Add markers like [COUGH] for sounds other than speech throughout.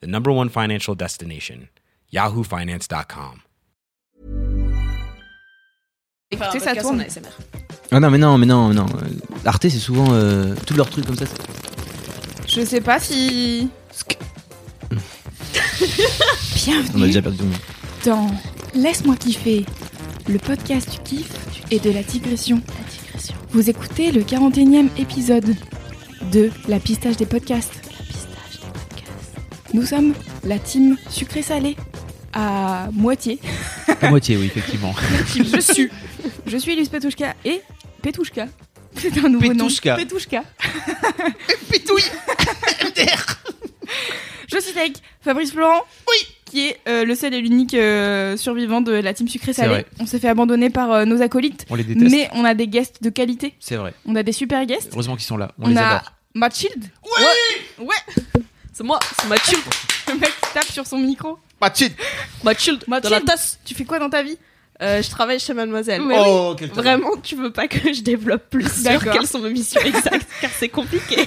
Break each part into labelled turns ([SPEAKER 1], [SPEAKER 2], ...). [SPEAKER 1] the number one financial destination, yahoofinance.com.
[SPEAKER 2] Enfin,
[SPEAKER 3] Tu sais,
[SPEAKER 2] un podcast
[SPEAKER 3] ça tourne.
[SPEAKER 2] en ASMR.
[SPEAKER 4] Ah non, mais non, mais non, mais non. Euh, Arte, c'est souvent euh, tous leurs trucs comme ça. c'est-
[SPEAKER 3] Je sais pas si.
[SPEAKER 4] On a
[SPEAKER 3] [LAUGHS] Bienvenue
[SPEAKER 4] déjà perdu tout le monde.
[SPEAKER 3] dans Laisse-moi kiffer, le podcast du kiff et de la digression. Vous écoutez le 41e épisode de La pistache des podcasts. Nous sommes la team sucré-salé à moitié.
[SPEAKER 4] À moitié, oui, effectivement.
[SPEAKER 3] Je suis. [LAUGHS] Je suis Elise Petouchka et Petouchka. C'est un nouveau
[SPEAKER 4] Petouchka.
[SPEAKER 3] nom. Petouchka.
[SPEAKER 2] Pétouille
[SPEAKER 3] Je suis avec Fabrice Florent. Oui. Qui est euh, le seul et l'unique euh, survivant de la team sucré
[SPEAKER 4] C'est
[SPEAKER 3] salé.
[SPEAKER 4] vrai.
[SPEAKER 3] On s'est fait abandonner par euh, nos acolytes,
[SPEAKER 4] On les déteste.
[SPEAKER 3] mais on a des guests de qualité.
[SPEAKER 4] C'est vrai.
[SPEAKER 3] On a des super guests.
[SPEAKER 4] Heureusement qu'ils sont là.
[SPEAKER 3] On, a Mathilde. Ouais. Ouais.
[SPEAKER 2] C'est moi, c'est Mathilde.
[SPEAKER 3] [LAUGHS] Le mec tape sur son micro.
[SPEAKER 4] Mathilde
[SPEAKER 3] Eh
[SPEAKER 2] Mathilde, dans la
[SPEAKER 3] Mathilde.
[SPEAKER 2] tasse.
[SPEAKER 3] Tu fais quoi dans ta vie
[SPEAKER 2] Euh, je travaille chez Mademoiselle.
[SPEAKER 3] Mais oui.
[SPEAKER 4] Oh, quel talent.
[SPEAKER 2] Vraiment, tu veux pas que je développe plus sur
[SPEAKER 3] D'accord.
[SPEAKER 2] quelles sont mes missions exactes, car c'est compliqué.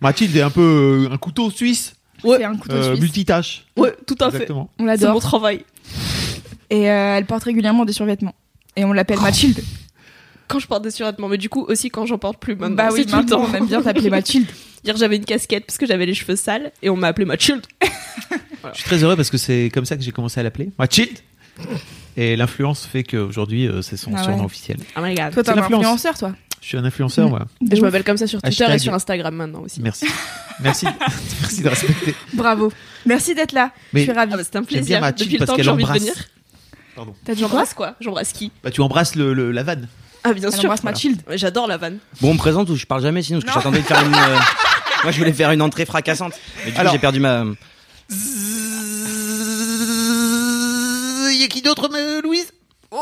[SPEAKER 5] Mathilde est un peu euh, un couteau suisse,
[SPEAKER 2] Ouais.
[SPEAKER 3] C'est un couteau
[SPEAKER 5] euh,
[SPEAKER 3] suisse.
[SPEAKER 5] multitâche.
[SPEAKER 2] [LAUGHS] Ouais, tout à fait.
[SPEAKER 5] Exactement.
[SPEAKER 3] On
[SPEAKER 2] C'est mon
[SPEAKER 3] l'adore.
[SPEAKER 2] travail.
[SPEAKER 3] Et euh, elle porte régulièrement des survêtements. Et on l'appelle Mathilde.
[SPEAKER 2] Quand je porte des survêtements, mais du coup aussi quand j'en porte plus maintenant.
[SPEAKER 3] bah
[SPEAKER 2] c'est
[SPEAKER 3] oui,
[SPEAKER 2] tout le
[SPEAKER 3] maintenant
[SPEAKER 2] temps.
[SPEAKER 3] on aime bien t'appeler Mathilde.
[SPEAKER 2] Hier j'avais une casquette parce que j'avais les cheveux sales et on m'a appelé Mathilde.
[SPEAKER 5] Je suis très heureux parce que c'est comme ça que j'ai commencé à l'appeler. Mathilde Et l'influence fait qu'aujourd'hui, euh, c'est son
[SPEAKER 3] Ah
[SPEAKER 5] surnom
[SPEAKER 3] ouais.
[SPEAKER 5] officiel.
[SPEAKER 2] Oh my god.
[SPEAKER 3] Toi, t'es
[SPEAKER 5] C'est
[SPEAKER 3] un
[SPEAKER 5] l'influence.
[SPEAKER 3] influenceur, toi.
[SPEAKER 5] Je suis un influenceur,
[SPEAKER 3] Mm.
[SPEAKER 5] voilà.
[SPEAKER 3] De
[SPEAKER 2] Je
[SPEAKER 3] ouf.
[SPEAKER 2] m'appelle comme ça sur Twitter
[SPEAKER 5] Hashtag.
[SPEAKER 2] et sur Instagram maintenant aussi.
[SPEAKER 3] [LAUGHS]
[SPEAKER 5] Merci. Merci. [LAUGHS] Merci de respecter.
[SPEAKER 3] Bravo. Merci d'être là.
[SPEAKER 5] Mais-
[SPEAKER 3] Je suis ravie.
[SPEAKER 2] Ah bah c'est un
[SPEAKER 5] bien
[SPEAKER 2] plaisir.
[SPEAKER 5] Mathilde
[SPEAKER 2] Depuis le
[SPEAKER 5] parce
[SPEAKER 2] temps que
[SPEAKER 5] qu'elle
[SPEAKER 2] j'ai envie de
[SPEAKER 5] embrasse.
[SPEAKER 2] venir.
[SPEAKER 3] T'as déjà
[SPEAKER 2] J'embrasse quoi J'embrasse qui
[SPEAKER 5] Bah, tu embrasses le, le- la vanne.
[SPEAKER 2] Ah bien
[SPEAKER 3] Elle
[SPEAKER 2] sûr.
[SPEAKER 3] embrasse Mathilde.
[SPEAKER 2] Ouais, J'adore la vanne.
[SPEAKER 6] Bon, on me présente ou je parle jamais sinon parce que j'attendais de faire
[SPEAKER 3] [LAUGHS]
[SPEAKER 6] une. euh, Moi, je voulais faire une entrée fracassante. Mais du coup,
[SPEAKER 5] Alors.
[SPEAKER 6] j'ai perdu ma.
[SPEAKER 5] Il y a qui d'autre, Louise
[SPEAKER 3] Oh.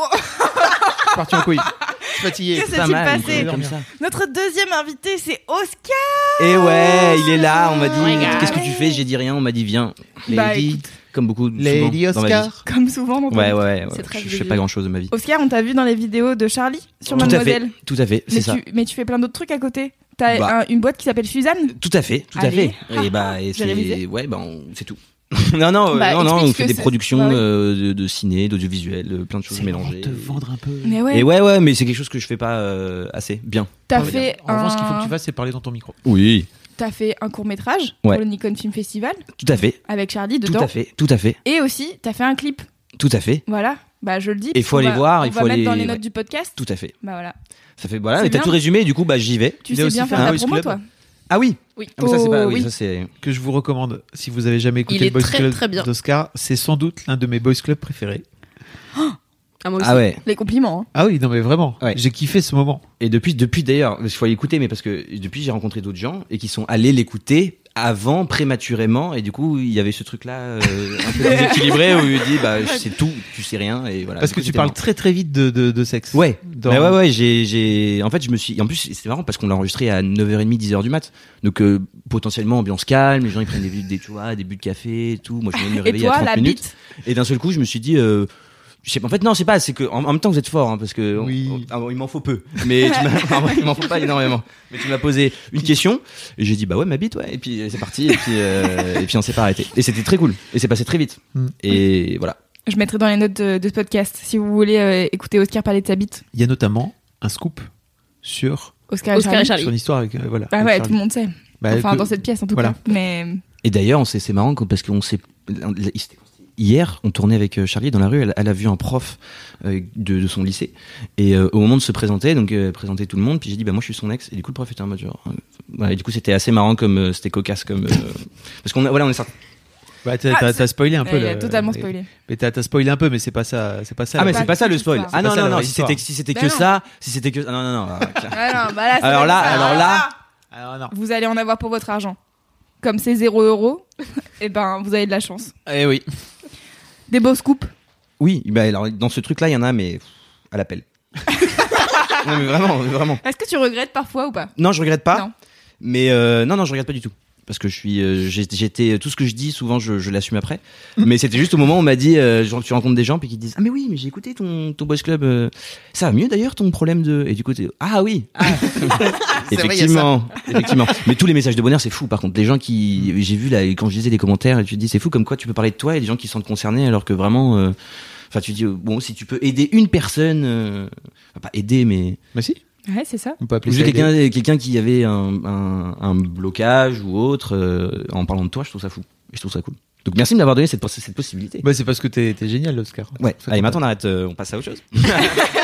[SPEAKER 5] Parti en couille. Je suis fatigué.
[SPEAKER 3] Qu'est-ce qui s'est passé
[SPEAKER 5] euh,
[SPEAKER 6] comme ça.
[SPEAKER 3] Notre deuxième invité, c'est Oscar.
[SPEAKER 6] Et Eh ouais, il est là. On m'a dit,
[SPEAKER 3] Oh my God.
[SPEAKER 6] qu'est-ce que tu fais J'ai dit rien. On m'a dit, viens.
[SPEAKER 3] Bah,
[SPEAKER 6] Lady, comme beaucoup de
[SPEAKER 5] Lady
[SPEAKER 6] souvent dans ma vie.
[SPEAKER 5] Oscar.
[SPEAKER 3] Comme souvent dans ton
[SPEAKER 6] Ouais, ouais, ouais.
[SPEAKER 2] C'est très
[SPEAKER 6] Je, je
[SPEAKER 2] vieux.
[SPEAKER 6] fais pas grand chose de ma vie.
[SPEAKER 3] Oscar, on t'a vu dans les vidéos de Charlie sur
[SPEAKER 6] Tout à
[SPEAKER 3] Mademoiselle.
[SPEAKER 6] fait. Tout à fait.
[SPEAKER 3] Mais
[SPEAKER 6] C'est ça.
[SPEAKER 3] tu, mais tu fais plein d'autres trucs à côté. T'as
[SPEAKER 6] Bah.
[SPEAKER 3] un- une boîte qui s'appelle Suzanne.
[SPEAKER 6] Tout à fait. Tout à
[SPEAKER 3] Allez.
[SPEAKER 6] fait.
[SPEAKER 3] [LAUGHS]
[SPEAKER 6] Et bah, et
[SPEAKER 3] J'ai révisé.
[SPEAKER 6] c'est. Ouais, bah, on- c'est tout. [LAUGHS] non, non, euh,
[SPEAKER 3] Bah,
[SPEAKER 6] non, non,
[SPEAKER 3] explique
[SPEAKER 6] on
[SPEAKER 3] ce que
[SPEAKER 6] fait des
[SPEAKER 3] c'est.
[SPEAKER 6] productions
[SPEAKER 3] Bah oui.
[SPEAKER 6] euh, de, de ciné, d'audiovisuel, euh, plein de choses
[SPEAKER 5] C'est
[SPEAKER 6] mélangées.
[SPEAKER 5] te vendre un peu.
[SPEAKER 3] Mais ouais.
[SPEAKER 6] Et ouais, ouais, mais c'est quelque chose que je fais pas euh, assez bien.
[SPEAKER 3] T'as
[SPEAKER 5] Ah,
[SPEAKER 3] fait
[SPEAKER 5] regarde. En revanche, ce qu'il faut que
[SPEAKER 3] un,
[SPEAKER 5] tu fasses, c'est parler dans ton micro.
[SPEAKER 6] Oui.
[SPEAKER 3] t'as fait un court métrage
[SPEAKER 6] Ouais.
[SPEAKER 3] pour le Nikon Film Festival
[SPEAKER 6] Tout à fait.
[SPEAKER 3] avec Charlie
[SPEAKER 6] Tout
[SPEAKER 3] dedans.
[SPEAKER 6] à fait. Tout à fait.
[SPEAKER 3] Et aussi, t'as fait un clip.
[SPEAKER 6] Tout à fait.
[SPEAKER 3] Voilà. Bah, je le dis.
[SPEAKER 6] Et
[SPEAKER 3] parce
[SPEAKER 6] faut
[SPEAKER 3] qu'on
[SPEAKER 6] aller
[SPEAKER 3] va-
[SPEAKER 6] voir,
[SPEAKER 3] On
[SPEAKER 6] il
[SPEAKER 3] va
[SPEAKER 6] faut
[SPEAKER 3] mettre
[SPEAKER 6] aller-
[SPEAKER 3] dans les
[SPEAKER 6] ouais.
[SPEAKER 3] notes du podcast.
[SPEAKER 6] Tout à fait.
[SPEAKER 3] Bah voilà.
[SPEAKER 6] Ça fait voilà,
[SPEAKER 3] C'est
[SPEAKER 6] mais t'as
[SPEAKER 3] bien.
[SPEAKER 6] tout résumé, du coup bah j'y vais.
[SPEAKER 3] Tu
[SPEAKER 5] Il a
[SPEAKER 3] sais
[SPEAKER 5] aussi
[SPEAKER 3] bien
[SPEAKER 5] fait
[SPEAKER 3] faire
[SPEAKER 5] un
[SPEAKER 3] ta
[SPEAKER 5] House
[SPEAKER 3] promo,
[SPEAKER 5] Club.
[SPEAKER 3] toi.
[SPEAKER 6] Ah oui.
[SPEAKER 2] Oui.
[SPEAKER 6] Ah, mais ça c'est pas oui,
[SPEAKER 3] Oh, oui.
[SPEAKER 6] ça c'est
[SPEAKER 5] que je vous recommande si vous avez jamais écouté
[SPEAKER 2] Il est
[SPEAKER 5] le Boys
[SPEAKER 2] très,
[SPEAKER 5] Club
[SPEAKER 2] très bien.
[SPEAKER 5] d'Oscar, c'est sans doute l'un de mes Boys Club préférés.
[SPEAKER 2] Ah moi aussi.
[SPEAKER 6] Ah ouais.
[SPEAKER 3] Les compliments. hein.
[SPEAKER 5] Ah oui, non mais vraiment,
[SPEAKER 6] Ouais.
[SPEAKER 5] j'ai kiffé ce moment.
[SPEAKER 6] Et depuis depuis d'ailleurs, il faut l'écouter mais parce que depuis j'ai rencontré d'autres gens et qui sont allés l'écouter avant prématurément et du coup il y avait ce truc là un
[SPEAKER 3] [LAUGHS]
[SPEAKER 6] peu déséquilibré où il dit bah je sais tout, tu sais rien et voilà.
[SPEAKER 5] Parce
[SPEAKER 6] Du
[SPEAKER 5] que
[SPEAKER 6] coup,
[SPEAKER 5] tu
[SPEAKER 6] c'était
[SPEAKER 5] parles
[SPEAKER 6] marrant.
[SPEAKER 5] très très vite de, de, de sexe.
[SPEAKER 6] Bah, Ouais.
[SPEAKER 5] Dans-
[SPEAKER 6] Bah ouais ouais, j'ai j'ai en fait je me suis en plus c'est marrant parce qu'on l'a enregistré à 9h30 10h du mat. Donc euh, potentiellement ambiance calme, les gens ils prennent des des tu vois, des buts de café et tout. Moi je viens de me
[SPEAKER 3] Et
[SPEAKER 6] réveiller à
[SPEAKER 3] toi,
[SPEAKER 6] 30
[SPEAKER 3] la
[SPEAKER 6] minutes.
[SPEAKER 3] bite.
[SPEAKER 6] Et d'un seul coup, je me suis dit. Euh, je sais, pas- en fait, non, c'est pas. C'est que en, en même temps, vous êtes fort, hein, parce que on-
[SPEAKER 5] Oui.
[SPEAKER 6] on- ah bon, il m'en faut peu, mais tu m'as- [LAUGHS] en
[SPEAKER 5] [LAUGHS]
[SPEAKER 6] vrai, il m'en faut pas énormément. Mais tu m'as posé une question, et j'ai dit bah ouais, ma bite, ouais. Et puis euh, c'est parti, et puis euh, et puis on s'est pas arrêté. Et c'était très cool, et c'est passé très vite.
[SPEAKER 5] Mm.
[SPEAKER 6] Et voilà.
[SPEAKER 3] Je mettrai dans les notes de, de ce podcast si vous voulez euh, écouter Oscar parler de sa bite.
[SPEAKER 5] Il y a notamment un scoop sur,
[SPEAKER 3] Oscar,
[SPEAKER 2] Oscar
[SPEAKER 3] et
[SPEAKER 2] et
[SPEAKER 3] Charlie.
[SPEAKER 2] Charlie.
[SPEAKER 5] sur l'histoire avec euh, voilà.
[SPEAKER 3] Bah
[SPEAKER 5] avec
[SPEAKER 3] ouais,
[SPEAKER 5] Charlie.
[SPEAKER 3] tout le monde sait.
[SPEAKER 5] Bah,
[SPEAKER 3] enfin,
[SPEAKER 5] que-
[SPEAKER 3] dans cette pièce en tout
[SPEAKER 5] voilà.
[SPEAKER 3] cas. Mais
[SPEAKER 6] Et d'ailleurs, on s'est- c'est marrant quoi, parce qu'on s'est. Hier, on tournait avec euh, Charlie dans la rue. Elle, elle a vu un prof euh, de, de son lycée. Et euh, au moment de se présenter, donc euh, elle présentait tout le monde. Puis j'ai dit, bah moi je suis son ex. Et du coup, le prof était en mode genre. euh, voilà. Et du coup, c'était assez marrant comme. euh, c'était cocasse comme. euh, [LAUGHS] parce qu'on a- voilà, on est sorti.
[SPEAKER 5] Bah, t'as,
[SPEAKER 3] Ah,
[SPEAKER 5] t'as-
[SPEAKER 3] c'est-
[SPEAKER 5] t'as spoilé un peu.
[SPEAKER 3] Ouais, il a
[SPEAKER 5] le-
[SPEAKER 3] totalement
[SPEAKER 5] mais-
[SPEAKER 3] spoilé.
[SPEAKER 5] Mais t'as, t'as spoilé un peu, mais c'est pas ça. C'est pas ça.
[SPEAKER 6] Ah,
[SPEAKER 5] la-
[SPEAKER 6] mais c'est pas ça le spoil.
[SPEAKER 3] l'histoire.
[SPEAKER 6] Ah non,
[SPEAKER 5] C'est
[SPEAKER 6] non,
[SPEAKER 5] pas ça, la
[SPEAKER 6] non.
[SPEAKER 5] vraie
[SPEAKER 6] Si c'était
[SPEAKER 5] histoire.
[SPEAKER 6] si c'était
[SPEAKER 3] Bah
[SPEAKER 6] que
[SPEAKER 3] non.
[SPEAKER 6] ça, si c'était que. Ah, Non, non, non. ah, clair.
[SPEAKER 3] Ah non, bah là, c'est
[SPEAKER 6] Alors
[SPEAKER 3] pas
[SPEAKER 6] là,
[SPEAKER 3] ça.
[SPEAKER 6] alors là.
[SPEAKER 5] Alors Ah, non.
[SPEAKER 3] vous allez en avoir pour votre argent. comme c'est 0 [LAUGHS] euros, et ben vous avez de la chance.
[SPEAKER 4] Eh oui.
[SPEAKER 3] Des beaux scoops.
[SPEAKER 6] Oui, bah alors dans ce truc-là, il y en a, mais pff, à l'appel. non, mais vraiment, vraiment.
[SPEAKER 3] Est-ce que tu regrettes parfois ou pas
[SPEAKER 6] Non, je regrette pas.
[SPEAKER 3] Non.
[SPEAKER 6] Mais euh, non, non, je regrette pas du tout. Parce que je suis, euh, j'ai- j'étais tout ce que je dis, souvent je, je l'assume après.
[SPEAKER 4] Mm.
[SPEAKER 6] mais c'était juste au moment où on m'a dit, euh, genre, tu rencontres des gens puis qui disent, ah mais oui, mais j'ai écouté ton ton boys club, euh, ça va mieux d'ailleurs ton problème de, et du coup t'es, ah oui, [LAUGHS]
[SPEAKER 4] C'est vrai, il y a ça.
[SPEAKER 6] effectivement, effectivement. Mais tous les messages de bonheur c'est fou. Par contre, les gens
[SPEAKER 4] Mm.
[SPEAKER 6] qui, j'ai vu là quand je lisais les commentaires, et tu te dis c'est fou comme quoi tu peux parler de toi et des gens qui se sentent concernés alors que vraiment, euh, enfin tu dis euh, bon si tu peux aider une personne, euh, enfin, pas aider mais
[SPEAKER 5] Mais si,
[SPEAKER 3] Ouais, c'est ça.
[SPEAKER 5] on peut appeler
[SPEAKER 6] ou
[SPEAKER 5] ça.
[SPEAKER 6] juste
[SPEAKER 5] des-
[SPEAKER 6] quelqu'un quelqu'un qui avait un, un- un blocage ou autre euh, en parlant de toi, je trouve ça fou. Et je trouve ça cool. Donc merci de m'avoir donné cette, poss- cette possibilité.
[SPEAKER 5] Bah, c'est parce que t'es t'es génial, Oscar.
[SPEAKER 6] Ouais.
[SPEAKER 5] Ça
[SPEAKER 6] Allez,
[SPEAKER 5] compte.
[SPEAKER 6] maintenant on arrête, euh, on passe à autre chose.
[SPEAKER 3] [LAUGHS]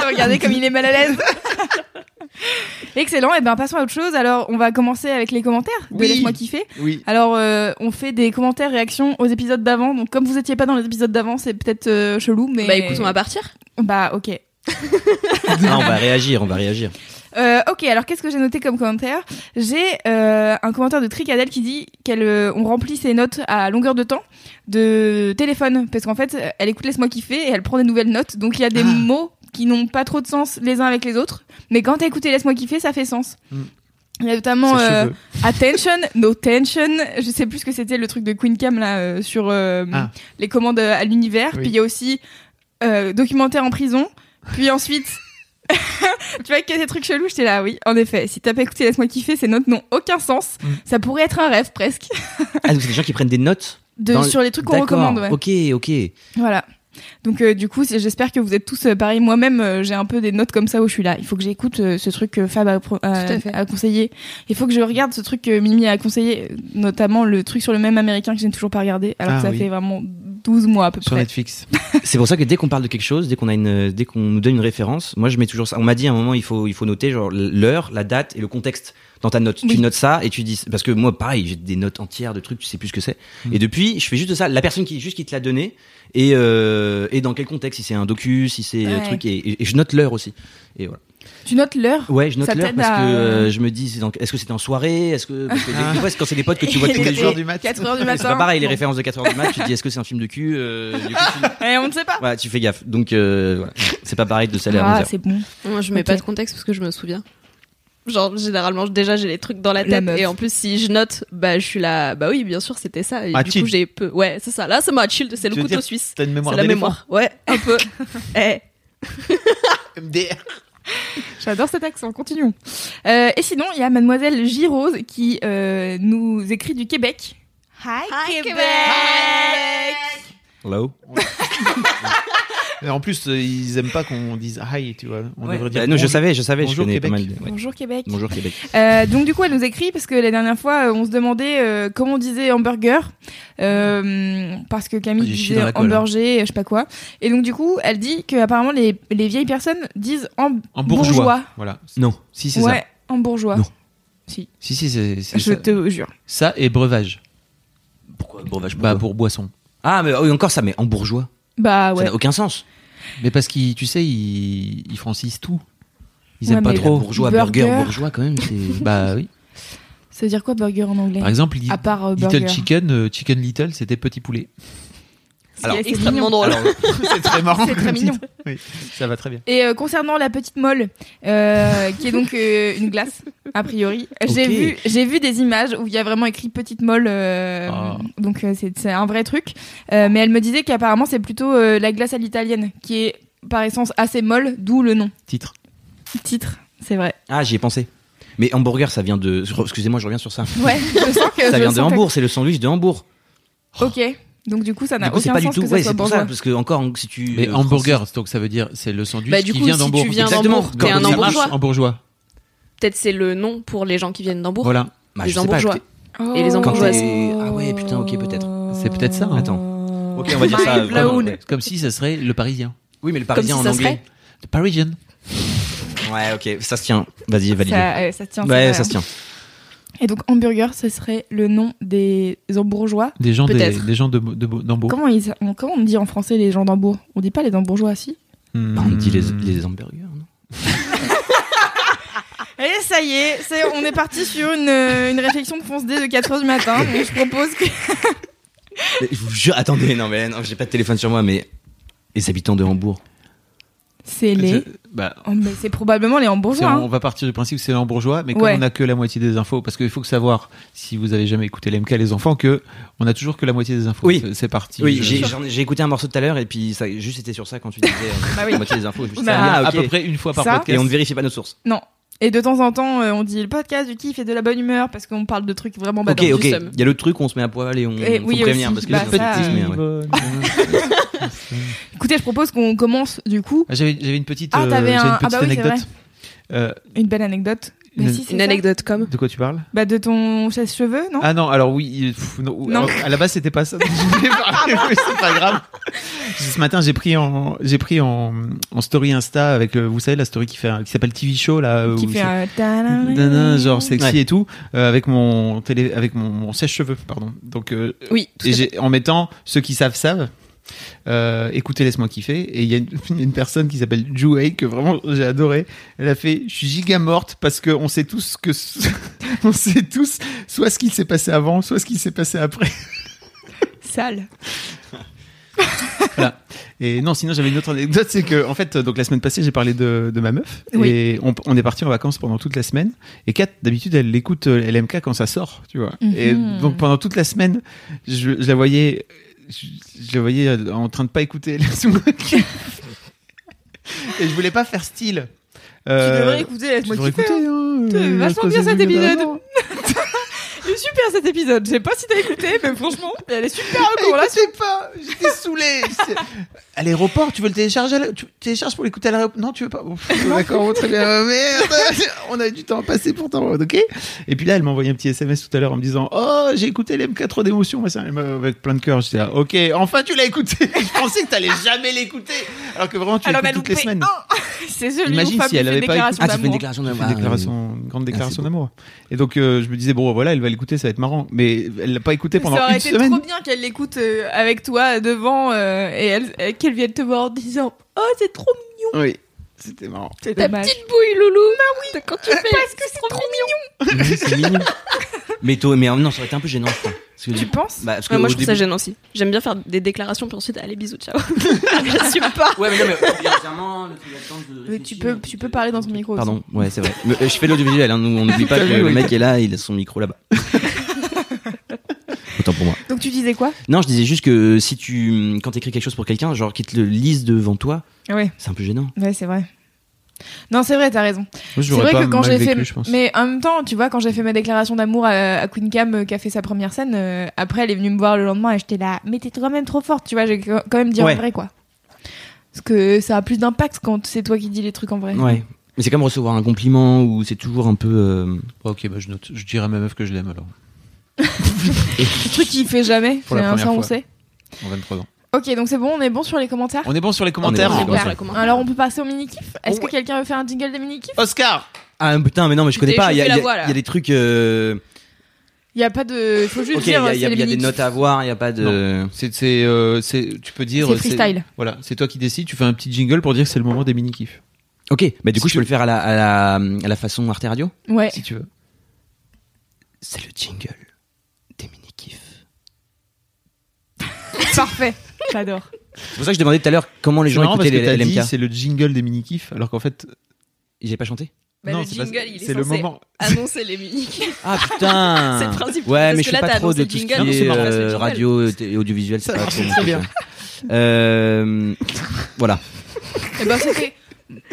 [SPEAKER 3] Regardez comme il est mal à l'aise. [LAUGHS] Excellent, et ben passons à autre chose. Alors, on va commencer avec les commentaires de
[SPEAKER 5] Oui.
[SPEAKER 3] Laisse-moi kiffer.
[SPEAKER 5] Oui.
[SPEAKER 3] Alors, euh, on fait des commentaires, réactions aux épisodes d'avant. Donc, comme vous étiez pas dans les épisodes d'avant, c'est peut-être euh, chelou, mais.
[SPEAKER 2] Bah écoute, on va partir.
[SPEAKER 3] Bah, ok.
[SPEAKER 6] Ah, on va réagir, on va réagir.
[SPEAKER 3] Euh, ok, alors qu'est-ce que j'ai noté comme commentaire J'ai euh, un commentaire de Tricadelle qui dit qu'elle euh, on remplit ses notes à longueur de temps de téléphone parce qu'en fait euh, elle écoute laisse-moi kiffer et elle prend des nouvelles notes donc il y a
[SPEAKER 2] Ah.
[SPEAKER 3] des mots qui n'ont pas trop de sens les uns avec les autres mais quand t'as écouté laisse-moi kiffer ça fait sens.
[SPEAKER 2] Hmm.
[SPEAKER 5] Mm.
[SPEAKER 3] Il y a notamment
[SPEAKER 5] Ça se
[SPEAKER 3] euh,
[SPEAKER 5] veut.
[SPEAKER 3] attention, no tension, je sais plus ce que c'était le truc de Queen Cam là euh, sur euh,
[SPEAKER 5] Ah.
[SPEAKER 3] les commandes euh, à l'univers
[SPEAKER 5] Oui.
[SPEAKER 3] puis il y a aussi euh, documentaire en prison puis ensuite [LAUGHS] tu vois qu'il y a des trucs chelous, j'étais là, oui, en effet. Si t'as pas écouté Laisse-moi kiffer, ces notes n'ont aucun sens.
[SPEAKER 5] Mm.
[SPEAKER 3] Ça pourrait être un rêve presque
[SPEAKER 6] Ah, donc c'est des gens qui prennent des notes.
[SPEAKER 3] de,
[SPEAKER 6] Dans le-
[SPEAKER 3] sur les trucs qu'on
[SPEAKER 6] D'accord.
[SPEAKER 3] recommande. ouais.
[SPEAKER 6] Ok, ok.
[SPEAKER 3] Voilà. Donc euh, du coup, c'est- j'espère que vous êtes tous euh, pareil. Moi-même, euh, j'ai un peu des notes comme ça où je suis là. Il faut que j'écoute euh, ce truc que Fab a, pro- a-
[SPEAKER 2] Tout à fait.
[SPEAKER 3] a conseillé. Il faut que je regarde ce truc que Mimi a conseillé, euh, notamment le truc sur le même américain que j'ai toujours pas regardé, alors
[SPEAKER 5] Ah
[SPEAKER 3] que ça
[SPEAKER 5] oui.
[SPEAKER 3] fait vraiment 12 mois à peu
[SPEAKER 5] Sur
[SPEAKER 3] près.
[SPEAKER 5] Netflix.
[SPEAKER 6] C'est pour ça que dès qu'on parle de quelque chose, dès qu'on a une, dès qu'on nous donne une référence, moi je mets toujours ça. On m'a dit à un moment il faut, il faut noter genre l'heure, la date et le contexte dans ta note.
[SPEAKER 3] Oui.
[SPEAKER 6] Tu notes ça et tu dis parce que moi pareil j'ai des notes entières de trucs tu sais plus ce que c'est.
[SPEAKER 5] Mm.
[SPEAKER 6] Et depuis je fais juste ça. La personne qui juste qui te l'a donné et euh, et dans quel contexte si c'est un docu si c'est un
[SPEAKER 3] Ouais.
[SPEAKER 6] truc et, et- et je note l'heure aussi. Et voilà.
[SPEAKER 3] Tu notes l'heure
[SPEAKER 6] Ouais je note
[SPEAKER 3] Ça
[SPEAKER 6] l'heure
[SPEAKER 3] t'aide
[SPEAKER 6] parce
[SPEAKER 3] à-
[SPEAKER 6] que euh, je me dis c'est dans- est-ce que c'était en soirée est-ce que, parce que des-
[SPEAKER 5] Ah.
[SPEAKER 6] des fois, c'est quand c'est des potes que tu
[SPEAKER 3] [LAUGHS]
[SPEAKER 6] vois
[SPEAKER 3] Et
[SPEAKER 6] tous les
[SPEAKER 3] les-
[SPEAKER 6] jours.
[SPEAKER 5] 4h du mat.
[SPEAKER 3] 4 heures du
[SPEAKER 6] C'est
[SPEAKER 3] matin.
[SPEAKER 6] pas pareil les
[SPEAKER 3] Bon.
[SPEAKER 6] références de 4 heures du mat tu te dis est-ce que c'est un film de cul euh, du coup, tu-
[SPEAKER 3] Eh, on ne sait pas.
[SPEAKER 6] voilà, tu fais gaffe. Donc, euh, voilà. c'est pas pareil de salaire.
[SPEAKER 3] Ah, c'est bon.
[SPEAKER 2] Moi, je mets
[SPEAKER 3] Ok.
[SPEAKER 2] pas de contexte parce que je me souviens. Genre, généralement, je- déjà, j'ai les trucs dans la
[SPEAKER 3] La
[SPEAKER 2] tête.
[SPEAKER 3] meuf.
[SPEAKER 2] et en plus, si je note, bah, je suis là, bah oui, bien sûr, c'était ça. Et
[SPEAKER 5] Ah,
[SPEAKER 2] du
[SPEAKER 5] chill.
[SPEAKER 2] coup, j'ai peu. Ouais, c'est ça. Là, c'est ma chill, c'est le
[SPEAKER 5] Tu veux
[SPEAKER 2] couteau
[SPEAKER 5] dire-
[SPEAKER 2] suisse.
[SPEAKER 5] T'as une
[SPEAKER 2] C'est
[SPEAKER 5] mémoire
[SPEAKER 2] la
[SPEAKER 5] d'éléphant.
[SPEAKER 2] mémoire. Ouais, un [LAUGHS] peu. Eh.
[SPEAKER 5] MDR.
[SPEAKER 3] J'adore cet accent, continuons. Euh, et sinon, il y a mademoiselle Girose qui euh, nous écrit du Québec. Hi,
[SPEAKER 2] Hi,
[SPEAKER 3] Québec,
[SPEAKER 6] Hello.
[SPEAKER 5] Mais en plus, euh, ils aiment pas qu'on dise hi, tu vois. On
[SPEAKER 2] Bah,
[SPEAKER 5] devrait dire.
[SPEAKER 6] Bah, non, je
[SPEAKER 5] bonjour.
[SPEAKER 6] savais, je savais,
[SPEAKER 5] Bonjour,
[SPEAKER 6] je connais
[SPEAKER 5] Québec.
[SPEAKER 6] pas mal. de- ouais.
[SPEAKER 3] Bonjour Québec.
[SPEAKER 6] Bonjour Québec.
[SPEAKER 3] Euh, donc du coup, elle nous écrit parce que la dernière fois, euh, on se demandait euh, comment on disait hamburger euh, parce que Camille
[SPEAKER 5] J'ai chié
[SPEAKER 3] disait
[SPEAKER 5] dans la colle, hein.
[SPEAKER 3] hamburger, je sais pas quoi. Et donc du coup, elle dit que apparemment les, les vieilles personnes disent ham-
[SPEAKER 5] En bourgeois. Voilà.
[SPEAKER 4] Non.
[SPEAKER 5] Si, c'est
[SPEAKER 3] Ouais,
[SPEAKER 5] ça.
[SPEAKER 3] en bourgeois.
[SPEAKER 4] Non.
[SPEAKER 5] Si, si, c'est c'est
[SPEAKER 3] Je
[SPEAKER 5] ça.
[SPEAKER 3] te jure.
[SPEAKER 5] Ça et breuvage.
[SPEAKER 6] Pourquoi breuvage
[SPEAKER 5] Bah, pour boisson.
[SPEAKER 6] Ah, mais oui, encore ça, mais en bourgeois.
[SPEAKER 3] Bah
[SPEAKER 6] Ça
[SPEAKER 3] ouais.
[SPEAKER 6] n'a aucun sens.
[SPEAKER 5] Mais parce qu'ils, tu sais, ils, ils francisent tout. Ils
[SPEAKER 3] Ouais,
[SPEAKER 5] aiment pas
[SPEAKER 3] mais-
[SPEAKER 5] trop.
[SPEAKER 6] Bourgeois, burger,
[SPEAKER 3] Burger.
[SPEAKER 6] bourgeois quand
[SPEAKER 3] [LAUGHS]
[SPEAKER 6] même. c'est-
[SPEAKER 5] Bah oui.
[SPEAKER 3] Ça veut dire quoi burger en anglais
[SPEAKER 5] Par exemple, li-
[SPEAKER 3] À part euh,
[SPEAKER 5] Ah, Little
[SPEAKER 3] burger.
[SPEAKER 5] Chicken, euh, Chicken Little, c'était petit poulet.
[SPEAKER 3] Ce qui
[SPEAKER 6] Alors,
[SPEAKER 3] est assez mignon.
[SPEAKER 2] Extrêmement drôle.
[SPEAKER 5] c'est très marrant.
[SPEAKER 3] [LAUGHS] C'est
[SPEAKER 5] comme
[SPEAKER 3] très
[SPEAKER 5] titre.
[SPEAKER 3] mignon.
[SPEAKER 5] Oui, ça va très bien.
[SPEAKER 3] Et euh, concernant la petite molle, euh, qui est donc euh, une glace, a priori, j'ai
[SPEAKER 6] Ok.
[SPEAKER 3] vu, j'ai vu des images où il y a vraiment écrit petite molle, euh,
[SPEAKER 5] Ah.
[SPEAKER 3] donc euh, c'est c'est un vrai truc. Euh, mais elle me disait qu'apparemment c'est plutôt euh, la glace à l'italienne, qui est par essence assez molle, d'où le nom.
[SPEAKER 5] Titre.
[SPEAKER 3] Titre, c'est vrai.
[SPEAKER 6] Ah, j'y ai pensé. Mais hamburger, ça vient de. je- Excusez-moi, je
[SPEAKER 3] [LAUGHS]
[SPEAKER 6] reviens sur ça.
[SPEAKER 3] [LAUGHS] Ouais, je sens que.
[SPEAKER 6] Ça
[SPEAKER 3] je
[SPEAKER 6] vient de
[SPEAKER 3] sens que-
[SPEAKER 6] Hambourg, c'est le sandwich de Hambourg.
[SPEAKER 3] Ok, donc du coup ça
[SPEAKER 6] Du
[SPEAKER 3] n'a
[SPEAKER 6] coup, c'est
[SPEAKER 3] aucun
[SPEAKER 6] pas du
[SPEAKER 3] sens
[SPEAKER 6] tout.
[SPEAKER 3] que ça
[SPEAKER 6] Ouais,
[SPEAKER 3] soit
[SPEAKER 6] c'est pour ça,
[SPEAKER 3] bourgeois.
[SPEAKER 6] parce que encore, si tu.
[SPEAKER 5] Mais
[SPEAKER 6] euh,
[SPEAKER 5] hamburger, donc ça veut dire c'est le sandwich
[SPEAKER 2] Bah, du
[SPEAKER 5] qui
[SPEAKER 2] coup,
[SPEAKER 5] vient
[SPEAKER 2] si
[SPEAKER 5] d'Hambourg.
[SPEAKER 2] tu viens
[SPEAKER 6] Exactement.
[SPEAKER 2] d'Hambourg, t'es
[SPEAKER 5] Comme
[SPEAKER 2] un
[SPEAKER 5] ça marche
[SPEAKER 2] hambourgeois.
[SPEAKER 5] En bourgeois.
[SPEAKER 2] Peut-être c'est le nom pour les gens qui viennent d'Hambourg.
[SPEAKER 5] Voilà.
[SPEAKER 6] bah,
[SPEAKER 2] les
[SPEAKER 6] je sais pas,
[SPEAKER 2] hambourgeois. Et les
[SPEAKER 6] Quand
[SPEAKER 2] hambourgeoises.
[SPEAKER 6] t'es- Ah ouais, putain, ok, peut-être.
[SPEAKER 3] Euh,
[SPEAKER 5] C'est peut-être ça, hein.
[SPEAKER 6] Attends. Ok, on va dire ça.
[SPEAKER 3] Mind
[SPEAKER 6] vraiment,
[SPEAKER 3] blown.
[SPEAKER 6] ouais.
[SPEAKER 5] C'est Comme si ça serait le parisien.
[SPEAKER 6] Oui, mais le parisien
[SPEAKER 2] si
[SPEAKER 6] en
[SPEAKER 2] ça
[SPEAKER 6] anglais.
[SPEAKER 5] The Parisian.
[SPEAKER 6] Ouais, ok, ça se tient. Vas-y, valide.
[SPEAKER 3] Ça, euh, ça tient. c'est
[SPEAKER 6] Ouais,
[SPEAKER 3] vrai.
[SPEAKER 6] ça se tient.
[SPEAKER 3] Et donc hamburger, ce serait le nom des hambourgeois.
[SPEAKER 5] Des gens des,
[SPEAKER 2] Peut-être.
[SPEAKER 5] des gens de de- d'Hambourg.
[SPEAKER 3] Comment, ils, on, comment on dit en français les gens d'Hambourg On dit pas les hambourgeois, si
[SPEAKER 5] Hmm.
[SPEAKER 6] Bah, on dit les, les hamburgers, non
[SPEAKER 3] Et Eh, ça ça y est, c'est- on est parti sur une, euh, une réflexion de fonce dès de 4h du
[SPEAKER 5] [LAUGHS]
[SPEAKER 3] matin. Donc je propose que.
[SPEAKER 6] Mais je vous jure, attendez, non, mais non, j'ai pas de téléphone sur moi, mais. Les habitants de Hambourg.
[SPEAKER 3] C'est
[SPEAKER 5] Je-
[SPEAKER 3] les.
[SPEAKER 5] bah,
[SPEAKER 3] Oh, mais c'est probablement les
[SPEAKER 5] c'est-
[SPEAKER 3] hambourgeois.
[SPEAKER 5] on
[SPEAKER 3] hein.
[SPEAKER 5] va partir du principe que c'est l'hambourgeois, mais comme
[SPEAKER 3] Ouais.
[SPEAKER 5] on a que la moitié des infos, parce qu'il faut que savoir, si vous avez jamais écouté l'MK les enfants, que on a toujours que la moitié des infos.
[SPEAKER 6] Oui.
[SPEAKER 5] C'est- C'est parti. Euh,
[SPEAKER 6] Oui,
[SPEAKER 5] Je-
[SPEAKER 6] j'ai- j'en ai- j'ai écouté un morceau tout à l'heure et puis ça juste c'était sur ça quand tu disais euh,
[SPEAKER 3] Bah oui.
[SPEAKER 6] la
[SPEAKER 5] [LAUGHS]
[SPEAKER 6] moitié des infos. je me suis dit,
[SPEAKER 3] Bah,
[SPEAKER 6] ah,
[SPEAKER 5] à
[SPEAKER 6] ok.
[SPEAKER 5] peu près une fois par
[SPEAKER 3] Ça,
[SPEAKER 5] podcast.
[SPEAKER 6] Et on ne vérifiait pas nos sources.
[SPEAKER 3] Et de temps en temps, euh, on dit le podcast du kiff et de la bonne humeur parce qu'on parle de trucs vraiment
[SPEAKER 6] Ok,
[SPEAKER 3] badants.
[SPEAKER 6] ok.
[SPEAKER 2] du somme.
[SPEAKER 6] Il y a le truc, on se met à poil et on
[SPEAKER 3] Eh
[SPEAKER 6] faut
[SPEAKER 3] oui,
[SPEAKER 6] prévenir
[SPEAKER 3] aussi.
[SPEAKER 6] parce que
[SPEAKER 3] Bah,
[SPEAKER 6] sinon, ça
[SPEAKER 3] ça, euh,
[SPEAKER 6] se met, ouais.
[SPEAKER 3] Écoutez, je propose qu'on commence du coup
[SPEAKER 5] Ah, J'avais j'avais une petite,
[SPEAKER 3] Ah,
[SPEAKER 5] euh,
[SPEAKER 3] t'avais
[SPEAKER 5] j'ai
[SPEAKER 3] un-
[SPEAKER 5] une
[SPEAKER 3] ah
[SPEAKER 5] petite
[SPEAKER 3] bah oui, c'est
[SPEAKER 5] anecdote. Euh,
[SPEAKER 3] une belle anecdote. Bah,
[SPEAKER 5] une-
[SPEAKER 3] si, c'est
[SPEAKER 2] Une
[SPEAKER 3] ça.
[SPEAKER 2] anecdote comme.
[SPEAKER 5] de quoi tu parles
[SPEAKER 3] Bah, de ton chasse-cheveux, non
[SPEAKER 5] Ah non, alors oui, il- pff, non, ou-
[SPEAKER 3] Non.
[SPEAKER 5] alors, à la base c'était pas ça. [LAUGHS] dont je voulais
[SPEAKER 3] [LAUGHS]
[SPEAKER 5] parler, mais c'est pas grave. Ce matin, j'ai pris en j'ai pris en, en story Insta avec euh, vous savez la story qui fait un- qui s'appelle TV show là
[SPEAKER 3] Qui
[SPEAKER 5] où
[SPEAKER 3] fait
[SPEAKER 5] euh, c'est-
[SPEAKER 3] un. tadam-
[SPEAKER 5] Dana, genre sexy
[SPEAKER 6] Ouais.
[SPEAKER 5] et tout euh, avec mon télé avec mon, mon sèche-cheveux pardon. Donc euh,
[SPEAKER 2] Oui, tout
[SPEAKER 5] et
[SPEAKER 2] à fait.
[SPEAKER 5] j'ai- en mettant ceux qui savent savent. euh, écoutez, laisse-moi kiffer. Et il y a une, une [LAUGHS] personne qui s'appelle Juhei que vraiment j'ai adoré. Elle a fait Je suis giga morte parce qu'on sait tous que. [LAUGHS] on sait tous soit ce qui s'est passé avant, soit ce qui s'est passé après.
[SPEAKER 3] Sale.
[SPEAKER 5] Et non, sinon j'avais une autre anecdote c'est que, en fait, donc la semaine passée, j'ai parlé de, de ma meuf.
[SPEAKER 3] Oui.
[SPEAKER 5] Et on, on est parti en vacances pendant toute la semaine. Et Kat, d'habitude, elle écoute euh, LMK quand ça sort, tu vois.
[SPEAKER 3] Mhm.
[SPEAKER 5] Et donc pendant toute la semaine, je, je la voyais. Je, je la voyais euh, en train de pas écouter laisse-moi kiffer. [LAUGHS] Et je voulais pas faire style. Euh,
[SPEAKER 3] Tu devrais écouter,
[SPEAKER 5] tu
[SPEAKER 3] laisse-moi
[SPEAKER 5] devrais
[SPEAKER 3] kiffer.
[SPEAKER 5] écouter,
[SPEAKER 3] hein.
[SPEAKER 5] hein,
[SPEAKER 3] Putain,
[SPEAKER 5] euh,
[SPEAKER 3] vachement
[SPEAKER 5] à cause
[SPEAKER 3] bien
[SPEAKER 5] des
[SPEAKER 3] cet
[SPEAKER 5] vidéos
[SPEAKER 3] épisode.
[SPEAKER 5] d'avant.
[SPEAKER 3] Il est super cet épisode. Je sais pas si t'as écouté, mais franchement, elle est super recours là.
[SPEAKER 5] Je sais pas, j'étais [LAUGHS] saoulé. C'est- À l'aéroport, tu veux le télécharger à la- Tu télécharges pour l'écouter à l'aéroport Non, tu veux pas.
[SPEAKER 3] [LAUGHS]
[SPEAKER 5] Bon, pff, D'accord, bon, très bien. [LAUGHS] Euh, Merde, on a du temps à passer pourtant, ok Et puis là, elle m'a envoyé un petit SMS tout à l'heure en me disant Oh, j'ai écouté l'MK trop d'émotions. Moi, ça, elle m'a- avec plein de cœur. J'étais là, ok, enfin tu l'as écouté. [LAUGHS] Je pensais que t'allais jamais l'écouter. Alors que vraiment, tu
[SPEAKER 3] Alors,
[SPEAKER 5] l'écoutes
[SPEAKER 3] elle a
[SPEAKER 5] toutes les
[SPEAKER 3] loupé Oh.
[SPEAKER 5] semaines.
[SPEAKER 3] C'est celui
[SPEAKER 5] Imagine
[SPEAKER 3] où Fab
[SPEAKER 5] si elle
[SPEAKER 3] fait
[SPEAKER 5] avait
[SPEAKER 3] une
[SPEAKER 5] pas
[SPEAKER 3] déclaration
[SPEAKER 6] Ah, tu fais une
[SPEAKER 3] d'amour.
[SPEAKER 6] déclaration d'amour.
[SPEAKER 5] Une
[SPEAKER 6] Ah, oui.
[SPEAKER 5] déclaration, une grande déclaration
[SPEAKER 6] beau.
[SPEAKER 5] d'amour. Et donc, euh, je me disais, bon, voilà, elle va l'écouter, ça va être marrant. Mais elle l'a pas écouté pendant
[SPEAKER 3] ça aurait
[SPEAKER 5] Ah, une
[SPEAKER 3] été
[SPEAKER 5] semaine.
[SPEAKER 3] trop bien qu'elle l'écoute euh, avec toi euh, devant euh, et elle- et qu'elle vienne te voir en disant Oh, c'est trop mignon.
[SPEAKER 5] Oui, c'était marrant.
[SPEAKER 3] C'est
[SPEAKER 2] Ta
[SPEAKER 3] dommage.
[SPEAKER 2] petite bouille, loulou. Bah oui. Quand tu fais. Parce que c'est trop mignon.
[SPEAKER 6] Oui, [LAUGHS] c'est mignon. Mais toi, mais euh, non, ça aurait été un peu gênant, je crois. Parce que-
[SPEAKER 3] Tu penses
[SPEAKER 6] bah, parce que
[SPEAKER 2] Ouais, moi,
[SPEAKER 6] au
[SPEAKER 2] je trouve ça
[SPEAKER 6] début-
[SPEAKER 2] gênant aussi. J'aime bien faire des déclarations, puis ensuite, allez, bisous, [LAUGHS] ciao. J'assume pas.
[SPEAKER 6] Ouais, mais non, mais obligatoirement, le truc d'attente de
[SPEAKER 3] Mais tu
[SPEAKER 6] réfléchir,
[SPEAKER 3] peux,
[SPEAKER 6] le
[SPEAKER 3] tu
[SPEAKER 6] truc
[SPEAKER 3] peux
[SPEAKER 6] de-
[SPEAKER 3] parler dans ton micro. aussi.
[SPEAKER 6] Pardon, ouais, c'est vrai. Mais, euh, Je fais l'audiovisuel, hein, nous, on n'oublie pas
[SPEAKER 5] T'as
[SPEAKER 6] que
[SPEAKER 5] vu,
[SPEAKER 6] le
[SPEAKER 5] [LAUGHS] oui.
[SPEAKER 6] mec est là, il a son micro
[SPEAKER 5] [LAUGHS]
[SPEAKER 6] là-bas. Autant pour moi.
[SPEAKER 3] Donc tu disais quoi
[SPEAKER 6] Non, je disais juste que euh, si tu, mm, quand t'écris quelque chose pour quelqu'un, genre qu'il te le lise devant toi,
[SPEAKER 3] Ouais,
[SPEAKER 6] c'est un peu gênant.
[SPEAKER 3] ouais, c'est vrai. Non, c'est vrai, t'as raison.
[SPEAKER 5] C'est
[SPEAKER 3] C'est vrai que quand j'ai fait, mais en même temps, tu vois, quand j'ai fait ma déclaration d'amour à, à Queen Cam, euh, qui a fait sa première scène, euh, après elle est venue me voir le lendemain et j'étais là, mais t'es quand même trop forte, tu vois, j'ai quand quand même dit
[SPEAKER 6] Ouais.
[SPEAKER 3] en vrai quoi. Parce que ça a plus d'impact quand c'est toi qui dis les trucs en vrai.
[SPEAKER 6] Ouais. Mais c'est comme recevoir un compliment ou c'est toujours un peu. euh,
[SPEAKER 5] Ok, bah je note. Je dirais à ma meuf que je l'aime alors.
[SPEAKER 3] Le truc qu'il fait jamais,
[SPEAKER 5] Pour la
[SPEAKER 3] c'est un-
[SPEAKER 5] première
[SPEAKER 3] ça on
[SPEAKER 5] fois.
[SPEAKER 3] sait.
[SPEAKER 5] En 23 ans.
[SPEAKER 3] Ok, donc c'est bon, on est bon sur les commentaires.
[SPEAKER 5] On est bon sur
[SPEAKER 6] On
[SPEAKER 5] les
[SPEAKER 6] est
[SPEAKER 5] commentaires.
[SPEAKER 6] bon sur les
[SPEAKER 2] Super. Ah.
[SPEAKER 6] commentaires.
[SPEAKER 3] Alors on peut passer au mini-kiff Est-ce
[SPEAKER 5] Oh,
[SPEAKER 3] que quelqu'un veut faire un jingle des mini-kiff
[SPEAKER 5] Oscar
[SPEAKER 6] Ah putain, mais non, mais je
[SPEAKER 2] Tu
[SPEAKER 6] connais
[SPEAKER 2] t'es
[SPEAKER 6] pas. Il y, a-
[SPEAKER 2] chauffé la
[SPEAKER 6] il y a-
[SPEAKER 2] voix, là.
[SPEAKER 6] il y a des trucs. euh,
[SPEAKER 3] Il y a pas de. Faut juste
[SPEAKER 6] Ok, il y
[SPEAKER 3] dire. euh,
[SPEAKER 6] a, il y a-
[SPEAKER 3] c'est les
[SPEAKER 6] il y a des
[SPEAKER 3] mini-kiffs.
[SPEAKER 6] notes à voir, il y a pas de.
[SPEAKER 5] C'est, c'est, euh, c'est- tu peux dire.
[SPEAKER 3] C'est freestyle.
[SPEAKER 5] Voilà, c'est toi qui décides. Tu fais un petit jingle pour dire que c'est le moment des mini kifs,
[SPEAKER 6] Ok, bah du
[SPEAKER 5] Si
[SPEAKER 6] coup,
[SPEAKER 5] tu-
[SPEAKER 6] je peux le faire à la, à la, à la façon Arte Radio. [LAUGHS]
[SPEAKER 3] Ouais.
[SPEAKER 5] si tu veux.
[SPEAKER 6] C'est le jingle des mini-kiffs.
[SPEAKER 3] Parfait. J'adore.
[SPEAKER 6] C'est pour ça que je demandais tout à l'heure comment les
[SPEAKER 5] C'est
[SPEAKER 6] gens
[SPEAKER 5] marrant parce
[SPEAKER 6] écoutaient
[SPEAKER 5] que t'as
[SPEAKER 6] les
[SPEAKER 5] dit
[SPEAKER 6] LMK.
[SPEAKER 5] c'est le jingle des mini kifs, alors qu'en fait.
[SPEAKER 6] J'ai pas chanté
[SPEAKER 2] Bah,
[SPEAKER 5] non,
[SPEAKER 2] le
[SPEAKER 5] c'est pas-
[SPEAKER 2] jingle, il est
[SPEAKER 5] C'est le
[SPEAKER 2] censé
[SPEAKER 5] moment.
[SPEAKER 2] annoncer les [LAUGHS] mini
[SPEAKER 6] Ah putain
[SPEAKER 2] [LAUGHS] C'est le principe.
[SPEAKER 6] Ouais,
[SPEAKER 2] Parce
[SPEAKER 6] mais
[SPEAKER 2] que
[SPEAKER 6] je
[SPEAKER 2] là,
[SPEAKER 6] suis pas
[SPEAKER 2] t'as
[SPEAKER 6] trop de
[SPEAKER 2] annoncé
[SPEAKER 6] tout
[SPEAKER 2] le
[SPEAKER 6] ce qui
[SPEAKER 2] jingle,
[SPEAKER 6] est
[SPEAKER 5] non, c'est marrant,
[SPEAKER 2] c'est le
[SPEAKER 6] euh,
[SPEAKER 2] jingle.
[SPEAKER 6] radio et audiovisuel.
[SPEAKER 5] Ça
[SPEAKER 6] c'est pas
[SPEAKER 5] marche
[SPEAKER 6] trop mon
[SPEAKER 5] très
[SPEAKER 6] truc,
[SPEAKER 5] bien.
[SPEAKER 6] ouais. Euh, Voilà.
[SPEAKER 2] Eh
[SPEAKER 3] Et ben c'était.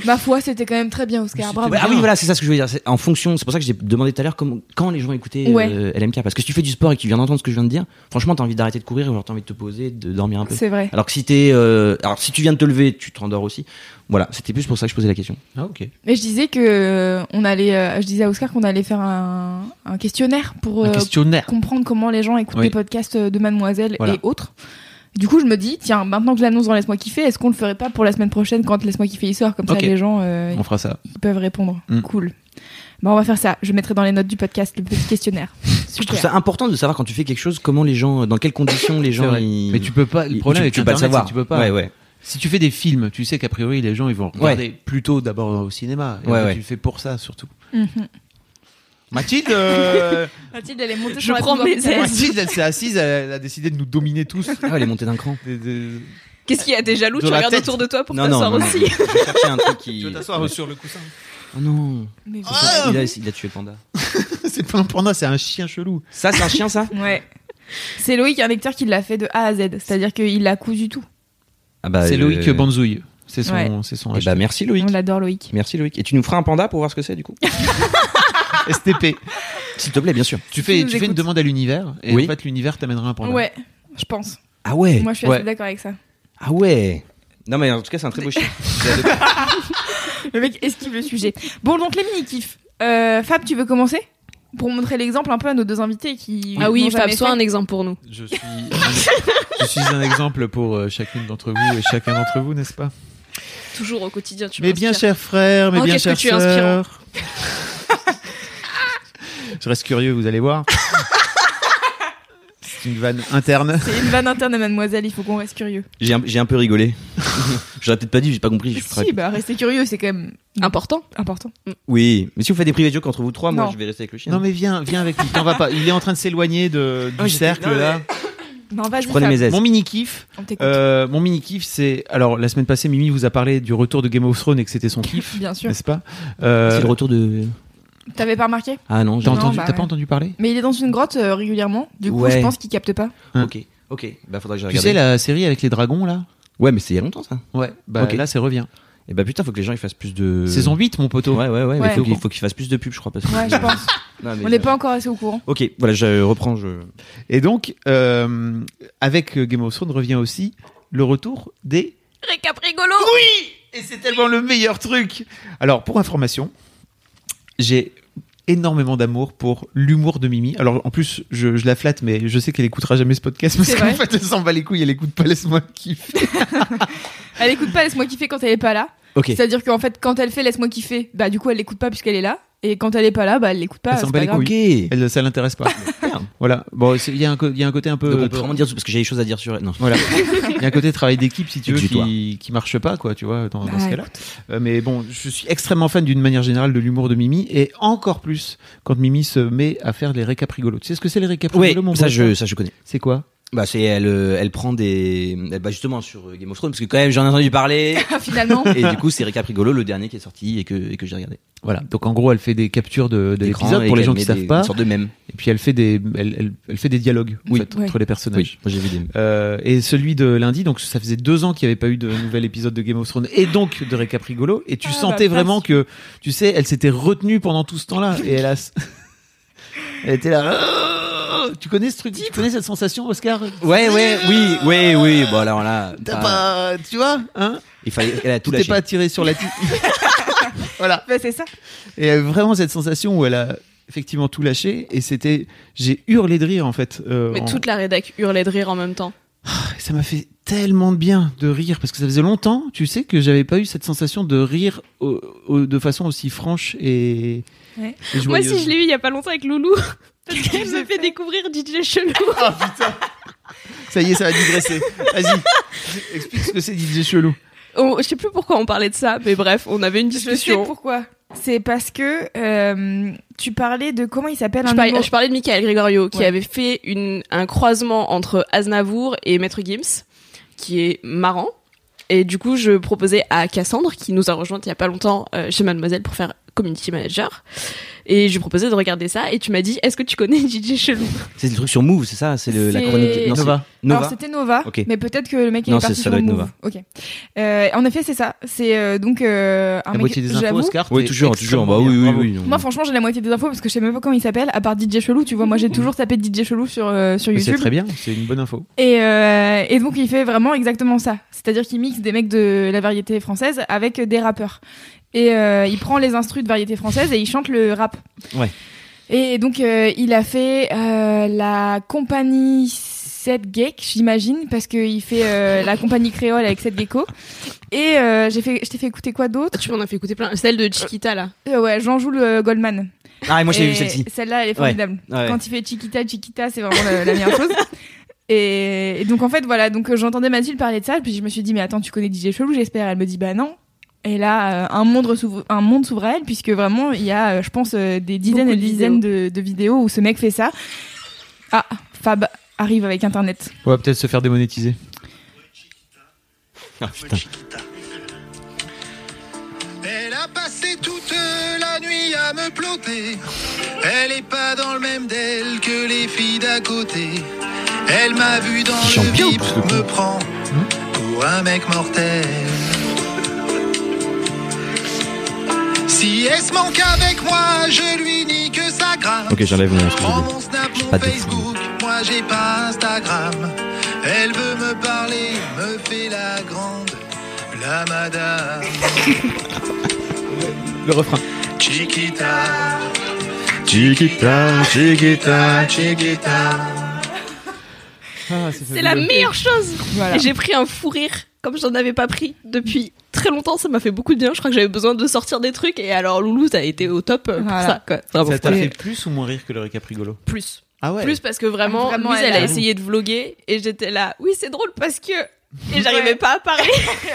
[SPEAKER 3] Ma foi, c'était quand même très bien, Oscar.
[SPEAKER 2] Oh,
[SPEAKER 3] Bravo.
[SPEAKER 6] Ah oui, voilà, c'est ça ce que je voulais dire. C'est En fonction, c'est pour ça que j'ai demandé tout à l'heure comment- quand les gens écoutaient euh,
[SPEAKER 3] Ouais.
[SPEAKER 6] LMK. Parce que si tu fais du sport et que tu viens d'entendre ce que je viens de dire, franchement, t'as envie d'arrêter de courir, genre t'as envie de te poser, de dormir un peu.
[SPEAKER 3] C'est vrai.
[SPEAKER 6] Alors que si t'es, euh, alors si tu viens de te lever, tu te rendors aussi. Voilà, c'était plus pour ça que je posais la question.
[SPEAKER 5] Ah, ok.
[SPEAKER 3] Mais je disais que euh, on allait, euh, je disais à Oscar qu'on allait faire un, un questionnaire pour
[SPEAKER 5] Un
[SPEAKER 3] euh,
[SPEAKER 5] questionnaire.
[SPEAKER 3] comprendre comment les gens écoutent
[SPEAKER 5] Oui.
[SPEAKER 3] les podcasts euh, de Mademoiselle
[SPEAKER 5] Voilà.
[SPEAKER 3] et autres. Du coup, je me dis, tiens, maintenant que je l'annonce dans Laisse-moi kiffer, est-ce qu'on le ferait pas pour la semaine prochaine quand Laisse-moi kiffer il sort Comme
[SPEAKER 5] Ok.
[SPEAKER 3] ça, les gens, euh,
[SPEAKER 5] On fera ça.
[SPEAKER 3] ils peuvent répondre.
[SPEAKER 5] Mm.
[SPEAKER 3] Cool. Bah, on va faire ça. Je mettrai dans les notes du podcast le petit
[SPEAKER 5] [LAUGHS]
[SPEAKER 3] questionnaire.
[SPEAKER 6] Je trouve
[SPEAKER 3] Super.
[SPEAKER 6] ça important de savoir quand tu fais quelque chose, comment les gens, dans quelles conditions les gens.
[SPEAKER 5] vrai.
[SPEAKER 6] ils-
[SPEAKER 5] Mais tu peux pas. Le
[SPEAKER 6] ils-
[SPEAKER 5] problème
[SPEAKER 6] tu,
[SPEAKER 5] avec
[SPEAKER 6] tu peux pas le
[SPEAKER 5] Internet,
[SPEAKER 6] savoir.
[SPEAKER 5] c'est que tu peux pas.
[SPEAKER 6] Ouais, ouais.
[SPEAKER 5] Si tu fais des films, tu sais qu'a priori les gens ils vont regarder plutôt d'abord au cinéma. Et
[SPEAKER 6] Ouais,
[SPEAKER 5] après,
[SPEAKER 6] ouais.
[SPEAKER 5] Tu le fais pour ça surtout.
[SPEAKER 3] Mhm.
[SPEAKER 5] Mathilde, [LAUGHS] euh,
[SPEAKER 3] Mathilde, elle est montée
[SPEAKER 2] Je
[SPEAKER 3] sur la
[SPEAKER 2] prends
[SPEAKER 3] cour
[SPEAKER 5] [LAUGHS]
[SPEAKER 2] mes
[SPEAKER 3] d'orchestre.
[SPEAKER 2] ailes.
[SPEAKER 5] Mathilde, elle s'est assise, elle, elle a décidé de nous dominer tous.
[SPEAKER 6] Ah, ouais, elle est montée d'un cran.
[SPEAKER 5] Des- [LAUGHS] des-
[SPEAKER 2] [LAUGHS] Qu'est-ce qu'il y a T'es jaloux
[SPEAKER 5] Dans
[SPEAKER 2] Tu
[SPEAKER 5] la
[SPEAKER 2] regardes
[SPEAKER 5] tête.
[SPEAKER 2] autour de toi pour
[SPEAKER 6] non, non,
[SPEAKER 2] t'asseoir
[SPEAKER 6] non, non,
[SPEAKER 2] aussi.
[SPEAKER 6] Je cherchais un truc qui.
[SPEAKER 5] Tu veux t'asseoir sur le coussin
[SPEAKER 6] Oh non.
[SPEAKER 3] Mais
[SPEAKER 6] C'est ça, il, a, il a tué le panda.
[SPEAKER 5] C'est pas un panda, c'est un chien chelou.
[SPEAKER 6] Ça, c'est un chien, ça
[SPEAKER 3] Ouais. C'est Loïc, un lecteur, qui l'a fait de A à Z. C'est-à-dire qu'il l'a cousu tout.
[SPEAKER 6] Ah bah,
[SPEAKER 5] c'est
[SPEAKER 6] euh,
[SPEAKER 5] Loïc Banzouille. C'est son,
[SPEAKER 3] Ouais.
[SPEAKER 5] c'est son
[SPEAKER 6] Eh bah,
[SPEAKER 5] hashtag.
[SPEAKER 6] merci Loïc.
[SPEAKER 3] On l'adore, Loïc.
[SPEAKER 6] Merci Loïc. Et tu nous feras un panda pour voir ce que c'est du coup
[SPEAKER 5] ben. [LAUGHS] STP.
[SPEAKER 6] S'il te plaît, bien sûr.
[SPEAKER 5] Tu
[SPEAKER 3] Qui
[SPEAKER 5] fais,
[SPEAKER 3] nous
[SPEAKER 5] tu fais une
[SPEAKER 3] écoute.
[SPEAKER 5] demande à l'univers et
[SPEAKER 6] Oui.
[SPEAKER 5] en fait l'univers t'amènera un panda.
[SPEAKER 3] Ouais, je pense.
[SPEAKER 6] Ah ouais
[SPEAKER 3] Moi, je suis
[SPEAKER 5] Ouais.
[SPEAKER 3] assez d'accord avec ça.
[SPEAKER 6] Ah ouais Non, mais en tout cas, c'est un très beau chien. Vous avez adopté-
[SPEAKER 3] Le mec esquive le sujet. Bon, donc les mini-kiffs. Euh, Fab, tu veux commencer Pour montrer l'exemple un peu à nos deux invités qui.
[SPEAKER 2] Ah
[SPEAKER 3] n'ont
[SPEAKER 2] oui, Fab,
[SPEAKER 3] jamais
[SPEAKER 2] sois
[SPEAKER 3] fait.
[SPEAKER 2] un exemple pour nous.
[SPEAKER 5] Je suis, je suis un exemple pour euh, chacune d'entre vous et chacun d'entre vous, n'est-ce pas
[SPEAKER 2] Toujours au quotidien, tu
[SPEAKER 5] Mes bien
[SPEAKER 2] m'inspires.
[SPEAKER 5] chers frères, mes
[SPEAKER 2] Oh,
[SPEAKER 5] bien
[SPEAKER 2] qu'est-ce que
[SPEAKER 5] chères
[SPEAKER 2] tu es inspirant. [LAUGHS]
[SPEAKER 5] sœurs. je reste curieux, vous
[SPEAKER 2] [LAUGHS]
[SPEAKER 5] allez voir. C'est une vanne interne.
[SPEAKER 3] C'est une vanne interne à mademoiselle, il faut qu'on reste curieux.
[SPEAKER 6] J'ai un, j'ai un peu rigolé. [LAUGHS] J'aurais peut-être pas dit, j'ai pas compris. je ferais-
[SPEAKER 3] Si, bah rester curieux, c'est quand même
[SPEAKER 2] Important.
[SPEAKER 3] important.
[SPEAKER 6] Oui, mais si vous faites des privés de jokes entre vous trois, moi
[SPEAKER 3] Non.
[SPEAKER 6] je vais rester avec le chien.
[SPEAKER 5] Non mais viens, viens avec lui. T'en vas pas. Il est en train de s'éloigner de du
[SPEAKER 6] Ah, j'étais-
[SPEAKER 5] cercle
[SPEAKER 6] non, mais-
[SPEAKER 5] là.
[SPEAKER 3] Non, vas-y,
[SPEAKER 6] je prenais
[SPEAKER 3] Fab,
[SPEAKER 6] mes aises.
[SPEAKER 5] Mon mini kiff,
[SPEAKER 3] on t'écoute. [LAUGHS]
[SPEAKER 5] Euh, mon mini kiff, c'est alors la semaine passée, Mimi vous a parlé du retour de Game of Thrones et que c'était son kiff,
[SPEAKER 3] Bien sûr.
[SPEAKER 5] n'est-ce pas Euh,
[SPEAKER 6] C'est le retour de.
[SPEAKER 3] T'avais pas remarqué
[SPEAKER 6] Ah non, j'ai
[SPEAKER 5] T'as
[SPEAKER 3] Non,
[SPEAKER 5] entendu
[SPEAKER 3] bah
[SPEAKER 5] T'as
[SPEAKER 3] ouais.
[SPEAKER 5] pas entendu parler
[SPEAKER 3] Mais il est dans une grotte euh, régulièrement, du coup,
[SPEAKER 6] Ouais.
[SPEAKER 3] je pense qu'il capte pas.
[SPEAKER 6] Ok, ok. Bah faudra que je
[SPEAKER 5] Tu
[SPEAKER 6] regarde.
[SPEAKER 5] sais la série avec les dragons là
[SPEAKER 6] Ouais, mais c'est il y a longtemps ça.
[SPEAKER 5] Ouais. Bah
[SPEAKER 6] Ok.
[SPEAKER 5] là, c'est revient.
[SPEAKER 6] Et bah putain, faut que les gens ils fassent plus de.
[SPEAKER 5] Saison 8 mon poteau.
[SPEAKER 6] Ouais, ouais,
[SPEAKER 3] Ouais.
[SPEAKER 6] ouais. Mais faut qu'il faut qu'ils fassent plus de pubs, je crois. Parce que...
[SPEAKER 3] Ouais,
[SPEAKER 6] [LAUGHS]
[SPEAKER 3] je pense.
[SPEAKER 6] Non, mais- euh,
[SPEAKER 3] on n'est pas encore assez au courant.
[SPEAKER 6] Ok, voilà, je reprends. Je...
[SPEAKER 5] Et donc euh, avec Game of Thrones revient aussi le retour des
[SPEAKER 2] Récap rigolo
[SPEAKER 5] et c'est tellement le meilleur truc. Alors pour information, j'ai énormément d'amour pour l'humour de Mimi. Alors en plus, je, je la flatte, mais je sais qu'elle écoutera jamais ce podcast parce
[SPEAKER 3] C'est
[SPEAKER 5] qu'en
[SPEAKER 3] vrai.
[SPEAKER 5] fait, elle s'en bat les couilles, elle écoute pas. Laisse-moi kiffer.
[SPEAKER 3] Elle écoute pas Laisse-moi kiffer quand elle est pas là.
[SPEAKER 6] Ok.
[SPEAKER 3] C'est-à-dire qu'en fait, quand elle fait Laisse-moi kiffer, bah du coup, elle l'écoute pas puisqu'elle est là. Et quand elle est pas là, bah elle l'écoute pas.
[SPEAKER 5] Elle s'en
[SPEAKER 3] c'est
[SPEAKER 5] bat
[SPEAKER 3] pas
[SPEAKER 5] les
[SPEAKER 3] grave.
[SPEAKER 5] couilles.
[SPEAKER 6] Ok.
[SPEAKER 5] Elle, ça l'intéresse pas.
[SPEAKER 6] Merde.
[SPEAKER 5] Voilà. Bon, c'est- il y, a un co- il y a un côté un peu.
[SPEAKER 6] Donc on peut vraiment dire parce que j'ai des choses à dire sur. Non. [LAUGHS]
[SPEAKER 5] Voilà. Il y a un côté travail d'équipe, si tu veux,
[SPEAKER 6] Exige-toi.
[SPEAKER 5] qui, qui marche pas, quoi, tu vois, dans, dans
[SPEAKER 3] Bah,
[SPEAKER 5] ce cas-là. Euh, mais bon, je suis extrêmement fan d'une manière générale de l'humour de Mimi, et encore plus quand Mimi se met à faire les récaps rigolos. Tu sais ce que c'est les récaps
[SPEAKER 6] Oui,
[SPEAKER 5] rigolos, mon
[SPEAKER 6] ça
[SPEAKER 5] bon
[SPEAKER 6] je, ça je connais.
[SPEAKER 5] C'est quoi
[SPEAKER 6] Bah c'est elle, euh, elle prend des, euh, bah justement sur euh, Game of Thrones parce que quand même j'en ai entendu [LAUGHS] parler
[SPEAKER 2] [LAUGHS]
[SPEAKER 3] Ah, Finalement.
[SPEAKER 6] et du coup c'est récap rigolo le dernier qui est sorti et que et que j'ai regardé.
[SPEAKER 5] Voilà. Donc en gros, elle fait des captures de, de
[SPEAKER 6] D'écran
[SPEAKER 5] l'épisode
[SPEAKER 6] et
[SPEAKER 5] pour les
[SPEAKER 6] qu'elle
[SPEAKER 5] gens qui
[SPEAKER 6] met
[SPEAKER 5] savent
[SPEAKER 6] des-
[SPEAKER 5] pas,
[SPEAKER 6] Une sorte de mème.
[SPEAKER 5] et puis elle fait des, elle, elle- elle fait des dialogues en
[SPEAKER 6] Oui.
[SPEAKER 5] fait,
[SPEAKER 3] Ouais.
[SPEAKER 5] entre les personnages.
[SPEAKER 6] moi j'ai vu des. mèmes.
[SPEAKER 5] Euh, et celui de lundi, donc ça faisait deux ans qu'il n'y avait pas eu de nouvel épisode de Game of Thrones et donc de récap rigolo. Et tu
[SPEAKER 3] Ah,
[SPEAKER 5] sentais
[SPEAKER 3] bah,
[SPEAKER 5] vraiment
[SPEAKER 3] passe.
[SPEAKER 5] que, tu sais, elle s'était retenue pendant tout ce temps-là. Et hélas, [LAUGHS] elle était là. «Ah Tu connais ce truc Tu connais cette sensation, Oscar
[SPEAKER 6] Ouais Eh ouais oui oui oui bon alors là
[SPEAKER 5] T'as
[SPEAKER 6] ah,
[SPEAKER 5] pas, tu vois, hein
[SPEAKER 6] il fallait elle a tout
[SPEAKER 5] Tu t'es
[SPEAKER 6] lâché.
[SPEAKER 5] pas tiré sur la [LAUGHS] tête. voilà.
[SPEAKER 3] Bah, c'est ça.
[SPEAKER 5] Et elle a vraiment cette sensation où elle a effectivement tout lâché. Et c'était, j'ai hurlé de rire en fait. euh,
[SPEAKER 2] Mais
[SPEAKER 5] en-
[SPEAKER 2] toute la rédac hurlait de rire en même temps.
[SPEAKER 5] Ça m'a fait tellement de bien de rire parce que ça faisait longtemps, tu sais, que j'avais pas eu cette sensation de rire au- au- de façon aussi franche et,
[SPEAKER 3] Ouais.
[SPEAKER 5] et
[SPEAKER 2] Moi
[SPEAKER 5] joyeuse.
[SPEAKER 2] aussi, je l'ai eu il y a pas longtemps avec Loulou. [LAUGHS] Parce qu'elle me fait découvrir DJ Chelou.
[SPEAKER 5] Ah putain Ça y est, ça va digresser. Vas-y, explique ce que c'est DJ Chelou.
[SPEAKER 2] [LAUGHS] On- je sais plus pourquoi on parlait de ça, mais bref, on avait une
[SPEAKER 3] Je sais
[SPEAKER 2] discussion.
[SPEAKER 3] pourquoi. C'est parce que euh, tu parlais de comment il s'appelle
[SPEAKER 2] Je
[SPEAKER 3] un
[SPEAKER 2] parlais,
[SPEAKER 3] humour-
[SPEAKER 2] je parlais de Michael Gregorio qui
[SPEAKER 3] Ouais.
[SPEAKER 2] avait fait une, un croisement entre Aznavour et Maître Gims, qui est marrant. Et du coup, je proposais à Cassandre, qui nous a rejointe il y a pas longtemps euh, chez Mademoiselle pour faire community manager, et je lui proposais de regarder ça. Et tu m'as dit, est-ce que tu connais [LAUGHS] DJ Chelou
[SPEAKER 6] C'est le truc sur Move c'est ça c'est le- la
[SPEAKER 3] C'est-
[SPEAKER 6] chronique. c'est-
[SPEAKER 5] Nova.
[SPEAKER 3] Alors
[SPEAKER 6] Nova.
[SPEAKER 3] c'était Nova,
[SPEAKER 6] Ok.
[SPEAKER 3] mais peut-être que le mec
[SPEAKER 6] Non,
[SPEAKER 3] est parti
[SPEAKER 6] c'est- ça
[SPEAKER 3] sur
[SPEAKER 6] doit être
[SPEAKER 3] Move.
[SPEAKER 6] Nova.
[SPEAKER 3] Ok. Euh, en effet, c'est ça. C'est euh, donc euh, un
[SPEAKER 2] Ah,
[SPEAKER 5] La
[SPEAKER 3] mec.
[SPEAKER 5] moitié des infos,
[SPEAKER 3] j'avoue,
[SPEAKER 5] Oscar.
[SPEAKER 6] Oui
[SPEAKER 5] t'es
[SPEAKER 6] toujours toujours bah
[SPEAKER 5] extrêmement
[SPEAKER 6] oui
[SPEAKER 5] bien,
[SPEAKER 6] oui
[SPEAKER 5] bravo.
[SPEAKER 6] oui. non.
[SPEAKER 3] Moi, franchement, j'ai la moitié des infos parce que je sais même pas comment il s'appelle. À part DJ Chelou, tu vois, moi j'ai toujours tapé DJ Chelou sur euh, sur
[SPEAKER 5] Mais C'est
[SPEAKER 3] YouTube.
[SPEAKER 5] très bien, c'est une bonne info.
[SPEAKER 3] Et, euh, et donc il fait vraiment exactement ça. C'est-à-dire qu'il mixe des mecs de la variété française avec des rappeurs. Et euh, il prend les instrus de variété française et il chante le rap.
[SPEAKER 6] Ouais.
[SPEAKER 3] Et donc euh, il a fait euh, la compagnie 7 Geek, j'imagine, parce qu'il fait euh, la compagnie créole avec 7 Gecko. Et euh, j'ai fait, je t'ai fait écouter quoi d'autre
[SPEAKER 2] Ah, Tu m'en as fait écouter plein. Celle de Chiquita là.
[SPEAKER 3] Euh, Ouais, Jean-Joule euh, Goldman.
[SPEAKER 6] Ah et moi j'ai
[SPEAKER 3] Et
[SPEAKER 6] vu celle-ci.
[SPEAKER 3] Celle-là, elle est formidable.
[SPEAKER 6] Ouais.
[SPEAKER 3] Quand il fait Chiquita, Chiquita, c'est vraiment la, la meilleure
[SPEAKER 6] [LAUGHS]
[SPEAKER 3] chose. Et, et donc en fait voilà, donc euh, j'entendais Mathilde parler de ça, puis je me suis dit mais attends tu connais DJ Chelou j'espère. Elle me dit bah non. Et là, euh, un monde, s'ouvre- un monde s'ouvre à elle, puisque vraiment, il y a, euh, je pense, euh, des dizaines
[SPEAKER 2] Beaucoup
[SPEAKER 3] et
[SPEAKER 2] de
[SPEAKER 3] des dizaines de, de vidéos où ce mec fait ça. Ah, Fab arrive avec Internet.
[SPEAKER 5] On va peut-être se faire démonétiser.
[SPEAKER 6] Ah, putain.
[SPEAKER 7] Elle a passé toute la nuit à me planter. Elle est pas dans le même d'elle que les filles d'à côté. Elle m'a vu dans
[SPEAKER 6] Chante
[SPEAKER 7] le
[SPEAKER 6] bien, en
[SPEAKER 7] VIP,
[SPEAKER 6] plus, le con.
[SPEAKER 7] me prend pour un mec mortel. Si elle se manque avec moi, je lui dis que ça grave.
[SPEAKER 6] Ok, j'enlève mon ce que
[SPEAKER 7] Prends
[SPEAKER 6] je
[SPEAKER 7] mon Snap,
[SPEAKER 6] pas
[SPEAKER 7] mon
[SPEAKER 6] de-
[SPEAKER 7] Facebook, moi j'ai pas Instagram. Elle veut me parler, me fait la grande, la madame.
[SPEAKER 5] Le refrain.
[SPEAKER 7] Chiquita,
[SPEAKER 5] Chiquita,
[SPEAKER 7] chiquita, chiquita.
[SPEAKER 2] C'est la meilleure chose.
[SPEAKER 3] Voilà.
[SPEAKER 2] Et j'ai pris un fou rire comme j'en avais pas pris depuis très longtemps. Ça m'a fait beaucoup de bien. Je crois que j'avais besoin de sortir des trucs. Et alors, Loulou, ça a été au top euh, pour
[SPEAKER 3] Voilà.
[SPEAKER 2] ça. Quoi. Vraiment,
[SPEAKER 5] Ça t'a
[SPEAKER 2] c'était
[SPEAKER 5] fait plus ou moins rire que le Ricaprigolo
[SPEAKER 2] plus.
[SPEAKER 5] Ah ouais
[SPEAKER 2] Plus parce que vraiment,
[SPEAKER 3] Vraiment,
[SPEAKER 2] Louise,
[SPEAKER 3] elle
[SPEAKER 2] elle, a
[SPEAKER 3] a-
[SPEAKER 2] essayé de vloguer. Et j'étais là, oui, c'est drôle parce que. Et j'arrivais
[SPEAKER 3] Ouais.
[SPEAKER 2] pas à parler.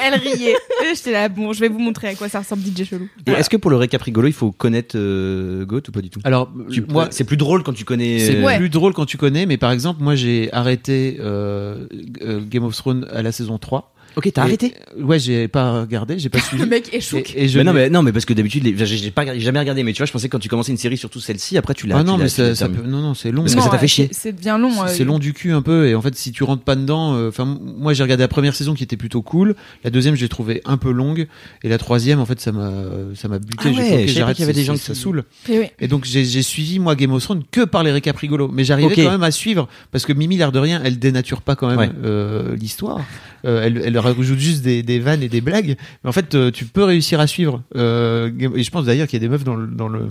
[SPEAKER 3] Elle riait. [LAUGHS] Et J'étais là, bon, je vais vous montrer à quoi ça ressemble DJ Chelou.
[SPEAKER 6] Et Est-ce que pour le récap rigolo, il faut connaître euh, Goat ou pas du tout
[SPEAKER 5] Alors,
[SPEAKER 6] Tu-
[SPEAKER 5] moi,
[SPEAKER 6] C'est plus drôle quand tu connais.
[SPEAKER 5] C'est
[SPEAKER 6] euh,
[SPEAKER 3] Ouais.
[SPEAKER 5] plus drôle quand tu connais, mais par exemple, moi j'ai arrêté euh, euh, Game of Thrones à la saison 3.
[SPEAKER 6] Ok, t'as
[SPEAKER 5] Et-
[SPEAKER 6] arrêté
[SPEAKER 5] Ouais, j'ai pas regardé, j'ai pas suivi.
[SPEAKER 3] Le mec échoue.
[SPEAKER 5] et, et je
[SPEAKER 6] mais non, mais, non, mais parce que d'habitude, les- j'ai j'ai pas regardé- j'ai jamais regardé, mais tu vois, je pensais que quand tu commençais une série, surtout celle-ci, après tu l'as.
[SPEAKER 5] Ah
[SPEAKER 6] tu
[SPEAKER 5] non,
[SPEAKER 6] l'as-
[SPEAKER 5] mais
[SPEAKER 6] tu
[SPEAKER 5] ça,
[SPEAKER 6] l'as
[SPEAKER 5] ça
[SPEAKER 6] terminé.
[SPEAKER 5] peut- non, non, c'est long.
[SPEAKER 6] Parce que
[SPEAKER 3] Non,
[SPEAKER 6] ça t'a fait
[SPEAKER 3] ouais,
[SPEAKER 6] chier.
[SPEAKER 3] c'est- C'est bien long. euh,
[SPEAKER 5] C'est long du cul un peu et en fait si tu rentres pas dedans, euh, enfin moi j'ai regardé la première saison qui était plutôt cool, la deuxième je l'ai trouvée un peu longue et la troisième en fait ça m'a ça m'a buté.
[SPEAKER 6] Ah
[SPEAKER 5] J'ai fait,
[SPEAKER 6] ouais, je
[SPEAKER 5] ok,
[SPEAKER 6] savais pas
[SPEAKER 5] j'arrête,
[SPEAKER 6] qu'il y avait
[SPEAKER 5] c'est-
[SPEAKER 6] des gens
[SPEAKER 5] c'est-
[SPEAKER 6] qui-
[SPEAKER 5] ça saoule.
[SPEAKER 3] Et oui.
[SPEAKER 5] Et donc j'ai j'ai suivi moi Game of Thrones que par les récaps rigolos, mais j'arrivais
[SPEAKER 6] Ok.
[SPEAKER 5] quand même à suivre parce que Mimi l'air de rien, elle dénature pas quand même
[SPEAKER 6] Ouais.
[SPEAKER 5] euh, l'histoire. Euh, elle, elle rajoute juste des, des vannes et des blagues, mais en fait euh, tu peux réussir à suivre. Euh, Game- et je pense d'ailleurs qu'il y a des meufs dans le dans le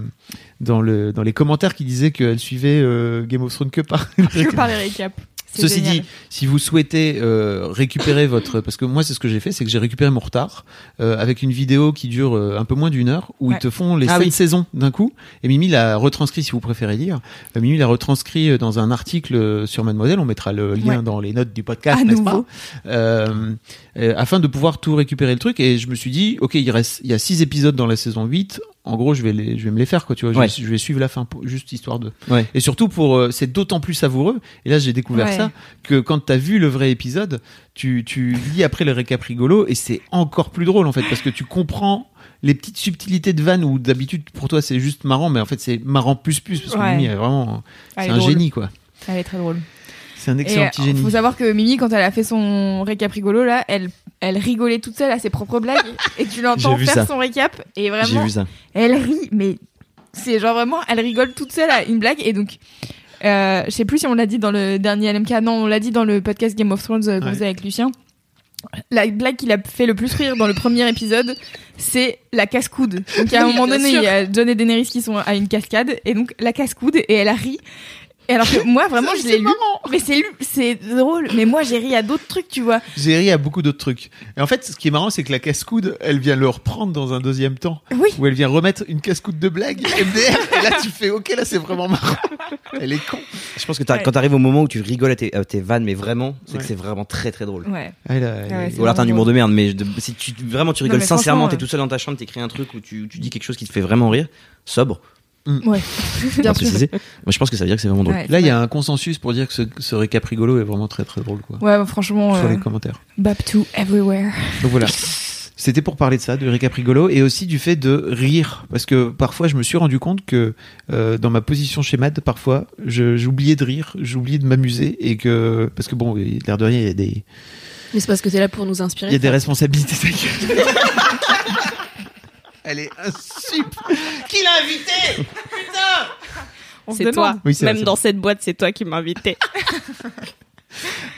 [SPEAKER 5] dans le dans les commentaires qui disaient qu'elles suivaient euh, Game of Thrones que par [LAUGHS] les
[SPEAKER 3] Que par les récaps. C'est
[SPEAKER 5] Ceci
[SPEAKER 3] génial.
[SPEAKER 5] dit, si vous souhaitez euh,
[SPEAKER 3] [LAUGHS]
[SPEAKER 5] récupérer votre, parce que moi c'est ce que j'ai fait, c'est que j'ai récupéré mon retard euh, avec une vidéo qui dure euh, un peu moins d'une heure où
[SPEAKER 3] Ouais.
[SPEAKER 5] ils te font les
[SPEAKER 6] Ah
[SPEAKER 5] cinq
[SPEAKER 6] oui.
[SPEAKER 5] saisons d'un coup. Et Mimi l'a retranscrit, si vous préférez lire. Euh, Mimi l'a retranscrit euh, dans un article euh, sur Mademoiselle. On mettra le lien
[SPEAKER 3] Ouais.
[SPEAKER 5] dans les notes du podcast,
[SPEAKER 3] À
[SPEAKER 5] n'est-ce pas
[SPEAKER 3] nouveau.
[SPEAKER 5] euh, euh, afin de pouvoir tout récupérer le truc. Et je me suis dit, ok, il reste, il y a six épisodes dans la saison 8. En gros, je vais les, je vais me les faire, quoi. Tu vois, Je
[SPEAKER 6] Ouais.
[SPEAKER 5] vais- je, vais suivre la fin, pour- juste histoire de.
[SPEAKER 6] Ouais.
[SPEAKER 5] Et surtout pour, euh, c'est d'autant plus savoureux. Et là, j'ai découvert
[SPEAKER 3] Ouais.
[SPEAKER 5] ça que quand t'as vu le vrai épisode, tu, tu lis après le récap rigolo et c'est encore plus drôle en fait parce que tu comprends. Les petites subtilités de Van où d'habitude pour toi c'est juste marrant, mais en fait c'est marrant plus plus parce que
[SPEAKER 3] Ouais.
[SPEAKER 5] Mimi est vraiment
[SPEAKER 3] Elle
[SPEAKER 5] c'est
[SPEAKER 3] est
[SPEAKER 5] un
[SPEAKER 3] drôle.
[SPEAKER 5] génie quoi.
[SPEAKER 3] Elle est très drôle.
[SPEAKER 5] C'est un
[SPEAKER 3] Et
[SPEAKER 5] excellent petit
[SPEAKER 3] euh,
[SPEAKER 5] génie.
[SPEAKER 3] faut savoir que Mimi, quand elle a fait son récap rigolo, là, elle, elle rigolait toute seule à ses propres
[SPEAKER 6] [LAUGHS]
[SPEAKER 3] blagues. et tu l'entends
[SPEAKER 6] J'ai vu
[SPEAKER 3] faire
[SPEAKER 6] ça.
[SPEAKER 3] son récap. Et
[SPEAKER 6] J'ai
[SPEAKER 3] vraiment,
[SPEAKER 6] vu ça.
[SPEAKER 3] elle rit, mais c'est genre vraiment, elle rigole toute seule à une blague. Et donc, euh, je sais plus si on l'a dit dans le dernier LMK. Non, on l'a dit dans le podcast Game of Thrones euh, qu'on
[SPEAKER 5] Ouais.
[SPEAKER 3] faisait avec Lucien. La blague qui l'a fait le plus rire dans le premier épisode, c'est la casse-coude. Donc à un
[SPEAKER 2] Oui,
[SPEAKER 3] moment
[SPEAKER 2] bien
[SPEAKER 3] donné,
[SPEAKER 2] sûr.
[SPEAKER 3] il y a John et Daenerys qui sont à une cascade, et donc la casse-coude, et elle a ri. Et alors
[SPEAKER 2] [LAUGHS]
[SPEAKER 3] que moi, vraiment, je l'ai lu. Mais c'est lu, c'est drôle. Mais moi, j'ai ri à d'autres trucs, tu vois.
[SPEAKER 5] J'ai ri à beaucoup d'autres trucs. Et en fait, ce qui est marrant, c'est que la casse-coude, elle vient le reprendre dans un deuxième temps.
[SPEAKER 3] Oui.
[SPEAKER 5] Où elle vient remettre une casse-coude de blague. MDR. et là, tu fais, ok, là, c'est vraiment marrant. Elle est con.
[SPEAKER 6] Je pense que t'as-
[SPEAKER 3] Ouais.
[SPEAKER 6] quand t'arrives au moment où tu rigoles à tes, à tes vannes, mais vraiment, c'est
[SPEAKER 5] Ouais.
[SPEAKER 6] que c'est vraiment très très drôle.
[SPEAKER 3] Ouais.
[SPEAKER 5] Elle, euh, elle
[SPEAKER 3] Ah ouais,
[SPEAKER 5] est-
[SPEAKER 3] c'est
[SPEAKER 6] Ou alors t'as un
[SPEAKER 3] vraiment
[SPEAKER 6] humour de merde, mais de- si tu vraiment tu
[SPEAKER 3] Non,
[SPEAKER 6] rigoles
[SPEAKER 3] mais
[SPEAKER 6] sincèrement,
[SPEAKER 3] franchement, euh.
[SPEAKER 6] t'es tout seul dans ta chambre, t'écris un truc où tu, tu dis quelque chose qui te fait vraiment rire, sobre,
[SPEAKER 3] Bien
[SPEAKER 6] à préciser. Moi je pense que ça veut dire que c'est vraiment drôle.
[SPEAKER 3] Ouais,
[SPEAKER 5] Là, il y a un consensus pour dire que ce, ce récap rigolo est vraiment très très drôle, quoi.
[SPEAKER 3] Ouais, franchement,
[SPEAKER 5] Sur
[SPEAKER 3] euh,
[SPEAKER 5] les commentaires.
[SPEAKER 3] Bab to everywhere.
[SPEAKER 5] Donc voilà. C'était pour parler de ça, du récap rigolo, et aussi du fait de rire. Parce que parfois, je me suis rendu compte que euh, dans ma position chez Mad, parfois, je- j'oubliais de rire, j'oubliais de m'amuser, et que. Parce que bon, l'air de rien, il y a des.
[SPEAKER 2] Mais c'est parce que t'es là pour nous inspirer.
[SPEAKER 5] Il y a des responsabilités.
[SPEAKER 3] [LAUGHS]
[SPEAKER 5] ta gueule. Elle est insupportable. Qui l'a invité
[SPEAKER 3] On se
[SPEAKER 2] C'est
[SPEAKER 3] demande.
[SPEAKER 2] toi.
[SPEAKER 5] Oui, c'est vrai,
[SPEAKER 2] Même
[SPEAKER 5] c'est
[SPEAKER 2] dans cette boîte, c'est toi qui m'as invité.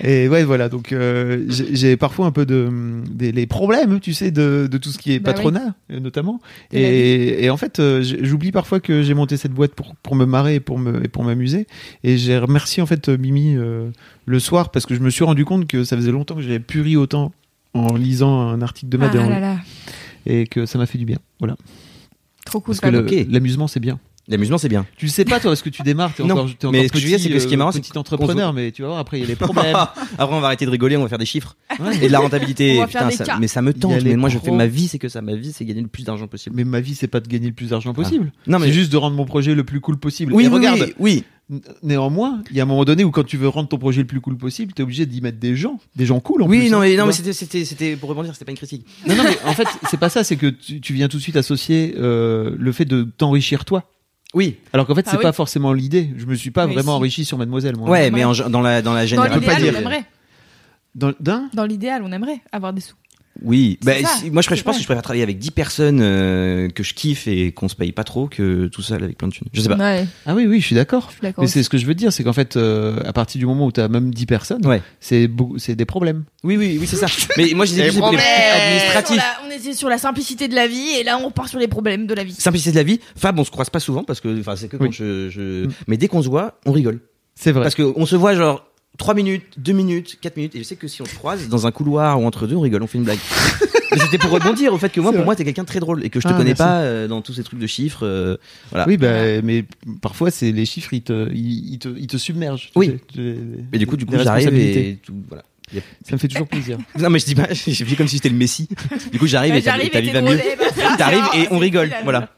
[SPEAKER 5] Et ouais, voilà. Donc euh, j'ai j'ai parfois un peu de des les problèmes, tu sais, de, de tout ce qui est
[SPEAKER 3] Bah oui.
[SPEAKER 5] patronat euh, notamment.
[SPEAKER 3] De la
[SPEAKER 5] Et, et en fait, euh, j- j'oublie parfois que j'ai monté cette boîte pour pour me marrer, et pour me et pour m'amuser. Et j'ai remercié en fait euh, Mimi euh, le soir parce que je me suis rendu compte que ça faisait longtemps que j'avais pu rire autant en lisant un article de
[SPEAKER 3] Ah
[SPEAKER 5] Mad et en-
[SPEAKER 3] là là,
[SPEAKER 5] et que ça m'a fait du bien. Voilà.
[SPEAKER 3] trop cool.
[SPEAKER 5] Parce que
[SPEAKER 3] Fab.
[SPEAKER 5] le-
[SPEAKER 6] ok.
[SPEAKER 5] l'amusement c'est bien.
[SPEAKER 6] L'amusement, c'est bien.
[SPEAKER 5] Tu le sais pas, toi, parce que tu démarres, t'es
[SPEAKER 6] Non.
[SPEAKER 5] encore, t'es
[SPEAKER 6] Mais
[SPEAKER 5] encore
[SPEAKER 6] ce que je veux dire,
[SPEAKER 5] petit,
[SPEAKER 6] c'est que ce qui est
[SPEAKER 5] euh,
[SPEAKER 6] marrant, c'est
[SPEAKER 5] petit
[SPEAKER 6] qu'on-
[SPEAKER 5] entrepreneur, mais tu vas voir,
[SPEAKER 6] [LAUGHS]
[SPEAKER 5] après, il y a les problèmes.
[SPEAKER 6] Après, on va arrêter de rigoler, on va faire des chiffres et de la rentabilité.
[SPEAKER 3] [LAUGHS] On va
[SPEAKER 6] Putain,
[SPEAKER 3] faire des
[SPEAKER 6] ça-
[SPEAKER 3] cas.
[SPEAKER 6] mais ça me
[SPEAKER 5] Il y a
[SPEAKER 6] tente.
[SPEAKER 5] les
[SPEAKER 6] Mais moi, je fais
[SPEAKER 5] pros.
[SPEAKER 6] ma vie, c'est que ça. Ma vie, c'est gagner le plus d'argent possible.
[SPEAKER 5] mais ma vie, c'est pas de gagner le plus d'argent possible.
[SPEAKER 6] Non, mais
[SPEAKER 5] C'est juste de rendre mon projet le plus cool possible.
[SPEAKER 6] Oui,
[SPEAKER 5] Et
[SPEAKER 6] oui,
[SPEAKER 5] regarde,
[SPEAKER 6] oui, oui.
[SPEAKER 5] n- néanmoins, il y a un moment donné où quand tu veux rendre ton projet le plus cool possible, t'es obligé d'y mettre des gens, des gens cool en
[SPEAKER 6] Oui,
[SPEAKER 5] plus,
[SPEAKER 6] non,
[SPEAKER 5] hein,
[SPEAKER 6] mais,
[SPEAKER 5] tu
[SPEAKER 6] non, mais
[SPEAKER 5] vois.
[SPEAKER 6] c'était, c'était, c'était pour rebondir, c'était pas une critique.
[SPEAKER 5] Non, non, mais en fait, c'est pas ça, c'est que tu, tu viens tout de suite associer euh, le fait de t'enrichir toi.
[SPEAKER 6] Oui,
[SPEAKER 5] Alors qu'en fait, c'est
[SPEAKER 3] Ah oui.
[SPEAKER 5] pas forcément l'idée. Je me suis pas
[SPEAKER 3] Mais
[SPEAKER 5] vraiment
[SPEAKER 3] si.
[SPEAKER 5] enrichi sur Mademoiselle, moi.
[SPEAKER 6] ouais, mais en gen- dans la dans la
[SPEAKER 3] Dans
[SPEAKER 6] généralité.
[SPEAKER 5] pas
[SPEAKER 3] l'idéal,
[SPEAKER 5] dire.
[SPEAKER 3] on aimerait.
[SPEAKER 5] Dans- D'un
[SPEAKER 3] Dans l'idéal, on aimerait avoir des sous.
[SPEAKER 6] Oui,
[SPEAKER 3] C'est ça,
[SPEAKER 6] bah, si- moi je,
[SPEAKER 3] c'est
[SPEAKER 6] préfère- je pense
[SPEAKER 3] vrai.
[SPEAKER 6] que je préfère travailler avec 10 personnes euh, que je kiffe et qu'on se paye pas trop que tout seul avec plein de thunes. Je sais pas.
[SPEAKER 3] Ouais,
[SPEAKER 5] Ah oui, oui, je suis d'accord.
[SPEAKER 3] je suis d'accord.
[SPEAKER 5] Mais c'est ce que je veux dire, c'est qu'en fait, euh, à partir du moment où t'as même 10 personnes,
[SPEAKER 6] Ouais.
[SPEAKER 5] c'est beaucoup- c'est des problèmes.
[SPEAKER 6] Oui, oui, oui, c'est
[SPEAKER 5] [LAUGHS]
[SPEAKER 6] ça. mais moi je disais
[SPEAKER 5] Les
[SPEAKER 6] plus pour les
[SPEAKER 5] problèmes.
[SPEAKER 6] administratifs.
[SPEAKER 3] on était sur la simplicité de la vie et là on repart sur les problèmes de la vie.
[SPEAKER 6] Simplicité de la vie. Fab, on se croise pas souvent parce que enfin c'est que quand
[SPEAKER 5] Oui.
[SPEAKER 6] je, je-
[SPEAKER 5] Mm.
[SPEAKER 6] mais dès qu'on se voit, on rigole
[SPEAKER 5] C'est vrai.
[SPEAKER 6] parce que on se voit genre 3 minutes, 2 minutes, 4 minutes et je sais que si on se croise dans un couloir ou entre deux, on rigole, on fait une
[SPEAKER 5] [LAUGHS]
[SPEAKER 6] blague. Mais C'était pour rebondir au fait que moi,
[SPEAKER 5] C'est
[SPEAKER 6] pour
[SPEAKER 5] vrai.
[SPEAKER 6] moi, t'es quelqu'un de très drôle et que je te
[SPEAKER 5] Ah,
[SPEAKER 6] connais
[SPEAKER 5] merci.
[SPEAKER 6] pas euh, dans tous ces trucs de chiffres. euh, voilà.
[SPEAKER 5] Oui, bah, mais parfois, c'est les chiffres, ils te, ils, ils te, ils te submergent. tu
[SPEAKER 6] Oui.
[SPEAKER 5] sais, tu- les-
[SPEAKER 6] Mais du coup, du coup,
[SPEAKER 5] les
[SPEAKER 6] j'arrive
[SPEAKER 5] responsabilités.
[SPEAKER 6] et tout, voilà.
[SPEAKER 5] Ça me fait toujours plaisir.
[SPEAKER 6] Non, mais je dis pas, [LAUGHS] j'ai fait comme si j'étais le Messi. Du coup, j'arrive et t'as et
[SPEAKER 3] J'arrive
[SPEAKER 6] ta
[SPEAKER 3] et
[SPEAKER 6] vie
[SPEAKER 3] t'es
[SPEAKER 6] va
[SPEAKER 3] drôle,
[SPEAKER 6] mieux.
[SPEAKER 3] eh ben,
[SPEAKER 5] [LAUGHS]
[SPEAKER 3] ça,
[SPEAKER 6] [LAUGHS] T'arrives et on
[SPEAKER 3] c'est
[SPEAKER 6] rigole.
[SPEAKER 3] cool,
[SPEAKER 6] Voilà.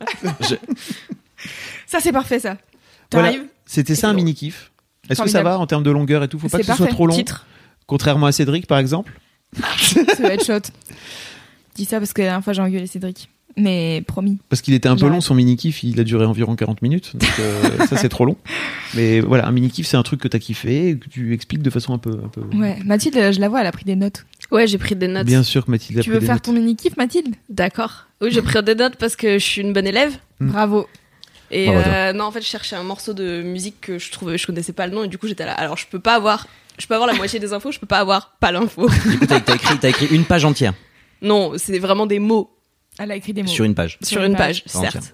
[SPEAKER 3] Ça c'est parfait ça.
[SPEAKER 5] Voilà.
[SPEAKER 3] T'arrives,
[SPEAKER 5] C'était ça un
[SPEAKER 3] Hello.
[SPEAKER 5] mini kiff. Est-ce que ça
[SPEAKER 3] Formidable.
[SPEAKER 5] va en termes de longueur et tout Faut pas
[SPEAKER 3] c'est
[SPEAKER 5] que ce soit
[SPEAKER 3] parfait.
[SPEAKER 5] trop long.
[SPEAKER 3] Titre,
[SPEAKER 5] Contrairement à Cédric, par exemple.
[SPEAKER 3] ce headshot. Dis ça parce que la dernière fois j'ai engueulé Cédric. Mais promis.
[SPEAKER 5] Parce qu'il était un peu
[SPEAKER 3] Ouais.
[SPEAKER 5] long, son mini kiff, il a duré environ 40 minutes. Donc euh, ça, c'est trop long. Mais voilà, un mini kiff, c'est un truc que t'as kiffé et que tu expliques de façon un peu. Un peu...
[SPEAKER 3] Ouais, Mathilde, je la vois, elle a pris des notes.
[SPEAKER 2] [LAUGHS] Ouais, j'ai pris des notes.
[SPEAKER 5] Bien sûr que Mathilde a
[SPEAKER 3] Tu
[SPEAKER 5] pris
[SPEAKER 3] veux
[SPEAKER 5] des
[SPEAKER 3] faire
[SPEAKER 5] notes.
[SPEAKER 3] ton mini kiff, Mathilde
[SPEAKER 2] D'accord. Oui, j'ai pris des notes parce que je suis une bonne élève.
[SPEAKER 5] Mm.
[SPEAKER 3] Bravo.
[SPEAKER 2] Et
[SPEAKER 6] Bravo à toi.
[SPEAKER 2] euh, non, en fait, je cherchais un morceau de musique que je trouvais, je connaissais pas le nom, et du coup, j'étais là. Alors, je peux pas avoir, je peux avoir la moitié des infos, je peux pas avoir pas l'info.
[SPEAKER 6] Du coup, t'as t'as écrit, t'as écrit une page entière
[SPEAKER 2] Non, c'est vraiment des mots
[SPEAKER 3] Elle a écrit des mots.
[SPEAKER 6] sur une page.
[SPEAKER 2] sur une page, certes.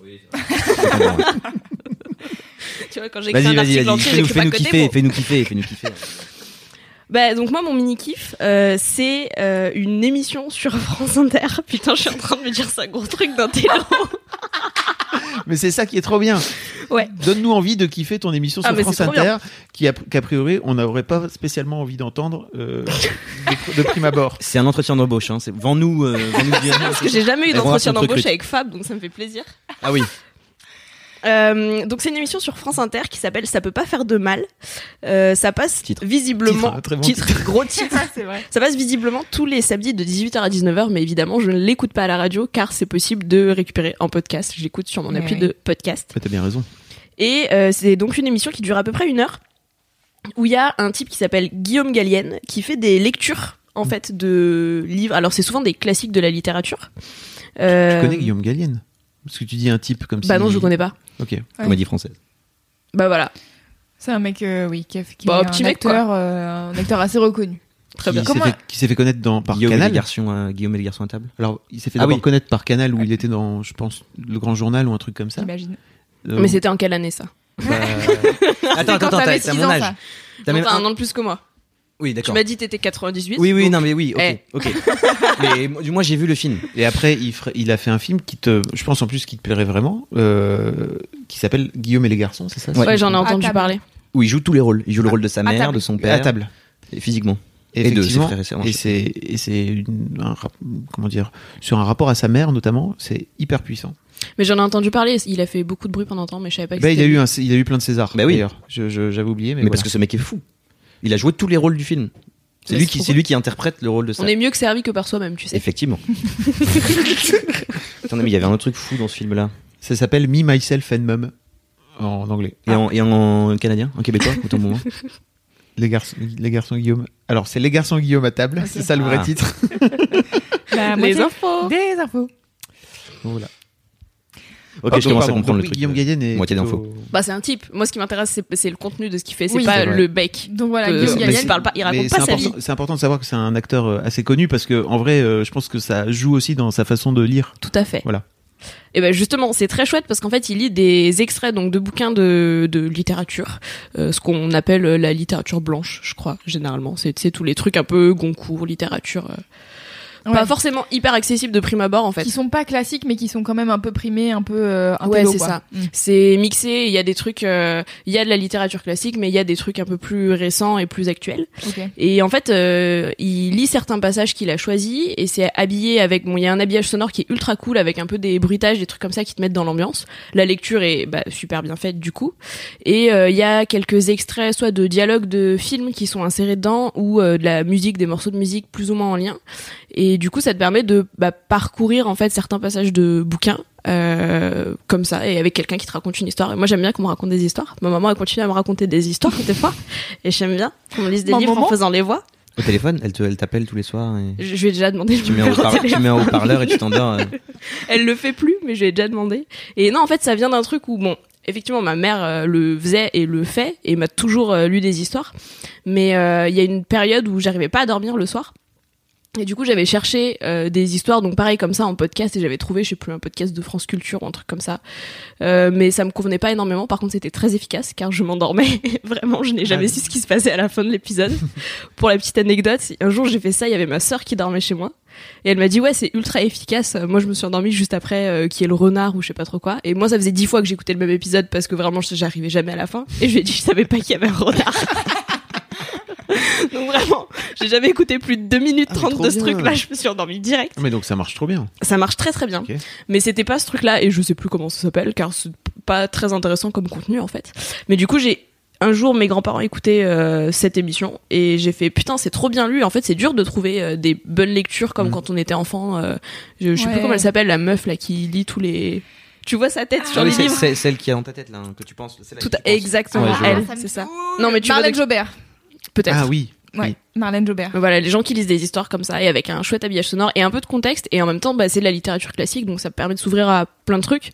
[SPEAKER 2] Tu vois, quand j'écris
[SPEAKER 6] Vas-y,
[SPEAKER 2] un
[SPEAKER 6] vas-y,
[SPEAKER 2] article
[SPEAKER 6] vas-y.
[SPEAKER 2] entier,
[SPEAKER 6] Fais-nous
[SPEAKER 2] j'écris pas
[SPEAKER 6] fais-nous
[SPEAKER 2] que des
[SPEAKER 6] kiffer,
[SPEAKER 2] mots.
[SPEAKER 6] fais-nous kiffer, fais-nous kiffer.
[SPEAKER 2] Bah, donc moi, mon mini kiff, euh, c'est euh, une émission [LAUGHS] sur France Inter. Putain, je suis en train de me dire ça gros truc d'un télo.
[SPEAKER 5] Mais c'est ça qui est trop bien.
[SPEAKER 2] Ouais.
[SPEAKER 5] Donne-nous envie de kiffer ton émission
[SPEAKER 2] Ah,
[SPEAKER 5] sur
[SPEAKER 2] mais
[SPEAKER 5] France
[SPEAKER 2] c'est trop
[SPEAKER 5] Inter, qui a- qu'a priori, on n'aurait pas spécialement envie d'entendre euh, de, de
[SPEAKER 2] [LAUGHS]
[SPEAKER 5] prime abord.
[SPEAKER 6] C'est un entretien d'embauche. Hein. c'est- Vends-nous. euh, vends-nous du-
[SPEAKER 2] Parce que j'ai jamais eu
[SPEAKER 6] Elle
[SPEAKER 2] d'entretien
[SPEAKER 6] relance notre
[SPEAKER 2] d'embauche
[SPEAKER 6] recrute.
[SPEAKER 2] avec Fab, donc ça me fait plaisir.
[SPEAKER 6] Ah oui.
[SPEAKER 2] Euh, donc c'est une émission sur France Inter qui s'appelle Ça peut pas faire de mal. Euh, ça passe
[SPEAKER 6] Titre.
[SPEAKER 2] visiblement
[SPEAKER 5] Titre, un très bon
[SPEAKER 2] gros titre.
[SPEAKER 3] c'est vrai.
[SPEAKER 2] Ça passe visiblement tous les samedis de 18h à 19h, mais évidemment je ne l'écoute pas à la radio car c'est possible de récupérer en podcast. Je l'écoute sur mon
[SPEAKER 3] Mais
[SPEAKER 2] appli
[SPEAKER 3] oui.
[SPEAKER 2] de podcast.
[SPEAKER 5] Mais T'as bien raison.
[SPEAKER 2] Et euh, c'est donc une émission qui dure à peu près une heure, où il y a un type qui s'appelle Guillaume Gallienne, qui fait des lectures, en fait, de livres. Alors, c'est souvent des classiques de la littérature.
[SPEAKER 5] Tu
[SPEAKER 2] Euh,
[SPEAKER 5] connais Guillaume Gallienne Parce que tu dis un type comme ça.
[SPEAKER 2] Bah non, je connais pas.
[SPEAKER 5] Ok.
[SPEAKER 6] Comédie française.
[SPEAKER 2] Bah voilà,
[SPEAKER 3] C'est un mec, euh, oui, qui, a- qui
[SPEAKER 2] Bah,
[SPEAKER 3] est
[SPEAKER 2] petit
[SPEAKER 3] un
[SPEAKER 2] mec,
[SPEAKER 3] acteur, euh, un acteur assez reconnu.
[SPEAKER 2] très
[SPEAKER 5] qui
[SPEAKER 2] bien.
[SPEAKER 5] s'est
[SPEAKER 3] Comment-
[SPEAKER 5] fait- Qui s'est fait connaître dans, par
[SPEAKER 6] Guillaume et les
[SPEAKER 5] Canal.
[SPEAKER 6] garçons, euh, Guillaume et les garçons à table.
[SPEAKER 5] Alors, il s'est fait
[SPEAKER 6] Ah
[SPEAKER 5] d'abord
[SPEAKER 6] oui.
[SPEAKER 5] connaître par Canal où il était dans, je pense, le Grand Journal ou un truc comme ça.
[SPEAKER 3] J'imagine.
[SPEAKER 5] Euh,
[SPEAKER 2] Mais c'était en quelle année ça
[SPEAKER 5] bah,
[SPEAKER 2] [LAUGHS]
[SPEAKER 6] Attends,
[SPEAKER 3] Quand
[SPEAKER 6] attends,
[SPEAKER 3] t'avais
[SPEAKER 6] t'as
[SPEAKER 3] six
[SPEAKER 6] t'as mon
[SPEAKER 3] ans,
[SPEAKER 6] âge.
[SPEAKER 3] ça.
[SPEAKER 2] Enfin,
[SPEAKER 6] T'as même
[SPEAKER 2] un an de plus que moi.
[SPEAKER 6] Oui,
[SPEAKER 2] Tu
[SPEAKER 6] d'accord.
[SPEAKER 2] m'as dit t'étais 98.
[SPEAKER 6] Oui, oui,
[SPEAKER 2] donc-
[SPEAKER 6] non, mais oui. Ok,
[SPEAKER 2] Eh.
[SPEAKER 6] ok.
[SPEAKER 2] [LAUGHS]
[SPEAKER 6] Mais moi, du moins, j'ai vu le film.
[SPEAKER 5] Et après, il, ferait- il a fait un film qui te, je pense en plus, qui te plairait vraiment, euh, qui s'appelle Guillaume et les garçons, c'est ça
[SPEAKER 6] Ouais.
[SPEAKER 2] Ouais, j'en ai
[SPEAKER 5] Ah,
[SPEAKER 2] entendu
[SPEAKER 3] table.
[SPEAKER 2] parler.
[SPEAKER 6] Où il joue tous les rôles. Il joue le
[SPEAKER 2] Ah.
[SPEAKER 6] rôle de sa
[SPEAKER 3] À
[SPEAKER 6] mère,
[SPEAKER 3] table.
[SPEAKER 6] de son
[SPEAKER 5] À
[SPEAKER 6] père,
[SPEAKER 5] table.
[SPEAKER 6] et physiquement. Et de ses
[SPEAKER 5] Ah, Effectivement.
[SPEAKER 6] frères et sœurs.
[SPEAKER 5] Et c'est et c'est une- un rap- comment dire sur un rapport à sa mère notamment, c'est hyper puissant.
[SPEAKER 2] Mais j'en ai entendu parler. Il a fait beaucoup de bruit pendant un temps, mais je savais pas que
[SPEAKER 5] Bah, il
[SPEAKER 2] c'était
[SPEAKER 5] a
[SPEAKER 2] lui.
[SPEAKER 5] eu un, il a eu plein de César.
[SPEAKER 6] Bah oui.
[SPEAKER 5] D'ailleurs, Je- je- j'avais oublié, mais,
[SPEAKER 6] Mais parce que ce mec est fou. Il a joué tous les rôles du film. C'est
[SPEAKER 2] Mais
[SPEAKER 6] lui
[SPEAKER 2] c'est
[SPEAKER 6] qui,
[SPEAKER 2] trop
[SPEAKER 6] c'est
[SPEAKER 2] cool.
[SPEAKER 6] lui qui interprète le rôle de ça.
[SPEAKER 2] On est mieux que servi que par soi-même, tu sais.
[SPEAKER 6] Effectivement.
[SPEAKER 2] [LAUGHS]
[SPEAKER 6] Attendez, mais il y avait un autre truc fou dans ce film-là.
[SPEAKER 5] ça s'appelle Me Myself and Mum en anglais.
[SPEAKER 6] Et, en, et en canadien, en québécois, autant pour moi.
[SPEAKER 5] Les garçons, les garçons Guillaume. Alors c'est les garçons Guillaume à table, c'est ça le vrai
[SPEAKER 6] Ah.
[SPEAKER 5] titre. Ah,
[SPEAKER 3] La
[SPEAKER 2] Les
[SPEAKER 3] moitié
[SPEAKER 2] infos.
[SPEAKER 3] Bah, Des infos.
[SPEAKER 5] Voilà.
[SPEAKER 6] Ok,
[SPEAKER 5] Pardon,
[SPEAKER 6] je commence à
[SPEAKER 5] pardon.
[SPEAKER 6] comprendre
[SPEAKER 5] Donc,
[SPEAKER 6] le truc.
[SPEAKER 5] Guillaume Gallienne est
[SPEAKER 6] Moitié
[SPEAKER 5] plutôt-
[SPEAKER 2] Bah c'est un type. Moi, ce qui m'intéresse, c'est- c'est le contenu de ce qu'il fait. C'est
[SPEAKER 3] Oui,
[SPEAKER 2] pas
[SPEAKER 5] c'est vrai.
[SPEAKER 2] le bec.
[SPEAKER 3] Donc voilà,
[SPEAKER 2] Euh,
[SPEAKER 3] Guillaume
[SPEAKER 2] mais
[SPEAKER 3] Gallienne.
[SPEAKER 2] c'est parle pas- il raconte
[SPEAKER 5] Mais
[SPEAKER 2] pas
[SPEAKER 5] c'est
[SPEAKER 2] sa
[SPEAKER 5] important- C'est important de savoir que c'est un acteur euh, assez connu parce que en vrai, euh, je pense que ça joue aussi dans sa façon de lire.
[SPEAKER 2] Tout à fait.
[SPEAKER 5] Voilà.
[SPEAKER 2] Et ben justement, c'est très chouette parce qu'en fait, il lit des extraits donc de bouquins de, de littérature, euh, ce qu'on appelle euh, la littérature blanche, je crois, généralement. C'est c'est tous les trucs un peu Goncourt, littérature. euh, pas
[SPEAKER 3] Ouais.
[SPEAKER 2] forcément hyper accessibles de prime abord en fait.
[SPEAKER 3] Qui sont pas classiques, mais qui sont quand même un peu primés, un peu. euh, un
[SPEAKER 2] Ouais,
[SPEAKER 3] télo,
[SPEAKER 2] c'est
[SPEAKER 3] quoi.
[SPEAKER 2] ça.
[SPEAKER 3] Mm.
[SPEAKER 2] C'est mixé, il y a des trucs, euh, il y a de la littérature classique, mais il y a des trucs un peu plus récents et plus actuels.
[SPEAKER 3] Ok. Ah,
[SPEAKER 2] Et en fait, euh, il lit certains passages qu'il a choisis et c'est habillé avec. Bon, il y a un habillage sonore qui est ultra cool avec un peu des bruitages, des trucs comme ça qui te mettent dans l'ambiance. La lecture est bah, super bien faite du coup. Et euh, il y a quelques extraits, soit de dialogues de films qui sont insérés dedans ou euh, de la musique, des morceaux de musique plus ou moins en lien. Et du coup, ça te permet de bah, parcourir en fait certains passages de bouquins. euh, comme ça et avec quelqu'un qui te raconte une histoire et moi j'aime bien qu'on me raconte des histoires ma maman elle continue à me raconter des histoires [LAUGHS] des fois et j'aime bien qu'on me lise des
[SPEAKER 3] Ma
[SPEAKER 2] livres
[SPEAKER 3] maman
[SPEAKER 2] en faisant les voix
[SPEAKER 6] Au téléphone, elle te- elle t'appelle tous les soirs. et
[SPEAKER 2] je, je lui ai déjà demandé le
[SPEAKER 6] Tu mets un
[SPEAKER 2] numéro de
[SPEAKER 6] haut-parleur- tu
[SPEAKER 2] téléphone.
[SPEAKER 6] mets un haut-parleur et
[SPEAKER 2] [LAUGHS]
[SPEAKER 6] tu t'endors. euh.
[SPEAKER 2] elle le fait plus mais je lui ai déjà demandé et non en fait ça vient d'un truc où bon effectivement ma mère euh, le faisait et le fait et m'a toujours euh, lu des histoires mais euh, il y a une période où j'arrivais pas à dormir le soir et du coup, j'avais cherché euh, des histoires, donc pareil comme ça en podcast, et j'avais trouvé, je sais plus, un podcast de France Culture ou un truc comme ça. Euh, mais ça me convenait pas énormément. Par contre, c'était très efficace car je m'endormais. [LAUGHS] Vraiment, je n'ai jamais su ce qui se passait à la fin de l'épisode. Pour la petite anecdote, un jour j'ai fait ça, il y avait ma sœur qui dormait chez moi. Et elle m'a dit ouais c'est ultra efficace. Euh, Moi je me suis endormie juste après euh, qui est le renard ou je sais pas trop quoi. Et moi ça faisait dix fois que j'écoutais le même épisode parce que vraiment je- j'arrivais jamais à la fin. Et je lui ai dit je savais pas qu'il y avait un renard. [LAUGHS] Donc vraiment j'ai jamais écouté plus de 2 minutes
[SPEAKER 5] Ah, mais
[SPEAKER 2] 30
[SPEAKER 5] trop
[SPEAKER 2] de ce
[SPEAKER 5] bien.
[SPEAKER 2] truc là. Je me suis endormie direct.
[SPEAKER 6] Ah,
[SPEAKER 5] Mais donc ça marche trop bien.
[SPEAKER 2] Ça marche très très bien.
[SPEAKER 5] Ok.
[SPEAKER 2] Mais c'était pas ce truc-là, et je sais plus comment ça s'appelle, car c'est pas très intéressant comme contenu en fait. Mais du coup, j'ai un jour mes grands-parents écoutaient euh, cette émission et j'ai fait putain c'est trop bien lu en fait c'est dur de trouver euh, des bonnes lectures
[SPEAKER 6] Mm.
[SPEAKER 2] comme quand on était enfant euh, je, je sais
[SPEAKER 3] Ouais.
[SPEAKER 2] plus comment elle s'appelle la meuf là qui lit tous les tu vois sa tête sur
[SPEAKER 6] Ah oui,
[SPEAKER 2] les
[SPEAKER 6] c'est-
[SPEAKER 2] livres
[SPEAKER 6] c'est celle qui est dans ta tête là, hein, que tu penses. celle-là
[SPEAKER 2] tout
[SPEAKER 6] que tu
[SPEAKER 2] à-
[SPEAKER 6] penses.
[SPEAKER 2] exactement
[SPEAKER 6] Ouais, je
[SPEAKER 2] elle
[SPEAKER 3] me
[SPEAKER 2] c'est ça
[SPEAKER 3] saoule.
[SPEAKER 2] Non, mais tu vois
[SPEAKER 3] Marlène
[SPEAKER 2] des-
[SPEAKER 3] Jobert.
[SPEAKER 2] peut-être
[SPEAKER 5] Ah oui.
[SPEAKER 3] Ouais,
[SPEAKER 5] Oui.
[SPEAKER 3] Marlène Jobert.
[SPEAKER 2] Voilà, les gens qui lisent des histoires comme ça et avec un chouette habillage sonore et un peu de contexte et en même temps, bah, c'est de la littérature classique donc ça permet de s'ouvrir à plein de trucs.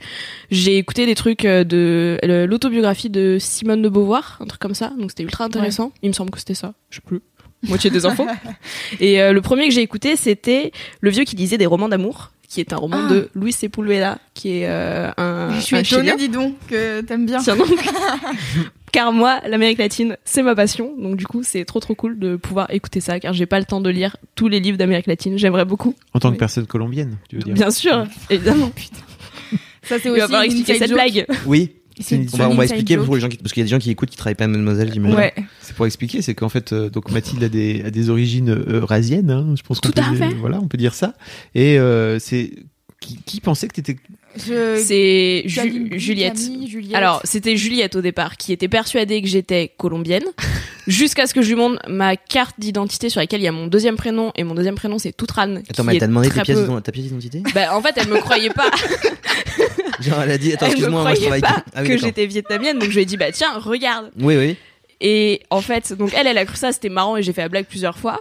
[SPEAKER 2] J'ai écouté des trucs euh, de le- l'autobiographie de Simone de Beauvoir, un truc comme ça, donc c'était ultra intéressant. Il me semble que c'était ça, je sais plus. Moitié des
[SPEAKER 3] [LAUGHS]
[SPEAKER 2] infos. et euh, le premier que j'ai écouté, c'était Le vieux qui lisait des romans d'amour, qui est un roman
[SPEAKER 3] Ah.
[SPEAKER 2] de Luis Sepulveda, qui est euh, un.
[SPEAKER 3] Je suis
[SPEAKER 2] un
[SPEAKER 3] étonnée,
[SPEAKER 2] Chilien.
[SPEAKER 3] dis donc, que t'aimes bien.
[SPEAKER 2] Tiens
[SPEAKER 3] [LAUGHS]
[SPEAKER 2] donc. car moi, l'Amérique latine, c'est ma passion. Donc du coup, c'est trop trop cool de pouvoir écouter ça, car j'ai pas le temps de lire tous les livres d'Amérique latine. J'aimerais beaucoup,
[SPEAKER 5] En tant
[SPEAKER 2] Oui.
[SPEAKER 5] que personne colombienne, tu veux dire.
[SPEAKER 2] bien
[SPEAKER 3] [LAUGHS]
[SPEAKER 2] sûr, évidemment. Putain,
[SPEAKER 3] Ça, c'est
[SPEAKER 2] il
[SPEAKER 3] aussi.
[SPEAKER 2] va falloir
[SPEAKER 3] une
[SPEAKER 2] expliquer
[SPEAKER 3] inside
[SPEAKER 2] cette
[SPEAKER 3] joke.
[SPEAKER 2] blague.
[SPEAKER 6] Oui,
[SPEAKER 3] C'est une-
[SPEAKER 6] on va, on
[SPEAKER 3] une
[SPEAKER 6] va
[SPEAKER 3] inside
[SPEAKER 6] expliquer
[SPEAKER 3] joke.
[SPEAKER 6] pour les gens qui. Parce qu'il y a des gens qui écoutent qui travaillent pas à Mademoiselle, j'imagine.
[SPEAKER 3] Ouais.
[SPEAKER 5] C'est pour expliquer, c'est qu'en fait, euh, donc Mathilde a des, a des origines euh, eurasiennes, hein, je pense qu'on
[SPEAKER 2] Tout
[SPEAKER 5] peut,
[SPEAKER 2] à fait.
[SPEAKER 5] voilà, on peut dire ça. Et euh, c'est qui, qui pensait que t'étais
[SPEAKER 3] Je-
[SPEAKER 2] C'est Ju-
[SPEAKER 3] Camille,
[SPEAKER 2] Juliette.
[SPEAKER 3] Camille, Euh, Juliette.
[SPEAKER 2] Alors, c'était Juliette au départ qui était persuadée que j'étais
[SPEAKER 3] [LAUGHS]
[SPEAKER 2] colombienne, jusqu'à ce que je lui montre ma carte d'identité sur laquelle il y a mon deuxième prénom, et mon deuxième prénom c'est Toutran. qui
[SPEAKER 6] Attends, mais elle
[SPEAKER 2] est
[SPEAKER 6] t'a demandé
[SPEAKER 2] très
[SPEAKER 6] ta pièce,
[SPEAKER 2] peu-
[SPEAKER 6] d'ident- ta pièce
[SPEAKER 2] [LAUGHS]
[SPEAKER 6] d'identité Ah
[SPEAKER 2] Bah, en fait, elle me croyait
[SPEAKER 6] [LAUGHS]
[SPEAKER 2] pas.
[SPEAKER 6] Genre, elle a dit, attends,
[SPEAKER 2] elle me
[SPEAKER 6] excuse-moi, moi je
[SPEAKER 2] croyait
[SPEAKER 6] travaille.
[SPEAKER 2] pas
[SPEAKER 6] Ah oui,
[SPEAKER 2] que
[SPEAKER 6] d'accord.
[SPEAKER 2] j'étais vietnamienne, donc je lui ai dit, bah tiens, regarde.
[SPEAKER 6] Oui, oui.
[SPEAKER 2] Et en fait, donc elle, elle a cru ça, c'était marrant et j'ai fait la blague plusieurs fois.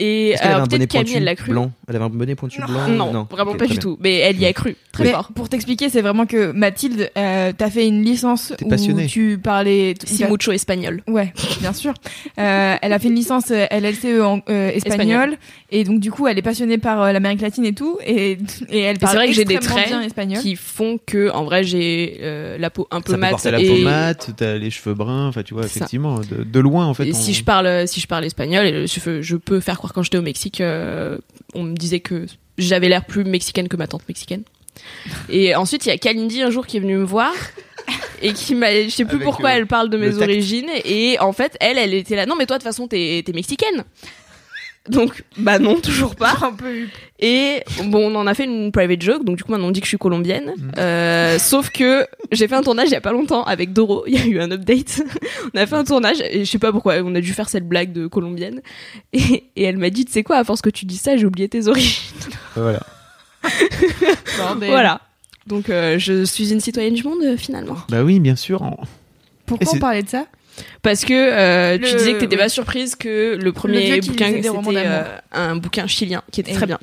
[SPEAKER 2] Et
[SPEAKER 6] Est-ce qu'elle
[SPEAKER 2] euh,
[SPEAKER 6] avait un bonnet
[SPEAKER 2] peut-être Camille, elle l'a
[SPEAKER 6] pointu
[SPEAKER 2] cru.
[SPEAKER 6] blanc Elle avait un bonnet pointu blanc
[SPEAKER 2] Non, vraiment
[SPEAKER 6] Ok,
[SPEAKER 2] pas
[SPEAKER 6] très
[SPEAKER 2] du
[SPEAKER 6] bien.
[SPEAKER 2] tout. Mais elle y a cru, très
[SPEAKER 3] Mais
[SPEAKER 2] fort.
[SPEAKER 3] Pour t'expliquer, c'est vraiment que Mathilde, euh, t'as fait une licence
[SPEAKER 5] T'es
[SPEAKER 3] où
[SPEAKER 5] passionnée.
[SPEAKER 3] tu parlais.
[SPEAKER 2] Si mucho espagnol.
[SPEAKER 3] Ouais, bien sûr. Euh, elle a fait une licence euh, LLCE en, euh, espagnol et donc du coup, elle est passionnée par euh, l'Amérique latine et tout et, et elle parle
[SPEAKER 2] c'est vrai que j'ai des
[SPEAKER 3] extrêmement
[SPEAKER 2] traits
[SPEAKER 3] bien espagnol.
[SPEAKER 2] Qui font que, en vrai, j'ai euh, la peau un peu
[SPEAKER 6] Ça peut
[SPEAKER 2] mate.
[SPEAKER 6] porter
[SPEAKER 5] bah, la
[SPEAKER 2] et,
[SPEAKER 5] pommade, t'as les cheveux bruns, enfin tu vois,
[SPEAKER 2] C'est ça.
[SPEAKER 5] effectivement, de, de loin en fait.
[SPEAKER 2] et
[SPEAKER 5] on- bah,
[SPEAKER 2] si je parle, si je parle espagnol, et je, fais- je peux faire croire quand j'étais au Mexique, euh, on me disait que j'avais l'air plus mexicaine que ma tante mexicaine. Et ensuite, il y a Kalindi un jour qui est venue me
[SPEAKER 5] [LAUGHS]
[SPEAKER 2] voir et qui m'a, je sais plus
[SPEAKER 5] Avec,
[SPEAKER 2] pourquoi
[SPEAKER 5] euh,
[SPEAKER 2] elle parle de
[SPEAKER 5] le
[SPEAKER 2] mes
[SPEAKER 5] tact.
[SPEAKER 2] origines et en fait, elle, elle était là. Non, mais toi, de toute façon, t'es t'es mexicaine. Donc, bah non, toujours pas.
[SPEAKER 5] [LAUGHS]
[SPEAKER 3] un peu
[SPEAKER 2] Et bon, on en a fait une private joke, donc du coup maintenant on dit que je suis colombienne. Euh, sauf que j'ai fait un tournage il y a pas longtemps avec Doro, il y a eu un update. [LAUGHS] on a fait un tournage, et je sais pas pourquoi, on a dû faire cette blague de colombienne. Et, et elle m'a dit, tu sais quoi, à force que tu dis ça, j'ai oublié tes origines.
[SPEAKER 5] Voilà.
[SPEAKER 3] bordel.
[SPEAKER 2] Voilà. Donc euh, je suis une citoyenne du monde euh, finalement.
[SPEAKER 5] Bah oui, bien sûr. en-
[SPEAKER 3] Pourquoi
[SPEAKER 5] Et
[SPEAKER 3] on
[SPEAKER 5] c'est-
[SPEAKER 3] parlait de ça
[SPEAKER 2] Parce que euh, tu
[SPEAKER 3] Le-
[SPEAKER 2] disais que t'étais
[SPEAKER 3] oui.
[SPEAKER 2] pas surprise que le premier
[SPEAKER 3] vieux qui
[SPEAKER 2] bouquin
[SPEAKER 3] lisait des
[SPEAKER 2] c'était
[SPEAKER 3] romans
[SPEAKER 2] euh,
[SPEAKER 3] d'amour.
[SPEAKER 2] un bouquin chilien qui était
[SPEAKER 3] Et
[SPEAKER 2] très
[SPEAKER 3] oui.
[SPEAKER 2] bien.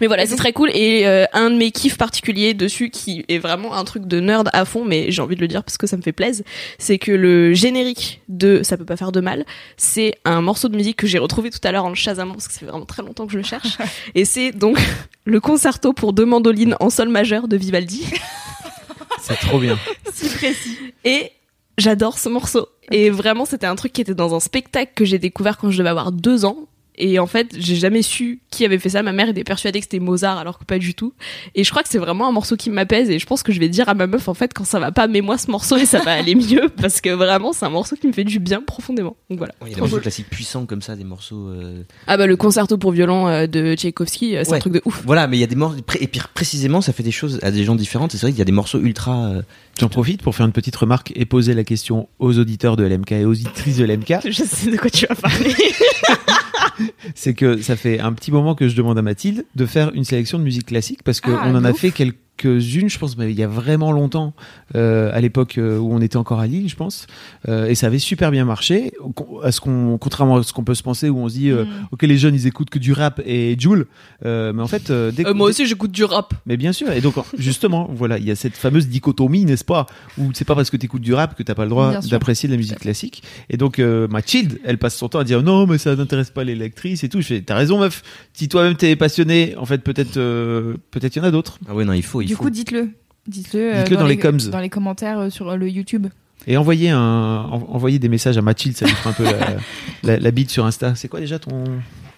[SPEAKER 2] Mais voilà,
[SPEAKER 3] Et
[SPEAKER 2] c'est
[SPEAKER 3] donc-
[SPEAKER 2] très cool et euh, un de mes kiffs particuliers dessus qui est vraiment un truc de nerd à fond, mais j'ai envie de le dire parce que ça me fait plaisir, c'est que le générique de Ça peut pas faire de mal, c'est un morceau de musique que j'ai retrouvé tout à l'heure en le chasamant parce que c'est vraiment très longtemps que je le
[SPEAKER 3] [LAUGHS]
[SPEAKER 2] cherche et c'est donc [LAUGHS] le concerto pour deux mandolines en sol majeur de Vivaldi.
[SPEAKER 5] C'est trop
[SPEAKER 2] [LAUGHS]
[SPEAKER 5] bien.
[SPEAKER 3] Si précis.
[SPEAKER 2] Et j'adore ce morceau. Et vraiment, c'était un truc qui était dans un spectacle que j'ai découvert quand je devais avoir deux ans. Et en fait, j'ai jamais su qui avait fait ça. Ma mère était persuadée que c'était Mozart, alors que pas du tout. Et je crois que c'est vraiment un morceau qui m'apaise. Et je pense que je vais dire à ma meuf, en fait, quand ça va pas, mets-moi ce morceau et ça va aller mieux. [LAUGHS] Parce que vraiment, c'est un morceau qui me fait du bien profondément. Donc voilà.
[SPEAKER 6] Il y a des morceaux classiques puissants comme ça, des morceaux. euh,
[SPEAKER 2] Ah bah, le concerto pour violon euh, de Tchaïkovski, euh, c'est
[SPEAKER 6] Ouais.
[SPEAKER 2] un truc de ouf.
[SPEAKER 6] Voilà, mais il y a des morceaux. pré- Et puis précisément, ça fait des choses à des gens différentes. Et c'est vrai qu'il y a des morceaux ultra. euh,
[SPEAKER 5] J'en profite pour faire une petite remarque et poser la question aux auditeurs de LMK et aux auditrices de LMK.
[SPEAKER 2] Je sais de quoi tu vas parler.
[SPEAKER 5] C'est que ça fait un petit moment que je demande à Mathilde de faire une sélection de musique classique parce qu'on
[SPEAKER 3] Ah,
[SPEAKER 5] en
[SPEAKER 3] de
[SPEAKER 5] a
[SPEAKER 3] ouf.
[SPEAKER 5] fait quelques-unes, je pense, mais il y a vraiment longtemps, euh, à l'époque euh, où on était encore à Lille, je pense, euh, et ça avait super bien marché. Au con- À ce qu'on, contrairement à ce qu'on peut se penser, où on se dit, euh, ok, les jeunes ils écoutent que du rap et Joule, euh, mais en fait, euh, dès que-
[SPEAKER 2] moi aussi, j'écoute du rap.
[SPEAKER 5] Mais bien sûr, et donc [LAUGHS] en- justement, voilà, il y a cette fameuse dichotomie, n'est-ce pas, où c'est pas parce que tu écoutes du rap que t'as pas le droit
[SPEAKER 3] Bien sûr.
[SPEAKER 5] d'apprécier de la musique classique. Et donc euh, Mathilde, elle passe son temps à dire non, mais ça n'intéresse pas les lectrices et tout. Je fais, t'as raison, meuf. Si toi-même t'es passionné, en fait, peut-être, euh, peut-être y en a d'autres.
[SPEAKER 6] Ah ouais, non, il faut. Il
[SPEAKER 3] Du
[SPEAKER 6] faut.
[SPEAKER 3] coup, dites-le. Dites-le euh,
[SPEAKER 5] Dites-le dans les coms.
[SPEAKER 3] Dans les commentaires euh, sur euh, le YouTube.
[SPEAKER 5] Et envoyer un, en- envoyer des messages à Mathilde, ça lui fera un
[SPEAKER 3] [LAUGHS]
[SPEAKER 5] peu la, la, la bite sur Insta. C'est quoi déjà ton,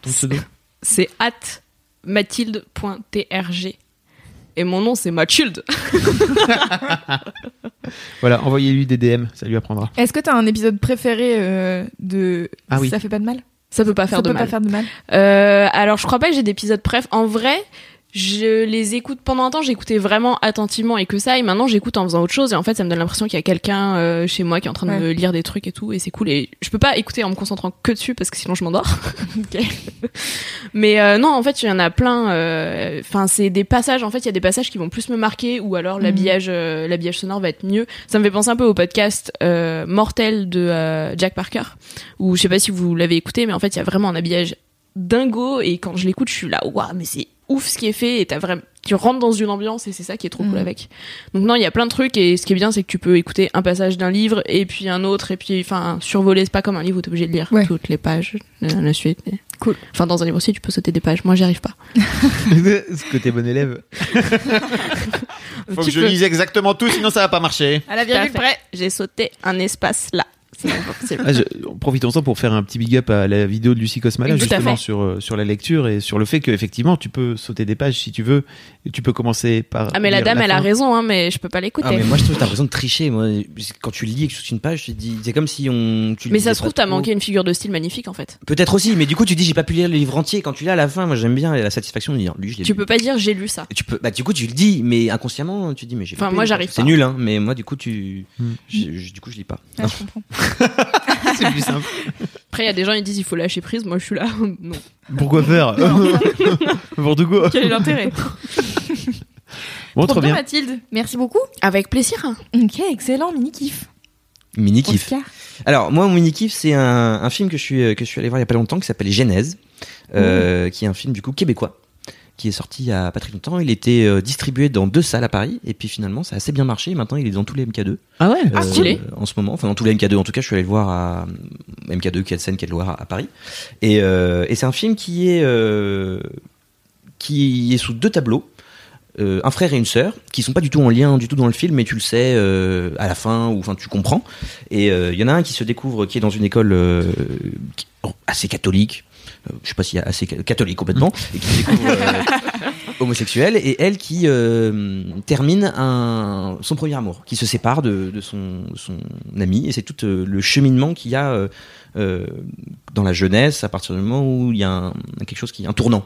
[SPEAKER 5] ton pseudo
[SPEAKER 2] C'est at mathilde.trg. Et mon nom, c'est Mathilde.
[SPEAKER 5] Voilà, envoyez-lui des DM, ça
[SPEAKER 3] [LAUGHS]
[SPEAKER 5] lui apprendra.
[SPEAKER 3] Est-ce que t'as un épisode préféré euh, de
[SPEAKER 5] Ah oui.
[SPEAKER 3] Ça fait pas de mal
[SPEAKER 2] Ça peut pas faire
[SPEAKER 3] Ça
[SPEAKER 2] de
[SPEAKER 3] peut
[SPEAKER 2] mal.
[SPEAKER 3] pas faire de mal.
[SPEAKER 2] Euh, alors, je crois pas que j'ai d'épisodes préf. En vrai, je les écoute pendant un temps, j'écoutais vraiment attentivement et que ça. Et maintenant, j'écoute en faisant autre chose. Et en fait, ça me donne l'impression qu'il y a quelqu'un euh, chez moi qui est en train
[SPEAKER 3] Ouais.
[SPEAKER 2] de me lire des trucs et tout. Et c'est cool. Et je peux pas écouter en me concentrant que dessus parce que sinon, je
[SPEAKER 3] [LAUGHS]
[SPEAKER 2] m'endors. Ok. [LAUGHS] Mais euh, non, en fait, il y en a plein. euh, Enfin, c'est des passages. En fait, il y a des passages qui vont plus me marquer ou alors
[SPEAKER 3] Mhm.
[SPEAKER 2] l'habillage, euh, l'habillage sonore va être mieux. Ça me fait penser un peu au podcast euh, Mortel de euh, Jack Parker. Ou je sais pas si vous l'avez écouté, mais en fait, il y a vraiment un habillage dingo et quand je l'écoute je suis là waouh mais c'est ouf ce qui est fait et t'as vraiment tu rentres dans une ambiance et c'est ça qui est trop cool
[SPEAKER 3] Mhm.
[SPEAKER 2] avec donc non il y a plein de trucs et ce qui est bien c'est que tu peux écouter un passage d'un livre et puis un autre et puis enfin survoler c'est pas comme un livre où t'es obligé de lire
[SPEAKER 3] Ouais.
[SPEAKER 2] toutes les pages la, la suite mais-
[SPEAKER 3] Cool.
[SPEAKER 2] enfin dans un livre aussi tu peux sauter des pages moi j'y arrive pas
[SPEAKER 5] Parce que t'es bon élève.
[SPEAKER 2] Faut que je lise
[SPEAKER 5] exactement tout, sinon ça va pas marcher.
[SPEAKER 3] À la virgule près.
[SPEAKER 2] j'ai sauté un espace là c'est pas
[SPEAKER 5] [LAUGHS]
[SPEAKER 2] possible.
[SPEAKER 5] Ah, je- profitons-en pour faire un petit big up à la vidéo de Lucie Cosmala
[SPEAKER 2] Oui, tout à
[SPEAKER 5] justement
[SPEAKER 2] fait.
[SPEAKER 5] sur, euh, sur la lecture et sur le fait qu'effectivement tu peux sauter des pages si tu veux. Et tu peux commencer par.
[SPEAKER 2] ah mais la
[SPEAKER 5] lire
[SPEAKER 2] dame elle a
[SPEAKER 5] fin.
[SPEAKER 2] raison hein mais je peux pas l'écouter
[SPEAKER 6] Ah, mais moi je trouve que t'as raison de tricher. Moi, quand tu lis quelque chose sur une page, tu te dis, c'est comme si on. tu le
[SPEAKER 2] mais ça
[SPEAKER 6] lisais
[SPEAKER 2] se
[SPEAKER 6] pas
[SPEAKER 2] trouve t'as
[SPEAKER 6] trop.
[SPEAKER 2] manqué une figure de style magnifique en fait
[SPEAKER 6] Peut-être aussi, mais du coup tu dis j'ai pas pu lire le livre entier. Quand tu l'as à la fin, moi j'aime bien la satisfaction de dire lui je l'ai
[SPEAKER 2] tu
[SPEAKER 6] lu.
[SPEAKER 2] peux pas dire j'ai lu ça
[SPEAKER 6] Et tu peux bah du coup tu le dis, mais inconsciemment tu dis mais j'ai.
[SPEAKER 2] Enfin,
[SPEAKER 6] pas pu
[SPEAKER 2] moi,
[SPEAKER 6] lire.
[SPEAKER 2] j'arrive
[SPEAKER 6] C'est
[SPEAKER 2] pas.
[SPEAKER 6] nul hein, mais moi du coup tu.
[SPEAKER 5] Hmm.
[SPEAKER 6] je- je- du coup je lis pas.
[SPEAKER 3] Ah, je comprends.
[SPEAKER 5] [LAUGHS] C'est plus simple.
[SPEAKER 2] après il y a des gens ils disent il faut lâcher prise moi je suis là [LAUGHS] non
[SPEAKER 5] Pourquoi faire [LAUGHS] Pour tout go.
[SPEAKER 2] quel est l'intérêt
[SPEAKER 5] Bon,
[SPEAKER 3] Trop
[SPEAKER 5] trop
[SPEAKER 3] bien
[SPEAKER 5] bien.
[SPEAKER 3] Mathilde. Merci beaucoup.
[SPEAKER 2] avec plaisir hein.
[SPEAKER 3] Ok, excellent mini kiff.
[SPEAKER 6] Mini kiff.
[SPEAKER 3] Oscar.
[SPEAKER 6] Alors moi mon mini kiff c'est un, un film que je suis euh, que je suis allé voir il y a pas longtemps qui s'appelle Genèse,
[SPEAKER 2] Mm.
[SPEAKER 6] euh, qui est un film du coup québécois qui est sorti il y a pas très longtemps. Il était euh, distribué dans deux salles à Paris et puis finalement ça a assez bien marché. Maintenant il est dans tous les MK2
[SPEAKER 5] Ah ouais
[SPEAKER 2] Ah,
[SPEAKER 6] euh,
[SPEAKER 2] stylé.
[SPEAKER 6] en ce moment. Enfin dans tous les MK2 en tout cas je suis allé le voir à euh, MK2 qui est scène qui est le Loire à- à Paris et, euh, et c'est un film qui est euh, qui est sous deux tableaux. euh, un frère et une sœur qui sont pas du tout en lien du tout dans le film mais tu le sais euh, à la fin ou enfin tu comprends et euh, il y en a un qui se découvre, qui est dans une école euh, qui- assez catholique. euh, Je sais pas s'il y a assez ca- catholique complètement,
[SPEAKER 2] Mm.
[SPEAKER 6] et qui se découvre euh, homosexuel, et elle qui euh, termine un, son premier amour, qui se sépare de, de son, son ami, et c'est tout euh, le cheminement qu'il y a euh, euh, dans la jeunesse à partir du moment où il y a un- quelque chose qui un tournant.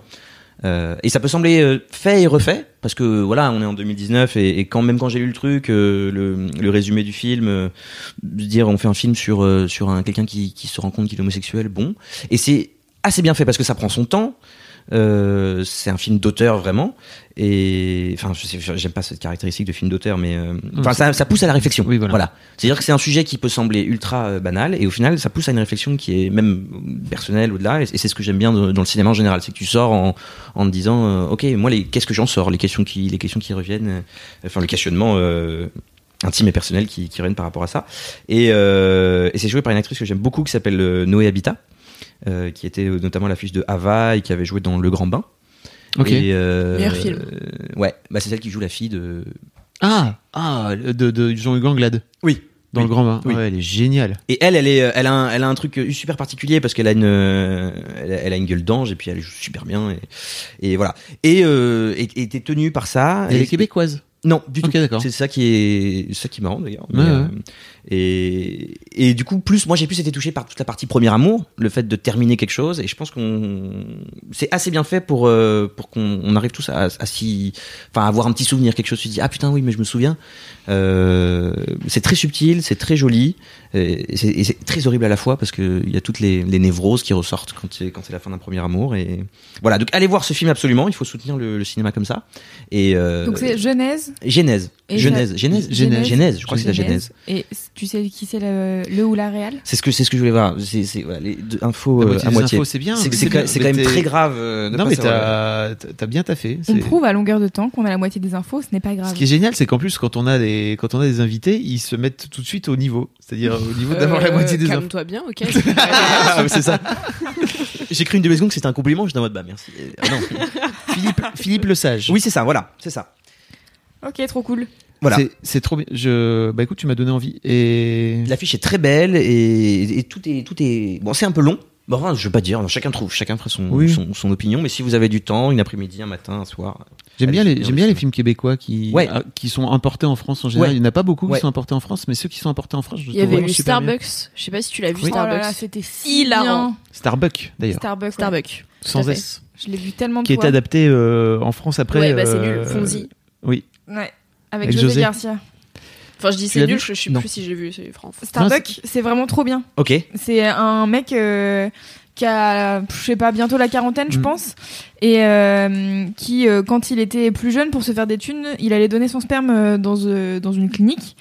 [SPEAKER 6] Euh, et ça peut sembler euh, fait et refait parce que voilà, on est en 2019 et, et quand même quand j'ai lu le truc, euh, le, le résumé du film, euh, de dire on fait un film sur euh, sur un quelqu'un qui, qui se rend compte qu'il est homosexuel, bon, et c'est assez bien fait parce que ça prend son temps. Euh, c'est un film d'auteur vraiment et enfin je sais- j'aime pas cette caractéristique de film d'auteur mais euh, enfin ça, ça pousse à la réflexion
[SPEAKER 5] Mm. Oui, voilà.
[SPEAKER 6] c'est à dire que c'est un sujet qui peut sembler ultra euh, banal et au final ça pousse à une réflexion qui est même personnelle au-delà et, et c'est ce que j'aime bien de- dans le cinéma en général c'est que tu sors en, en te disant euh, ok moi les qu'est-ce que j'en sors les questions qui les questions qui reviennent euh, enfin le questionnement euh, intime et personnel qui, qui reviennent par rapport à ça et, euh, et c'est joué par une actrice que j'aime beaucoup qui s'appelle euh, Noé Habitat euh, qui était euh, notamment à l'affiche de Hava et qui avait joué dans Le Grand Bain
[SPEAKER 5] Ok.
[SPEAKER 6] Et, euh,
[SPEAKER 2] Meilleur film.
[SPEAKER 6] euh, ouais bah c'est celle qui joue la fille de
[SPEAKER 5] Ah, ah, de, de Jean-Hugues Anglade.
[SPEAKER 6] Oui.
[SPEAKER 5] dans le grand bain.
[SPEAKER 6] Oui.
[SPEAKER 5] Ouais, elle est géniale.
[SPEAKER 6] Et elle, elle, est, euh, elle, a un, elle a un truc euh, super particulier parce qu'elle a une, euh, elle, a- elle a une gueule d'ange et puis elle joue super bien et, et voilà. Et euh, et- et t'es tenue par ça.
[SPEAKER 5] Elle
[SPEAKER 6] Et-
[SPEAKER 5] est Ah, québécoise.
[SPEAKER 6] Non, du tout.
[SPEAKER 5] Ok, d'accord.
[SPEAKER 6] C'est ça qui est, ça qui est marrant d'ailleurs. Mais,
[SPEAKER 5] Ouais, ouais.
[SPEAKER 6] euh, et, et du coup, plus moi j'ai plus été touché par toute la partie premier amour, le fait de terminer quelque chose. Et je pense qu'on, c'est assez bien fait pour euh, pour qu'on on arrive tous à, à s'y- enfin, avoir un petit souvenir, quelque chose. Tu te dis ah putain oui, mais je me souviens. Euh, c'est très subtil, c'est très joli, et et c'est et c'est très horrible à la fois parce que il y a toutes les, les névroses qui ressortent quand c'est quand c'est la fin d'un premier amour. Et voilà, donc allez voir ce film absolument. Il faut soutenir le, le cinéma comme ça. Et euh,
[SPEAKER 3] Donc c'est Genèse.
[SPEAKER 6] Genèse.
[SPEAKER 3] Et
[SPEAKER 6] Genèse.
[SPEAKER 3] la-
[SPEAKER 6] Genèse.
[SPEAKER 3] Genèse.
[SPEAKER 6] Genèse. Je crois que c'est la Genèse.
[SPEAKER 3] Et tu sais qui c'est le, le ou la réal
[SPEAKER 6] C'est ce que c'est ce que je voulais voir. C'est c'est voilà, les deux infos
[SPEAKER 5] La
[SPEAKER 6] euh, à
[SPEAKER 5] moitié des
[SPEAKER 6] moitié.
[SPEAKER 5] bah, infos, c'est bien,
[SPEAKER 6] C'est
[SPEAKER 5] mais
[SPEAKER 6] c'est
[SPEAKER 5] c'est
[SPEAKER 6] quand
[SPEAKER 5] bien,
[SPEAKER 6] c'est quand
[SPEAKER 5] mais
[SPEAKER 6] même
[SPEAKER 5] t'es-
[SPEAKER 6] très grave. euh, de
[SPEAKER 5] Non,
[SPEAKER 6] pas
[SPEAKER 5] mais
[SPEAKER 6] savoir.
[SPEAKER 5] t'as t'as bien taffé.
[SPEAKER 3] On
[SPEAKER 5] C'est-
[SPEAKER 3] prouve à longueur de temps qu'on a la moitié des infos, ce n'est
[SPEAKER 2] Ah
[SPEAKER 3] pas grave.
[SPEAKER 5] Ce qui est génial, c'est qu'en plus, quand on a des, quand on a des invités, ils se mettent tout de suite au niveau. C'est-à-dire au niveau
[SPEAKER 2] Euh,
[SPEAKER 5] d'avoir la moitié des infos.
[SPEAKER 2] Calme-toi bien,
[SPEAKER 5] [LAUGHS]
[SPEAKER 2] ok.
[SPEAKER 6] Ah, mais c'est ça. J'ai cru une demi seconde que c'était un compliment. J'étais en mode bah merci. Euh, ah non.
[SPEAKER 5] Philippe, Philippe le Sage.
[SPEAKER 6] Oui, c'est ça. Voilà, c'est ça.
[SPEAKER 3] Ok, trop cool.
[SPEAKER 6] Voilà.
[SPEAKER 5] C'est- C'est trop bien. Je, bah écoute, tu m'as donné envie. Et.
[SPEAKER 6] L'affiche est très belle et, et tout est tout est bon. C'est un peu long. Bon, enfin, je veux pas dire. Chacun trouve. Chacun fera son,
[SPEAKER 5] Oui.
[SPEAKER 6] son son opinion. Mais si vous avez du temps, une après-midi, un matin, un soir.
[SPEAKER 5] J'aime bien,
[SPEAKER 6] Allez,
[SPEAKER 5] les,
[SPEAKER 6] c'est
[SPEAKER 5] j'aime
[SPEAKER 6] bien
[SPEAKER 5] bien les
[SPEAKER 6] aussi.
[SPEAKER 5] films québécois qui,
[SPEAKER 6] Ouais.
[SPEAKER 5] ah, qui sont importés en France en général.
[SPEAKER 6] Ouais.
[SPEAKER 5] Il n'y en a pas beaucoup
[SPEAKER 6] Ouais.
[SPEAKER 5] qui sont importés en France, mais ceux qui sont importés en France, je
[SPEAKER 2] Il
[SPEAKER 5] les
[SPEAKER 2] y
[SPEAKER 5] trouve
[SPEAKER 2] avait
[SPEAKER 5] vraiment
[SPEAKER 2] eu
[SPEAKER 5] super bien.
[SPEAKER 2] Starbucks. Je sais pas si tu l'as vu,
[SPEAKER 3] Oh là
[SPEAKER 2] Starbucks.
[SPEAKER 3] là, c'était si
[SPEAKER 2] Hilarant.
[SPEAKER 3] bien.
[SPEAKER 5] Starbuck, d'ailleurs,
[SPEAKER 3] Starbucks. ouais.
[SPEAKER 2] Starbucks.
[SPEAKER 5] sans
[SPEAKER 2] fait.
[SPEAKER 5] S,
[SPEAKER 3] Je l'ai vu tellement de
[SPEAKER 5] qui est
[SPEAKER 3] fois.
[SPEAKER 5] adapté euh, en France après.
[SPEAKER 2] ouais, bah c'est
[SPEAKER 5] euh,
[SPEAKER 2] nul. Fonzie.
[SPEAKER 5] Oui.
[SPEAKER 3] Ouais. Avec,
[SPEAKER 5] Avec
[SPEAKER 3] José,
[SPEAKER 5] José.
[SPEAKER 3] Garcia.
[SPEAKER 2] Enfin, je dis
[SPEAKER 5] l'as
[SPEAKER 2] c'est nul,
[SPEAKER 5] vu
[SPEAKER 2] je, je sais
[SPEAKER 5] Non.
[SPEAKER 2] plus si j'ai vu, c'est France.
[SPEAKER 3] Starbucks, c'est vraiment trop bien.
[SPEAKER 6] Ok.
[SPEAKER 3] C'est un mec euh, qui a, je sais pas, bientôt la quarantaine, je
[SPEAKER 5] Mm.
[SPEAKER 3] pense, et euh, qui, euh, quand il était plus jeune, pour se faire des thunes, il allait donner son sperme euh, dans, euh, dans une clinique.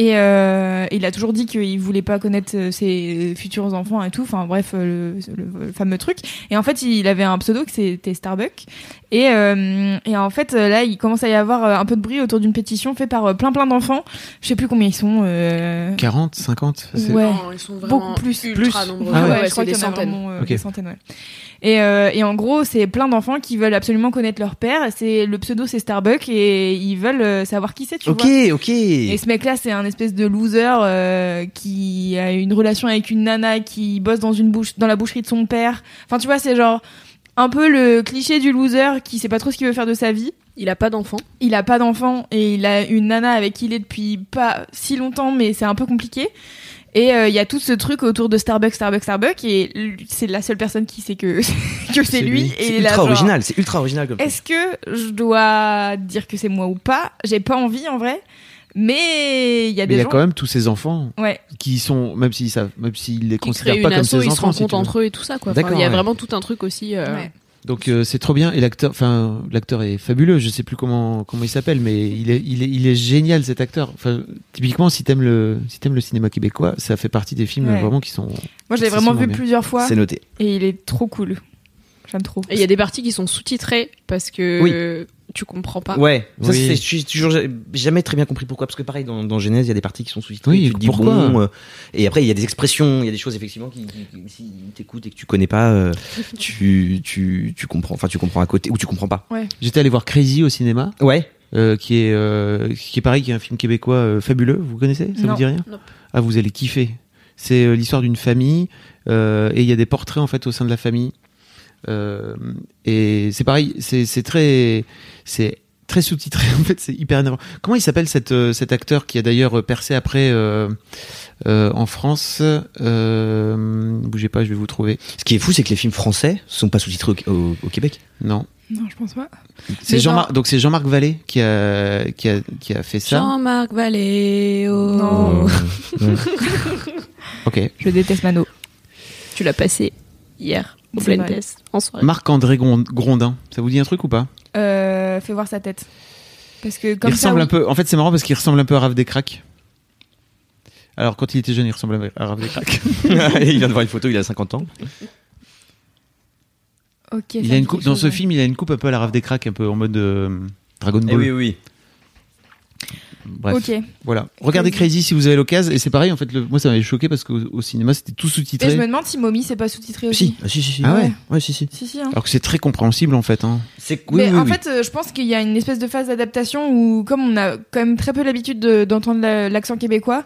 [SPEAKER 3] Et euh, il a toujours dit qu'il voulait pas connaître euh, ses futurs enfants et tout. Enfin bref, euh, le, le- le fameux truc. Et en fait, il avait un pseudo qui c'était Starbucks. Et, euh, et en fait, euh, là, il commence à y avoir euh, un peu de bruit autour d'une pétition faite par euh, plein plein d'enfants. Je sais plus combien ils sont. euh,
[SPEAKER 5] 40, 50. c'est-
[SPEAKER 3] Ouais.
[SPEAKER 2] Non, ils sont vraiment
[SPEAKER 3] Beaucoup plus.
[SPEAKER 2] ultra
[SPEAKER 5] Plus.
[SPEAKER 2] nombreux.
[SPEAKER 5] Ah
[SPEAKER 3] ouais,
[SPEAKER 5] ouais,
[SPEAKER 3] je crois
[SPEAKER 2] c'est
[SPEAKER 3] qu'il
[SPEAKER 2] des
[SPEAKER 3] y en a
[SPEAKER 2] centaines.
[SPEAKER 3] vraiment, euh,
[SPEAKER 5] Ok.
[SPEAKER 3] des centaines. ouais. Et, euh, et en gros, c'est plein d'enfants qui veulent absolument connaître leur père. C'est le pseudo, c'est Starbucks, et ils veulent euh, savoir qui c'est, tu
[SPEAKER 6] Ok.
[SPEAKER 3] vois.
[SPEAKER 6] Ok.
[SPEAKER 3] Et ce mec-là, c'est un espèce de loser euh, qui a une relation avec une nana qui bosse dans une bouche, dans la boucherie de son père. Enfin, tu vois, c'est genre un peu le cliché du loser qui sait pas trop ce qu'il veut faire de sa vie.
[SPEAKER 2] Il a pas d'enfant.
[SPEAKER 3] Il a pas d'enfant et il a une nana avec qui il est depuis pas si longtemps, mais c'est un peu compliqué. Et euh, il y a tout ce truc autour de Starbucks, Starbucks, Starbucks, et l- c'est la seule personne qui sait que, [LAUGHS] que c'est
[SPEAKER 5] C'est
[SPEAKER 3] lui.
[SPEAKER 5] lui.
[SPEAKER 3] Et il
[SPEAKER 6] C'est
[SPEAKER 3] est là,
[SPEAKER 6] ultra
[SPEAKER 3] genre,
[SPEAKER 6] original. C'est ultra original comme.
[SPEAKER 3] Est-ce que je dois dire que c'est moi ou pas J'ai pas envie en vrai, mais il y a
[SPEAKER 5] Mais
[SPEAKER 3] des
[SPEAKER 5] il y a
[SPEAKER 3] gens.
[SPEAKER 5] quand même tous ces enfants
[SPEAKER 3] Ouais.
[SPEAKER 5] qui sont, même s'ils savent, même s'ils les
[SPEAKER 2] Qui crée
[SPEAKER 5] considèrent
[SPEAKER 2] une
[SPEAKER 5] pas comme
[SPEAKER 2] asso,
[SPEAKER 5] ses
[SPEAKER 2] ils se
[SPEAKER 5] enfants. si
[SPEAKER 2] rencontrent
[SPEAKER 5] tu veux.
[SPEAKER 2] entre eux et tout ça, quoi. Enfin,
[SPEAKER 6] D'accord,
[SPEAKER 2] il y a
[SPEAKER 6] ouais.
[SPEAKER 2] vraiment tout un truc aussi. euh,
[SPEAKER 3] Ouais.
[SPEAKER 5] Donc euh, c'est trop bien et l'acteur, enfin l'acteur est fabuleux. Je sais plus comment comment il s'appelle, mais il est il est il est génial cet acteur. Enfin typiquement si t'aimes le si t'aimes le cinéma québécois, ça fait partie des films
[SPEAKER 3] Ouais.
[SPEAKER 5] vraiment qui sont.
[SPEAKER 3] Moi, je l'ai
[SPEAKER 5] C'est
[SPEAKER 3] vraiment
[SPEAKER 5] sûrement
[SPEAKER 3] vu
[SPEAKER 5] bien.
[SPEAKER 3] plusieurs fois
[SPEAKER 6] C'est noté.
[SPEAKER 3] et il est trop cool. J'aime trop.
[SPEAKER 2] Et il y a des parties qui sont sous-titrées parce que
[SPEAKER 6] Oui.
[SPEAKER 2] euh, tu comprends pas.
[SPEAKER 6] Ouais, Ah, ça
[SPEAKER 5] Oui.
[SPEAKER 6] c'est j'ai toujours j'ai jamais très bien compris pourquoi parce que pareil dans, dans Genèse il y a des parties qui sont sous-titrées
[SPEAKER 5] Oui,
[SPEAKER 6] tu te dis
[SPEAKER 5] pourquoi
[SPEAKER 6] bon euh, et après il y a des expressions, il y a des choses effectivement qui, qui- qui- si t'écoutes et que tu connais pas [LAUGHS] euh, tu tu tu comprends enfin tu comprends à côté ou tu comprends pas.
[SPEAKER 5] J'étais allé voir Crazy au cinéma,
[SPEAKER 6] Ouais.
[SPEAKER 5] euh, qui est euh, qui est pareil, qui est un film québécois euh, fabuleux. Vous connaissez Ça
[SPEAKER 3] Non.
[SPEAKER 5] vous dit rien
[SPEAKER 2] Nope.
[SPEAKER 5] Ah vous allez kiffer. C'est euh, l'histoire d'une famille euh, et il y a des portraits en fait au sein de la famille. Euh, et c'est pareil, c'est c'est très c'est très sous-titré [LAUGHS] en fait, c'est hyper énervant. Comment il s'appelle cet, euh, cet acteur qui a d'ailleurs percé après euh, euh, en France euh, Bougez pas, je vais vous trouver.
[SPEAKER 6] Ce qui est fou c'est que les films français sont pas sous-titrés au, au- au Québec.
[SPEAKER 5] Non,
[SPEAKER 3] Non, je pense pas.
[SPEAKER 5] c'est
[SPEAKER 3] Mais
[SPEAKER 5] Jean-Marc. Donc c'est Jean-Marc Vallée qui a qui a qui a fait ça. Oh.
[SPEAKER 2] Jean-Marc Valéo.
[SPEAKER 3] Non.
[SPEAKER 6] Oh.
[SPEAKER 5] Ok.
[SPEAKER 3] Je déteste Mano.
[SPEAKER 2] Tu l'as passé hier au
[SPEAKER 3] C'est
[SPEAKER 2] blind
[SPEAKER 3] vrai.
[SPEAKER 2] test en soirée.
[SPEAKER 5] Marc-André Gron- Grondin, ça vous dit un truc ou pas
[SPEAKER 3] Euh, fais voir sa tête. Parce que comme
[SPEAKER 5] Il
[SPEAKER 3] ça,
[SPEAKER 5] ressemble
[SPEAKER 3] oui.
[SPEAKER 5] un peu. En fait, c'est marrant parce qu'il ressemble un peu à Rav des cracks. Alors, quand il était jeune, il ressemblait à Rav
[SPEAKER 3] [LAUGHS]
[SPEAKER 5] des cracks.
[SPEAKER 6] Euh, [LAUGHS] il vient de voir une photo, il a 50 ans.
[SPEAKER 3] Ok, ça
[SPEAKER 5] Il
[SPEAKER 3] me
[SPEAKER 5] a une
[SPEAKER 3] dit
[SPEAKER 5] coupe
[SPEAKER 3] quelque
[SPEAKER 5] dans
[SPEAKER 3] chose,
[SPEAKER 5] ce
[SPEAKER 3] ouais.
[SPEAKER 5] film, il a une coupe un peu à la Rav des cracks, un peu en mode euh, Dragon Ball.
[SPEAKER 6] Eh oui.
[SPEAKER 5] Bref,
[SPEAKER 3] Ok.
[SPEAKER 5] voilà. Regardez Crazy si vous avez l'occasion. Et c'est pareil, en fait, le- moi ça m'avait choqué parce qu'au au cinéma c'était tout
[SPEAKER 3] Et je
[SPEAKER 5] sous-titré,
[SPEAKER 3] me demande si Mommy c'est pas sous-titré aussi.
[SPEAKER 6] Si, ah, si si si.
[SPEAKER 5] Ah ouais
[SPEAKER 6] Ouais, si si.
[SPEAKER 3] Si, si. hein.
[SPEAKER 5] alors que c'est très compréhensible en fait. hein.
[SPEAKER 6] C'est oui,
[SPEAKER 3] mais
[SPEAKER 6] oui,
[SPEAKER 3] en
[SPEAKER 6] oui.
[SPEAKER 3] fait, euh, je pense qu'il y a une espèce de phase d'adaptation où, comme on a quand même très peu l'habitude de- d'entendre la- l'accent québécois,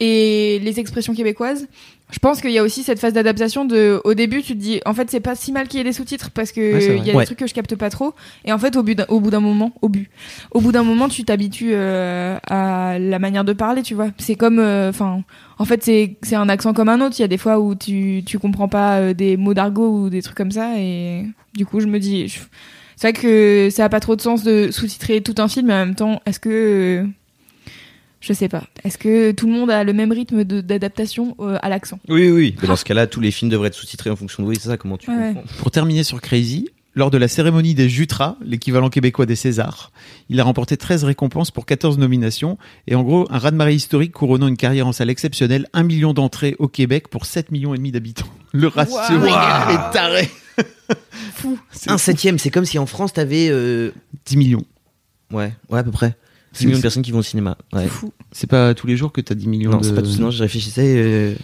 [SPEAKER 3] et les expressions québécoises. Je pense qu'il y a aussi cette phase d'adaptation de, au début, tu te dis, en fait, c'est pas si mal qu'il y ait des sous-titres parce que
[SPEAKER 6] Ouais, c'est vrai.
[SPEAKER 3] il y a
[SPEAKER 6] Ouais.
[SPEAKER 3] des trucs que je capte pas trop. Et en fait, au bout d'un, au bout d'un moment, au but, au bout d'un moment, tu t'habitues euh, à la manière de parler, tu vois. C'est comme, euh, enfin, en fait, c'est, c'est un accent comme un autre. Il y a des fois où tu, tu comprends pas euh, des mots d'argot ou des trucs comme ça. Et du coup, je me dis, je- c'est vrai que ça a pas trop de sens de sous-titrer tout un film, mais en même temps, est-ce que euh, je sais pas. Est-ce que tout le monde a le même rythme de- d'adaptation euh, à l'accent
[SPEAKER 6] Oui, oui. Mais dans ce cas-là, tous les films devraient être sous-titrés en fonction de oui, c'est ça comment tu
[SPEAKER 3] Ah. Ouais.
[SPEAKER 6] comprends.
[SPEAKER 5] Pour terminer sur Crazy, lors de la cérémonie des Jutras, l'équivalent québécois des Césars, il a remporté 13 récompenses pour 14 nominations et en gros un raz-de-marée historique couronnant une carrière en salle exceptionnelle, 1 million d'entrées au Québec pour 7 millions et demi d'habitants. [LAUGHS] Le ratio est taré. Fou.
[SPEAKER 6] Un septième, c'est comme si en France t'avais. euh,
[SPEAKER 5] 10 millions.
[SPEAKER 6] Ouais, ouais, à peu près.
[SPEAKER 5] C'est-
[SPEAKER 6] 6 millions de personnes qui vont au cinéma. Ouais.
[SPEAKER 3] Fou.
[SPEAKER 5] C'est pas tous les jours que tu as 10 millions
[SPEAKER 6] Non,
[SPEAKER 5] de-
[SPEAKER 6] c'est pas tout ça. Non, je réfléchissais. euh,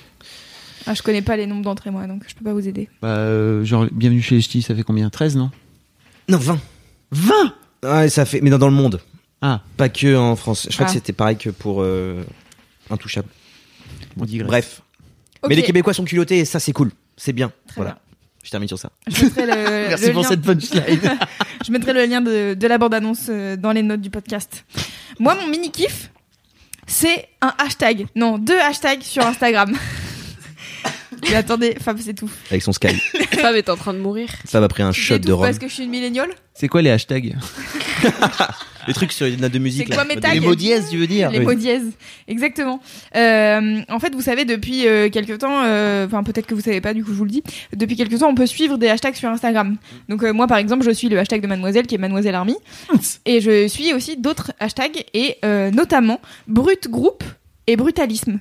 [SPEAKER 3] Ah, je connais pas les nombres d'entrées moi, donc je peux pas vous aider.
[SPEAKER 5] Bah, euh, genre bienvenue chez les ch'tis, ça fait combien 13 non
[SPEAKER 6] Non, 20. 20 Ouais, ça fait. Mais dans, dans le monde.
[SPEAKER 5] Ah.
[SPEAKER 6] Pas que en France. Je crois
[SPEAKER 3] Ah.
[SPEAKER 6] que c'était pareil que pour euh, Intouchable.
[SPEAKER 5] On digresse.
[SPEAKER 6] Bref.
[SPEAKER 3] Ok,
[SPEAKER 6] Mais les Québécois sont culottés et ça, c'est cool. C'est bien.
[SPEAKER 3] Très
[SPEAKER 6] voilà. Je termine sur ça.
[SPEAKER 3] Je mettrai le,
[SPEAKER 5] Merci
[SPEAKER 3] le
[SPEAKER 5] pour
[SPEAKER 3] lien,
[SPEAKER 5] cette punchline.
[SPEAKER 3] je mettrai le lien de, de la bande-annonce euh, dans les notes du podcast. Moi, mon mini-kiff, c'est un hashtag. Non, deux hashtags sur Instagram. Mais attendez, Fab s'étouffe.
[SPEAKER 6] Avec son Sky.
[SPEAKER 2] Fab est en train de mourir.
[SPEAKER 6] Fab a pris un
[SPEAKER 3] Tu
[SPEAKER 6] shot de
[SPEAKER 3] t'étouffes
[SPEAKER 6] rhum.
[SPEAKER 3] Parce que je suis une milléniale
[SPEAKER 5] c'est quoi les hashtags
[SPEAKER 6] Le truc sur les notes de musique.
[SPEAKER 3] C'est quoi
[SPEAKER 6] là.
[SPEAKER 3] mes tags
[SPEAKER 6] Les mots dièse, tu veux dire
[SPEAKER 3] Les
[SPEAKER 6] Oui.
[SPEAKER 3] mots dièse, exactement. Euh, en fait, vous savez, depuis euh, quelques temps, euh, enfin peut-être que vous savez pas, du coup je vous le dis, depuis quelques temps, on peut suivre des hashtags sur Instagram. Donc euh, moi, par exemple, je suis le hashtag de Mademoiselle, qui est Mademoiselle
[SPEAKER 5] [LAUGHS]
[SPEAKER 3] Army, et je suis aussi d'autres hashtags, et euh, notamment Brut Group et Brutalisme.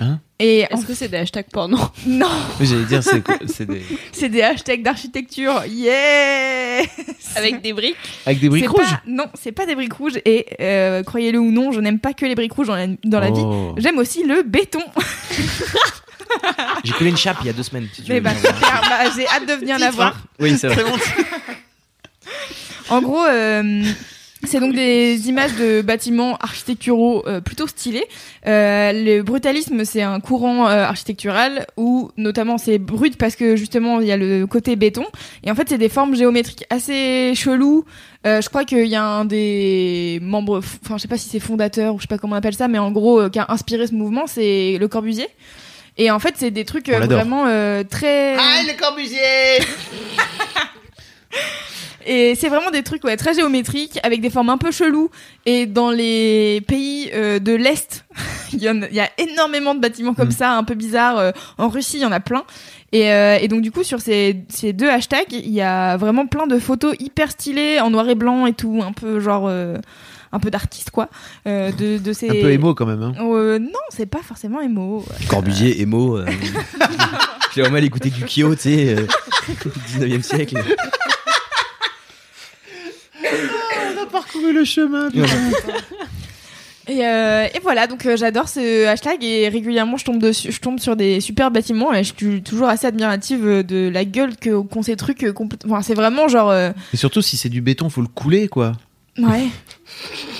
[SPEAKER 5] Hein
[SPEAKER 3] et en-
[SPEAKER 2] Est-ce que c'est des hashtags porno
[SPEAKER 3] [LAUGHS] non,
[SPEAKER 5] J'allais dire, c'est quoi- c'est des...
[SPEAKER 3] c'est des hashtags d'architecture. Yeah
[SPEAKER 2] [LAUGHS] Avec des briques
[SPEAKER 5] Avec des briques
[SPEAKER 3] C'est pas-
[SPEAKER 5] rouges
[SPEAKER 3] Non, c'est pas des briques rouges. Et euh, croyez-le ou non, je n'aime pas que les briques rouges dans la, dans la vie.
[SPEAKER 5] Oh.
[SPEAKER 3] J'aime aussi le béton.
[SPEAKER 6] J'ai collé une chape il y a deux semaines. Si tu
[SPEAKER 3] Mais
[SPEAKER 6] veux
[SPEAKER 3] bah,
[SPEAKER 6] bien.
[SPEAKER 3] super, bah, j'ai hâte de venir la voir.
[SPEAKER 6] Oui, c'est vrai.
[SPEAKER 3] En gros, euh, c'est donc des images de bâtiments architecturaux euh, plutôt stylés. Euh, le brutalisme, c'est un courant euh, architectural où notamment c'est brut parce que justement il y a le côté béton. Et en fait, c'est des formes géométriques assez cheloues. Euh, je crois qu'il y a un des membres, enfin je sais pas si c'est fondateur ou je sais pas comment on appelle ça, mais en gros euh, qui a inspiré ce mouvement, c'est Le Corbusier. Et en fait, c'est des trucs euh,
[SPEAKER 5] On l'adore.
[SPEAKER 3] vraiment euh, très.
[SPEAKER 7] Le Corbusier
[SPEAKER 3] [LAUGHS] Et c'est vraiment des trucs ouais, très géométriques, avec des formes un peu cheloues. Et dans les pays euh, de l'Est, [LAUGHS] il y, en a- il y a énormément de bâtiments comme
[SPEAKER 5] Mhm.
[SPEAKER 3] ça, un peu bizarres. Euh, en Russie, il y en a plein. Et, euh, et donc du coup, sur ces, ces deux hashtags, il y a vraiment plein de photos hyper stylées, en noir et blanc et tout, un peu genre... euh, un peu d'artiste, quoi. euh, de, de ces...
[SPEAKER 5] Un peu émo quand même. hein.
[SPEAKER 3] Euh, non, c'est pas forcément émo.
[SPEAKER 6] Corbusier, Emo. [LAUGHS] Euh... J'ai vraiment mal écouté du Kyo, tu sais, euh,
[SPEAKER 3] [LAUGHS]
[SPEAKER 6] 19e siècle.
[SPEAKER 5] On a parcouru le chemin. putain.
[SPEAKER 3] Et, euh, et voilà, donc euh, j'adore ce hashtag et régulièrement je tombe dessus, je tombe sur des super bâtiments et je suis toujours assez admirative euh, de la gueule que qu'ont ces trucs. euh, complè- Enfin, c'est vraiment genre euh,
[SPEAKER 5] Et surtout, si c'est du béton, faut le couler, quoi. [LAUGHS]
[SPEAKER 3] ouais.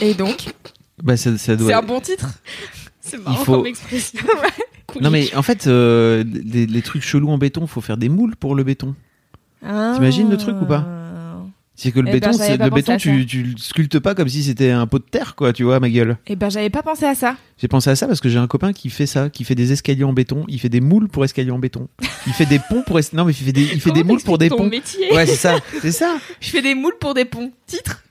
[SPEAKER 3] Et donc,
[SPEAKER 5] Bah, ça, ça doit.
[SPEAKER 3] c'est un bon
[SPEAKER 5] [LAUGHS]
[SPEAKER 3] titre.
[SPEAKER 2] C'est marrant
[SPEAKER 5] Il faut-
[SPEAKER 2] comme expression.
[SPEAKER 3] [LAUGHS]
[SPEAKER 5] Non mais en fait, euh, les, les trucs chelous en béton, faut faire des moules pour le béton. Ah. T'imagines le truc ou pas C'est que le
[SPEAKER 3] Eh ben,
[SPEAKER 5] béton,
[SPEAKER 3] j'avais
[SPEAKER 5] c'est
[SPEAKER 3] pas
[SPEAKER 5] le
[SPEAKER 3] pensé
[SPEAKER 5] béton,
[SPEAKER 3] à
[SPEAKER 5] tu, tu le sculptes pas comme si c'était un pot de terre, quoi. Tu vois, ma gueule.
[SPEAKER 3] Et ben j'avais pas pensé à ça.
[SPEAKER 5] J'ai pensé à ça parce que j'ai un copain qui fait ça, qui fait des escaliers en béton, il fait des moules pour escaliers en béton, il fait des ponts pour es- non mais il fait des, il fait des moules pour des
[SPEAKER 2] ton
[SPEAKER 5] ponts.
[SPEAKER 2] métier.
[SPEAKER 6] Ouais, c'est ça.
[SPEAKER 5] C'est ça.
[SPEAKER 3] Je fais des moules pour des ponts. Titre.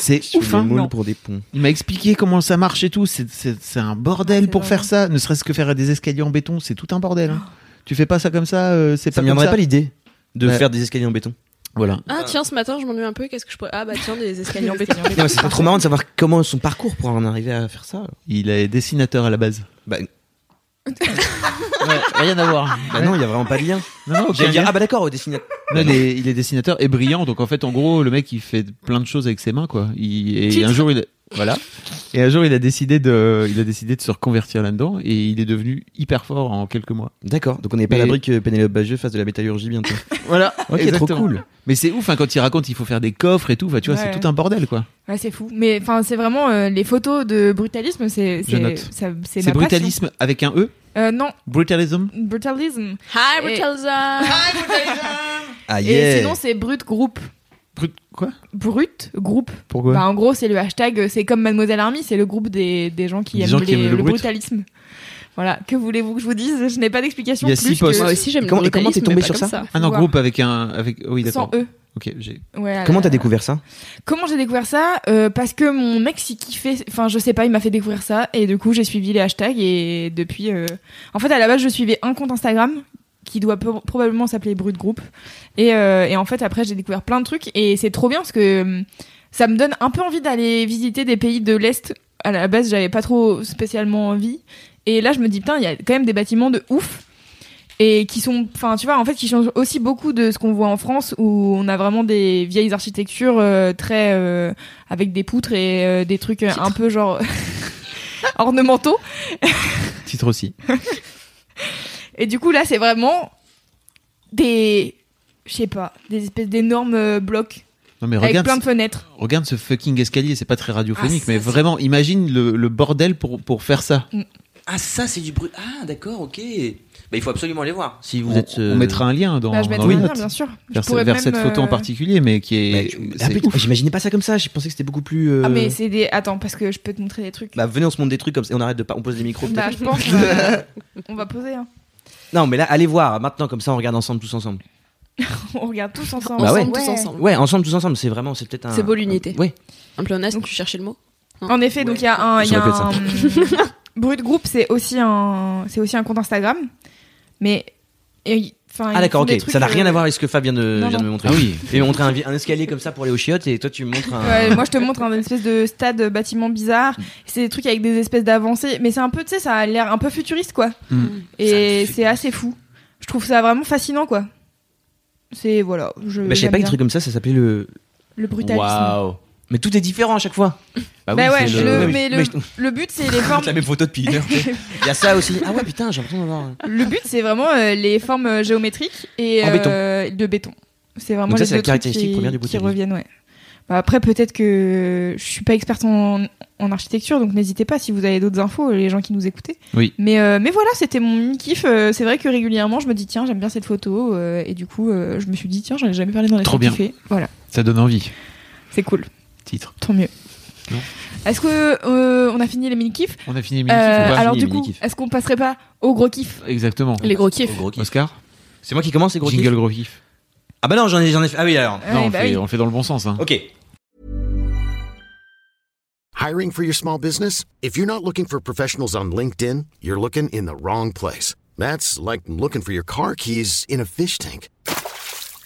[SPEAKER 5] C'est
[SPEAKER 6] Je
[SPEAKER 5] ouf.
[SPEAKER 6] fais
[SPEAKER 5] hein.
[SPEAKER 6] des moules
[SPEAKER 3] non.
[SPEAKER 6] pour des ponts.
[SPEAKER 5] Il m'a expliqué comment ça marche et tout. C'est- C'est c'est un bordel
[SPEAKER 3] Ouais, Ah, c'est
[SPEAKER 5] pour
[SPEAKER 3] vrai.
[SPEAKER 5] faire ça. Ne serait-ce que faire des escaliers en béton, c'est tout un bordel. hein. Tu fais pas ça comme ça, euh, c'est
[SPEAKER 6] Ça me
[SPEAKER 5] pas comme
[SPEAKER 6] viendrait
[SPEAKER 5] ça.
[SPEAKER 6] pas l'idée de
[SPEAKER 5] Ouais.
[SPEAKER 6] faire des escaliers en béton.
[SPEAKER 5] Voilà.
[SPEAKER 2] Ah tiens, ce matin, je m'ennuie un peu. Qu'est-ce que je pourrais Ah bah tiens, des escaliers en béton.
[SPEAKER 3] Bah,
[SPEAKER 6] Non, mais c'est pas trop marrant de savoir comment son parcours pour en arriver à faire ça.
[SPEAKER 5] Il est dessinateur à la base. [LAUGHS]
[SPEAKER 6] Bah,
[SPEAKER 5] rien à voir.
[SPEAKER 6] bah non, il y a vraiment pas de lien.
[SPEAKER 5] Non, non, aucun
[SPEAKER 6] J'allais dire,
[SPEAKER 5] lien.
[SPEAKER 6] ah bah d'accord, au dessinateur.
[SPEAKER 5] Non, il, est, il est dessinateur et brillant. Donc en fait, en gros, le mec, il fait plein de choses avec ses mains, quoi. Il, et un jour, il. Voilà. Et un jour, il a décidé de, il a décidé de se reconvertir là-dedans et il est devenu hyper fort en quelques mois.
[SPEAKER 6] D'accord, donc on n'est pas à
[SPEAKER 5] Mais-
[SPEAKER 6] l'abri que Pénélope Bagieux fasse de la métallurgie bientôt.
[SPEAKER 5] [LAUGHS] Voilà.
[SPEAKER 6] Ok, trop cool.
[SPEAKER 5] Mais c'est ouf, hein, quand il raconte, il faut faire des coffres et tout. Enfin, tu vois,
[SPEAKER 3] Ouais.
[SPEAKER 5] c'est tout un bordel, quoi.
[SPEAKER 3] Ouais, c'est fou. Mais enfin, c'est vraiment euh, les photos de brutalisme, c'est
[SPEAKER 5] Je
[SPEAKER 3] c'est
[SPEAKER 5] note.
[SPEAKER 3] ça- c'est
[SPEAKER 5] C'est
[SPEAKER 3] ma passion.
[SPEAKER 5] brutalisme avec un E.
[SPEAKER 3] Euh, non,
[SPEAKER 5] Brutalism.
[SPEAKER 3] brutalisme.
[SPEAKER 2] [LAUGHS] Hi,
[SPEAKER 6] [LAUGHS] Ah
[SPEAKER 3] Et
[SPEAKER 6] yeah
[SPEAKER 3] sinon, c'est brut groupe.
[SPEAKER 5] Brut. Quoi
[SPEAKER 3] Brut groupe.
[SPEAKER 5] Pourquoi
[SPEAKER 3] Bah, en gros, c'est le hashtag. euh, C'est comme Mademoiselle Army, c'est le groupe des, des gens qui
[SPEAKER 5] Des
[SPEAKER 3] aiment,
[SPEAKER 5] gens qui
[SPEAKER 3] les-
[SPEAKER 5] aiment le
[SPEAKER 3] le,
[SPEAKER 5] brut.
[SPEAKER 3] brutalisme. Voilà. Que voulez-vous que je vous dise Je n'ai pas d'explication.
[SPEAKER 5] Il y a
[SPEAKER 3] plus
[SPEAKER 5] six postes.
[SPEAKER 3] que-
[SPEAKER 2] Moi aussi, Euh, j'aime
[SPEAKER 6] Et comment-
[SPEAKER 2] le
[SPEAKER 6] et comment t'es
[SPEAKER 2] brutalisme,
[SPEAKER 6] tombé
[SPEAKER 2] mais pas
[SPEAKER 6] sur
[SPEAKER 2] comme
[SPEAKER 6] ça
[SPEAKER 5] Ah non,
[SPEAKER 3] Faut voir.
[SPEAKER 5] groupe avec un, avec. Oui,
[SPEAKER 3] Sans
[SPEAKER 5] d'accord.
[SPEAKER 3] eux.
[SPEAKER 5] Ok, j'ai.
[SPEAKER 3] Ouais, à
[SPEAKER 6] Comment
[SPEAKER 3] la-
[SPEAKER 6] t'as découvert ça
[SPEAKER 3] Comment j'ai découvert ça Euh, Parce que mon mec s'y kiffait. Enfin, je sais pas, il m'a fait découvrir ça. Et du coup, j'ai suivi les hashtags. Et depuis. euh, En fait, à la base, je suivais un compte Instagram qui doit pro- probablement s'appeler Brut Group. Et, euh, et en fait, après, j'ai découvert plein de trucs. Et c'est trop bien parce que hum, ça me donne un peu envie d'aller visiter des pays de l'Est. À la base, j'avais pas trop spécialement envie. Et là, je me dis, putain, il y a quand même des bâtiments de ouf. Et qui sont, enfin, tu vois, en fait, qui changent aussi beaucoup de ce qu'on voit en France, où on a vraiment des vieilles architectures euh, très euh, avec des poutres et euh, des trucs euh, un peu genre [LAUGHS] ornementaux.
[SPEAKER 5] Titre aussi.
[SPEAKER 3] Et du coup, là, c'est vraiment des. Je sais pas, des espèces d'énormes euh, blocs
[SPEAKER 5] Non, mais
[SPEAKER 3] avec
[SPEAKER 5] regarde,
[SPEAKER 3] plein de fenêtres. Bah,
[SPEAKER 5] regarde ce fucking escalier. C'est pas très radiophonique,
[SPEAKER 2] Ah, ça,
[SPEAKER 5] mais
[SPEAKER 2] c'est-
[SPEAKER 5] vraiment, imagine le, le bordel pour, pour faire ça.
[SPEAKER 8] Ah, ça, c'est du bruit. Ah, d'accord, ok. Bah, il faut absolument les voir. Si vous
[SPEAKER 5] On,
[SPEAKER 8] êtes. euh,
[SPEAKER 5] on mettra un lien dans,
[SPEAKER 6] Oh
[SPEAKER 3] Bah, je
[SPEAKER 5] dans
[SPEAKER 3] mettrai
[SPEAKER 5] les
[SPEAKER 3] un lien,
[SPEAKER 5] notes.
[SPEAKER 3] bien sûr. Je
[SPEAKER 5] Vers, ce-
[SPEAKER 3] pourrais
[SPEAKER 5] vers
[SPEAKER 3] même,
[SPEAKER 5] cette photo
[SPEAKER 3] euh,
[SPEAKER 5] en particulier, mais qui
[SPEAKER 6] Mais-
[SPEAKER 5] est.
[SPEAKER 6] ah,
[SPEAKER 5] c'est
[SPEAKER 6] putain,
[SPEAKER 5] ouf.
[SPEAKER 6] J'imaginais pas ça comme ça, je pensais que c'était beaucoup plus. euh,
[SPEAKER 3] Ah, mais c'est des. Attends, parce que je peux te montrer des trucs.
[SPEAKER 6] Bah venez, on se montre des trucs comme ça et on arrête de pas. On pose des micros.
[SPEAKER 3] Bah,
[SPEAKER 6] peut-être.
[SPEAKER 3] je
[SPEAKER 6] [LAUGHS]
[SPEAKER 3] pense. euh, on va poser, hein. [LAUGHS]
[SPEAKER 6] Non, mais là, allez voir maintenant comme ça, on regarde ensemble tous ensemble.
[SPEAKER 3] On regarde tous ensemble.
[SPEAKER 6] Bah ouais.
[SPEAKER 2] Ensemble, tous ensemble.
[SPEAKER 6] Ouais, ensemble tous ensemble, c'est vraiment, c'est peut-être un.
[SPEAKER 2] C'est beau l'unité.
[SPEAKER 6] Ouais.
[SPEAKER 3] Ah,
[SPEAKER 2] Un pléonasme, tu cherchais le mot
[SPEAKER 3] En effet, donc il y a un. il Y a
[SPEAKER 6] J'aurais
[SPEAKER 3] un... hum,
[SPEAKER 6] [LAUGHS]
[SPEAKER 3] Brut Group, c'est aussi un. C'est aussi un compte Instagram. Mais. et- Enfin,
[SPEAKER 6] Ah
[SPEAKER 3] ils
[SPEAKER 6] d'accord,
[SPEAKER 3] font des
[SPEAKER 6] ok.
[SPEAKER 3] trucs,
[SPEAKER 6] Ça n'a rien
[SPEAKER 3] euh,
[SPEAKER 6] à voir avec ce que Fab vient de,
[SPEAKER 3] Non,
[SPEAKER 6] vient de
[SPEAKER 3] non.
[SPEAKER 6] me montrer.
[SPEAKER 5] Ah oui.
[SPEAKER 6] Il me montrer un, vi- un escalier comme ça pour aller aux chiottes et toi tu me montres un.
[SPEAKER 3] Ouais, moi je te montre un espèce de stade euh, bâtiment bizarre.
[SPEAKER 5] Mm.
[SPEAKER 3] C'est des trucs avec des espèces d'avancées, mais c'est un peu, tu sais, ça a l'air un peu futuriste quoi.
[SPEAKER 5] Mm.
[SPEAKER 3] Et c'est assez fou. Je trouve ça vraiment fascinant quoi. C'est voilà. Je,
[SPEAKER 6] Bah, je savais
[SPEAKER 3] j'aime
[SPEAKER 6] pas que des
[SPEAKER 3] bien.
[SPEAKER 6] trucs comme ça, ça s'appelait le.
[SPEAKER 3] Le brutalisme.
[SPEAKER 6] Mais tout est différent à chaque fois.
[SPEAKER 3] Bah
[SPEAKER 5] Bah oui,
[SPEAKER 3] ouais,
[SPEAKER 5] c'est
[SPEAKER 3] je-
[SPEAKER 5] le-
[SPEAKER 3] mais le,
[SPEAKER 6] mais je-
[SPEAKER 3] le but
[SPEAKER 5] [LAUGHS]
[SPEAKER 3] c'est les formes. [LAUGHS]
[SPEAKER 6] même photo depuis une heure. Il y a ça aussi. Ah ouais, putain, j'ai l'impression d'avoir.
[SPEAKER 3] le but c'est vraiment euh, les formes euh, géométriques et
[SPEAKER 6] En
[SPEAKER 3] euh, de béton. C'est vraiment
[SPEAKER 6] Donc ça,
[SPEAKER 3] les
[SPEAKER 6] c'est la
[SPEAKER 3] deux trucs
[SPEAKER 6] caractéristique
[SPEAKER 3] qui,
[SPEAKER 6] première du
[SPEAKER 3] qui
[SPEAKER 6] brutalisme.
[SPEAKER 3] reviennent, ouais. Bah, après peut-être que je suis pas experte en, en architecture, donc n'hésitez pas si vous avez d'autres infos, euh, les gens qui nous écoutaient.
[SPEAKER 5] Oui.
[SPEAKER 3] Mais euh, mais voilà, c'était mon mini kiff. Euh, C'est vrai que régulièrement je me dis tiens j'aime bien cette photo euh, et du coup euh, je me suis dit tiens j'en ai jamais parlé dans les
[SPEAKER 5] Trop
[SPEAKER 3] trucs
[SPEAKER 5] bien.
[SPEAKER 3] kiffés. Voilà,
[SPEAKER 5] Ça donne envie.
[SPEAKER 3] c'est cool,
[SPEAKER 5] Titre.
[SPEAKER 3] tant mieux.
[SPEAKER 5] Non.
[SPEAKER 3] Est-ce que euh, on a fini les mini kiffs
[SPEAKER 5] On a fini.
[SPEAKER 3] Euh,
[SPEAKER 5] Mini-kiff ou pas
[SPEAKER 3] Alors du
[SPEAKER 6] Fini les
[SPEAKER 3] coup, euh,
[SPEAKER 6] mini-kiffs.
[SPEAKER 3] est-ce qu'on passerait pas au gros kiff
[SPEAKER 5] Exactement.
[SPEAKER 2] Les gros kiffs.
[SPEAKER 6] Gros kiff.
[SPEAKER 5] Oscar.
[SPEAKER 6] C'est moi qui commence, les gros
[SPEAKER 5] Jingle
[SPEAKER 6] kiff.
[SPEAKER 5] gros kiff.
[SPEAKER 6] Ah bah non, j'en ai, j'en ai fait. Ah oui, alors.
[SPEAKER 3] Ouais,
[SPEAKER 5] non, on,
[SPEAKER 3] bah
[SPEAKER 5] fait,
[SPEAKER 3] oui.
[SPEAKER 5] on le fait dans le bon sens. Hein.
[SPEAKER 6] Ok.
[SPEAKER 9] Hiring for your small business? If you're not looking for professionals on LinkedIn, you're looking in the wrong place. That's like looking for your car keys in a fish tank.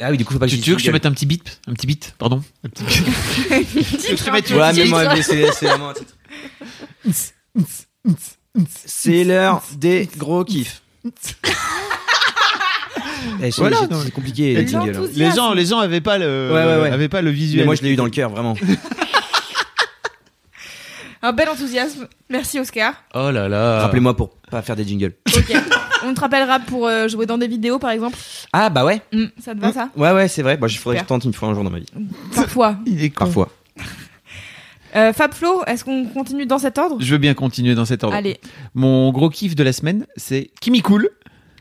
[SPEAKER 6] Ah oui, du coup, faut pas
[SPEAKER 5] Tu, tu veux que je te mette un petit beat Un petit beat, pardon
[SPEAKER 6] Ouais, mais moi, mais c'est c'est vraiment un titre. C'est l'heure des gros
[SPEAKER 5] [LAUGHS]
[SPEAKER 6] kiffs. Eh, c'est
[SPEAKER 5] Voilà,
[SPEAKER 6] c'est-
[SPEAKER 5] non,
[SPEAKER 6] c'est
[SPEAKER 5] mais-
[SPEAKER 6] compliqué les jingles. hein.
[SPEAKER 5] Les gens, les gens avaient pas le,
[SPEAKER 6] Ouais, ouais, ouais.
[SPEAKER 5] avaient Ah, pas le visuel. Euh.
[SPEAKER 6] Mais moi, je l'ai eu dans le cœur, vraiment.
[SPEAKER 3] Un bel enthousiasme. Merci Oscar.
[SPEAKER 5] Oh là là.
[SPEAKER 6] Rappelez-moi pour pas faire des jingles.
[SPEAKER 3] Ok. On te rappellera pour euh, jouer dans des vidéos, par exemple.
[SPEAKER 6] Ah bah ouais.
[SPEAKER 3] Hmm, ça te va, ça
[SPEAKER 6] Ouais, ouais, c'est vrai. Bon, je faudrait que
[SPEAKER 3] Super.
[SPEAKER 6] je tente une fois un jour dans ma vie.
[SPEAKER 3] Parfois.
[SPEAKER 5] Il est con.
[SPEAKER 6] Parfois.
[SPEAKER 3] Euh, Fab Flo, est-ce qu'on continue dans cet ordre
[SPEAKER 5] Je veux bien continuer dans cet ordre.
[SPEAKER 3] Allez.
[SPEAKER 5] Mon gros kiff de la semaine, c'est Kimi Cool.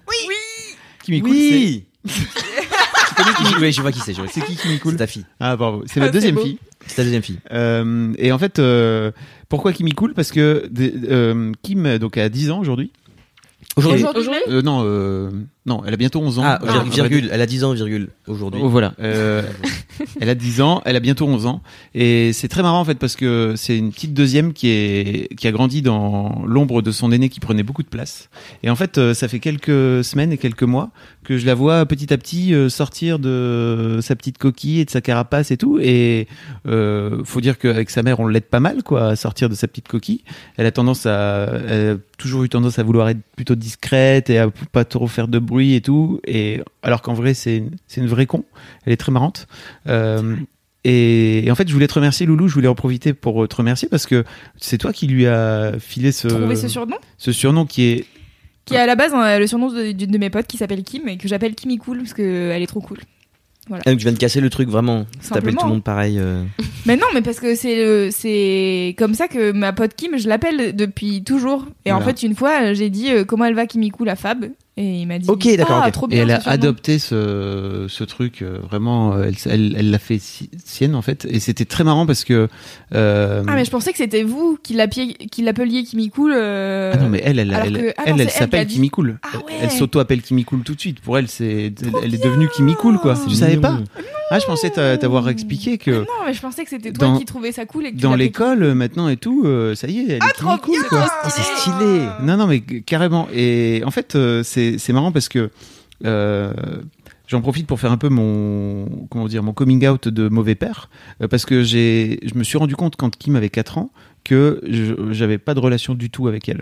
[SPEAKER 5] Oui. Kimi Cool.
[SPEAKER 6] Oui. Tu connais qui Oui, je vois qui [LAUGHS] c'est. je vois
[SPEAKER 5] C'est c'est qui Kimi
[SPEAKER 6] C'est
[SPEAKER 5] Cool
[SPEAKER 6] ta fille.
[SPEAKER 5] Ah bravo. C'est
[SPEAKER 3] Ah,
[SPEAKER 5] ma
[SPEAKER 3] c'est
[SPEAKER 5] deuxième
[SPEAKER 3] beau.
[SPEAKER 5] fille.
[SPEAKER 6] C'est ta deuxième fille.
[SPEAKER 5] Euh, et en fait, euh, pourquoi Kimi Cool Parce que des- euh, Kim donc a 10 ans aujourd'hui.
[SPEAKER 6] Aujourd'hui.
[SPEAKER 5] Euh, non, euh, Non, elle a bientôt 11 ans.
[SPEAKER 6] Ah,
[SPEAKER 5] Euh,
[SPEAKER 6] vir- virgule, elle a 10 ans, virgule, aujourd'hui.
[SPEAKER 5] Oh, voilà. Euh, elle a 10 ans, elle a bientôt 11 ans. Et c'est très marrant en fait parce que c'est une petite deuxième qui, est, qui a grandi dans l'ombre de son aîné qui prenait beaucoup de place. Et en fait, euh, ça fait quelques semaines et quelques mois que je la vois petit à petit euh, sortir de sa petite coquille et de sa carapace et tout. Et euh, faut dire qu'avec sa mère, on l'aide pas mal quoi, à sortir de sa petite coquille. Elle a tendance à... Elle a toujours eu tendance à vouloir être plutôt discrète et à pas trop faire de bruit et tout. Et alors qu'en vrai, c'est une, c'est une vraie con. Elle est très marrante. Euh, et, et en fait, je voulais te remercier, Loulou. Je voulais en profiter pour te remercier parce que c'est toi qui lui as filé ce,
[SPEAKER 3] Trouver ce surnom,
[SPEAKER 5] ce surnom qui est.
[SPEAKER 3] qui est à la base hein, le surnom de- d'une de mes potes qui s'appelle Kim et que j'appelle Kimmy Cool parce qu'elle est trop cool.
[SPEAKER 6] Ah, donc tu viens de casser le truc vraiment. T'appelles
[SPEAKER 3] Simplement.
[SPEAKER 6] tout le monde pareil. euh.
[SPEAKER 3] Mais non, mais parce que c'est euh, c'est comme ça que ma pote Kim, je l'appelle depuis toujours. Et en
[SPEAKER 5] Voilà.
[SPEAKER 3] fait, une fois, euh, j'ai dit euh, comment elle va Kimiko la Fab et il m'a dit
[SPEAKER 5] Ok, d'accord,
[SPEAKER 3] Ah,
[SPEAKER 5] ok.
[SPEAKER 3] trop
[SPEAKER 5] Et
[SPEAKER 3] bien.
[SPEAKER 5] elle
[SPEAKER 3] ce
[SPEAKER 5] a
[SPEAKER 3] surnom.
[SPEAKER 5] adopté ce, ce truc euh, vraiment. euh, Elle elle- elle l'a fait si- sienne en fait. Et c'était très marrant parce que. euh,
[SPEAKER 3] Ah mais je pensais que c'était vous qui l'appiez- qui l'appeliez Kimmy Cool. euh,
[SPEAKER 5] ah non, mais elle, elle,
[SPEAKER 3] alors
[SPEAKER 5] elle,
[SPEAKER 3] que- ah non, c'est
[SPEAKER 5] elle, elle
[SPEAKER 3] elle qui a
[SPEAKER 5] s'appelle
[SPEAKER 3] dit-
[SPEAKER 5] Kimi Cool.
[SPEAKER 3] Ah ouais.
[SPEAKER 5] Elle s'auto-appelle Kimi Cool tout de suite. Pour elle, c'est, elle, elle est devenue Kimi Cool, quoi.
[SPEAKER 3] C'est
[SPEAKER 5] Tu savais pas
[SPEAKER 6] mignon.
[SPEAKER 5] Ah, je pensais t'a- t'avoir expliqué que.
[SPEAKER 3] Non, mais je pensais que c'était toi
[SPEAKER 5] Dans-
[SPEAKER 3] qui trouvais ça cool et que tu
[SPEAKER 5] dans
[SPEAKER 3] l'appelais
[SPEAKER 5] l'école euh, maintenant et tout, euh, ça y est, elle est
[SPEAKER 3] trop
[SPEAKER 5] cool
[SPEAKER 3] bien
[SPEAKER 5] quoi.
[SPEAKER 3] Ah, c'est
[SPEAKER 5] stylé. Non non mais g- carrément. Et en fait euh, c'est c'est marrant parce que euh, j'en profite pour faire un peu mon comment dire mon coming out de mauvais père euh, parce que j'ai je me suis rendu compte quand Kim avait 4 ans que je- j'avais pas de relation du tout avec elle.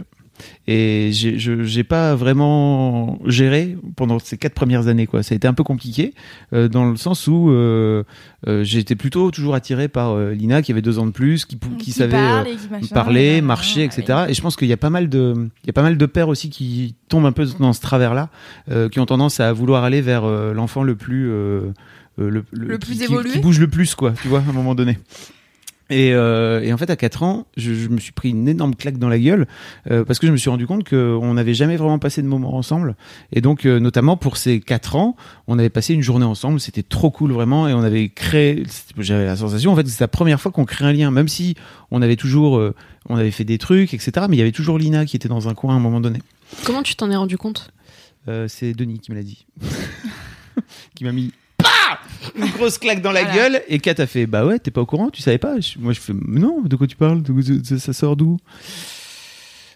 [SPEAKER 5] Et j'ai- je j'ai pas vraiment géré pendant ces quatre premières années quoi. Ça a été un peu compliqué euh, dans le sens où euh, euh, j'étais plutôt toujours attiré par euh, Lina qui avait deux ans de plus, qui, pou- qui, savait euh,
[SPEAKER 3] parle et qui machin, euh,
[SPEAKER 5] parler,
[SPEAKER 3] et-
[SPEAKER 5] marcher,
[SPEAKER 3] ouais.
[SPEAKER 5] etc. Et je pense qu'il y a pas mal de, il y a pas mal de pères aussi qui tombent un peu dans ce travers-là, euh, qui ont tendance à vouloir aller vers euh, l'enfant le plus, euh, euh, le,
[SPEAKER 3] Le
[SPEAKER 5] qui-
[SPEAKER 3] plus
[SPEAKER 5] qui-
[SPEAKER 3] évolué.
[SPEAKER 5] qui bouge le plus, quoi. Tu vois, à un moment donné. Et, euh, et en fait, à 4 ans, je, je me suis pris une énorme claque dans la gueule euh, parce que je me suis rendu compte qu'on n'avait jamais vraiment passé de moments ensemble. Et donc, euh, notamment pour ces 4 ans, on avait passé une journée ensemble. C'était trop cool vraiment. Et on avait créé. J'avais la sensation, en fait, que c'est la première fois qu'on crée un lien, même si on avait toujours, euh, on avait fait des trucs, etc. Mais il y avait toujours Lina qui était dans un coin à un moment donné.
[SPEAKER 2] Comment tu t'en es rendu compte
[SPEAKER 5] Euh, c'est Denis qui me
[SPEAKER 3] [LAUGHS]
[SPEAKER 5] l'a dit. [LAUGHS] qui m'a mis Pah une grosse claque dans la
[SPEAKER 3] Voilà.
[SPEAKER 5] gueule. Et Kat a fait Bah ouais, t'es pas au courant, tu savais pas Je- Moi je fais Non, de quoi tu parles De- de- de- Ça sort d'où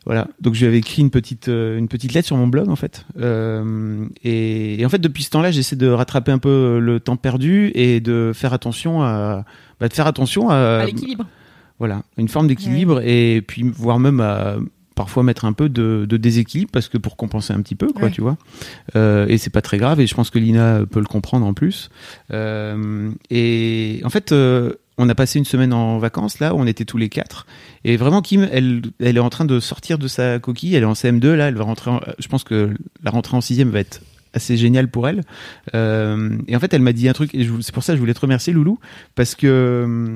[SPEAKER 5] voilà, donc j'avais écrit une petite, euh, une petite lettre sur mon blog en fait. Euh, et, et en fait, depuis ce temps-là, j'essaie de rattraper un peu le temps perdu et de faire attention à, bah, de faire attention
[SPEAKER 3] À
[SPEAKER 5] à,
[SPEAKER 3] l'équilibre.
[SPEAKER 5] voilà, une forme d'équilibre et puis voire même à parfois mettre un peu de, de déséquilibre parce que pour compenser un petit peu quoi
[SPEAKER 3] Ouais.
[SPEAKER 5] tu vois Euh, et c'est pas très grave et je pense que Lina peut le comprendre en plus Euh, et en fait euh, on a passé une semaine en vacances là où on était tous les quatre et vraiment Kim elle elle est en train de sortir de sa coquille elle est en CM2 là elle va rentrer en- je pense que la rentrée en sixième va être assez géniale pour elle Euh, et en fait elle m'a dit un truc et je vou- c'est pour ça que je voulais te remercier Loulou parce que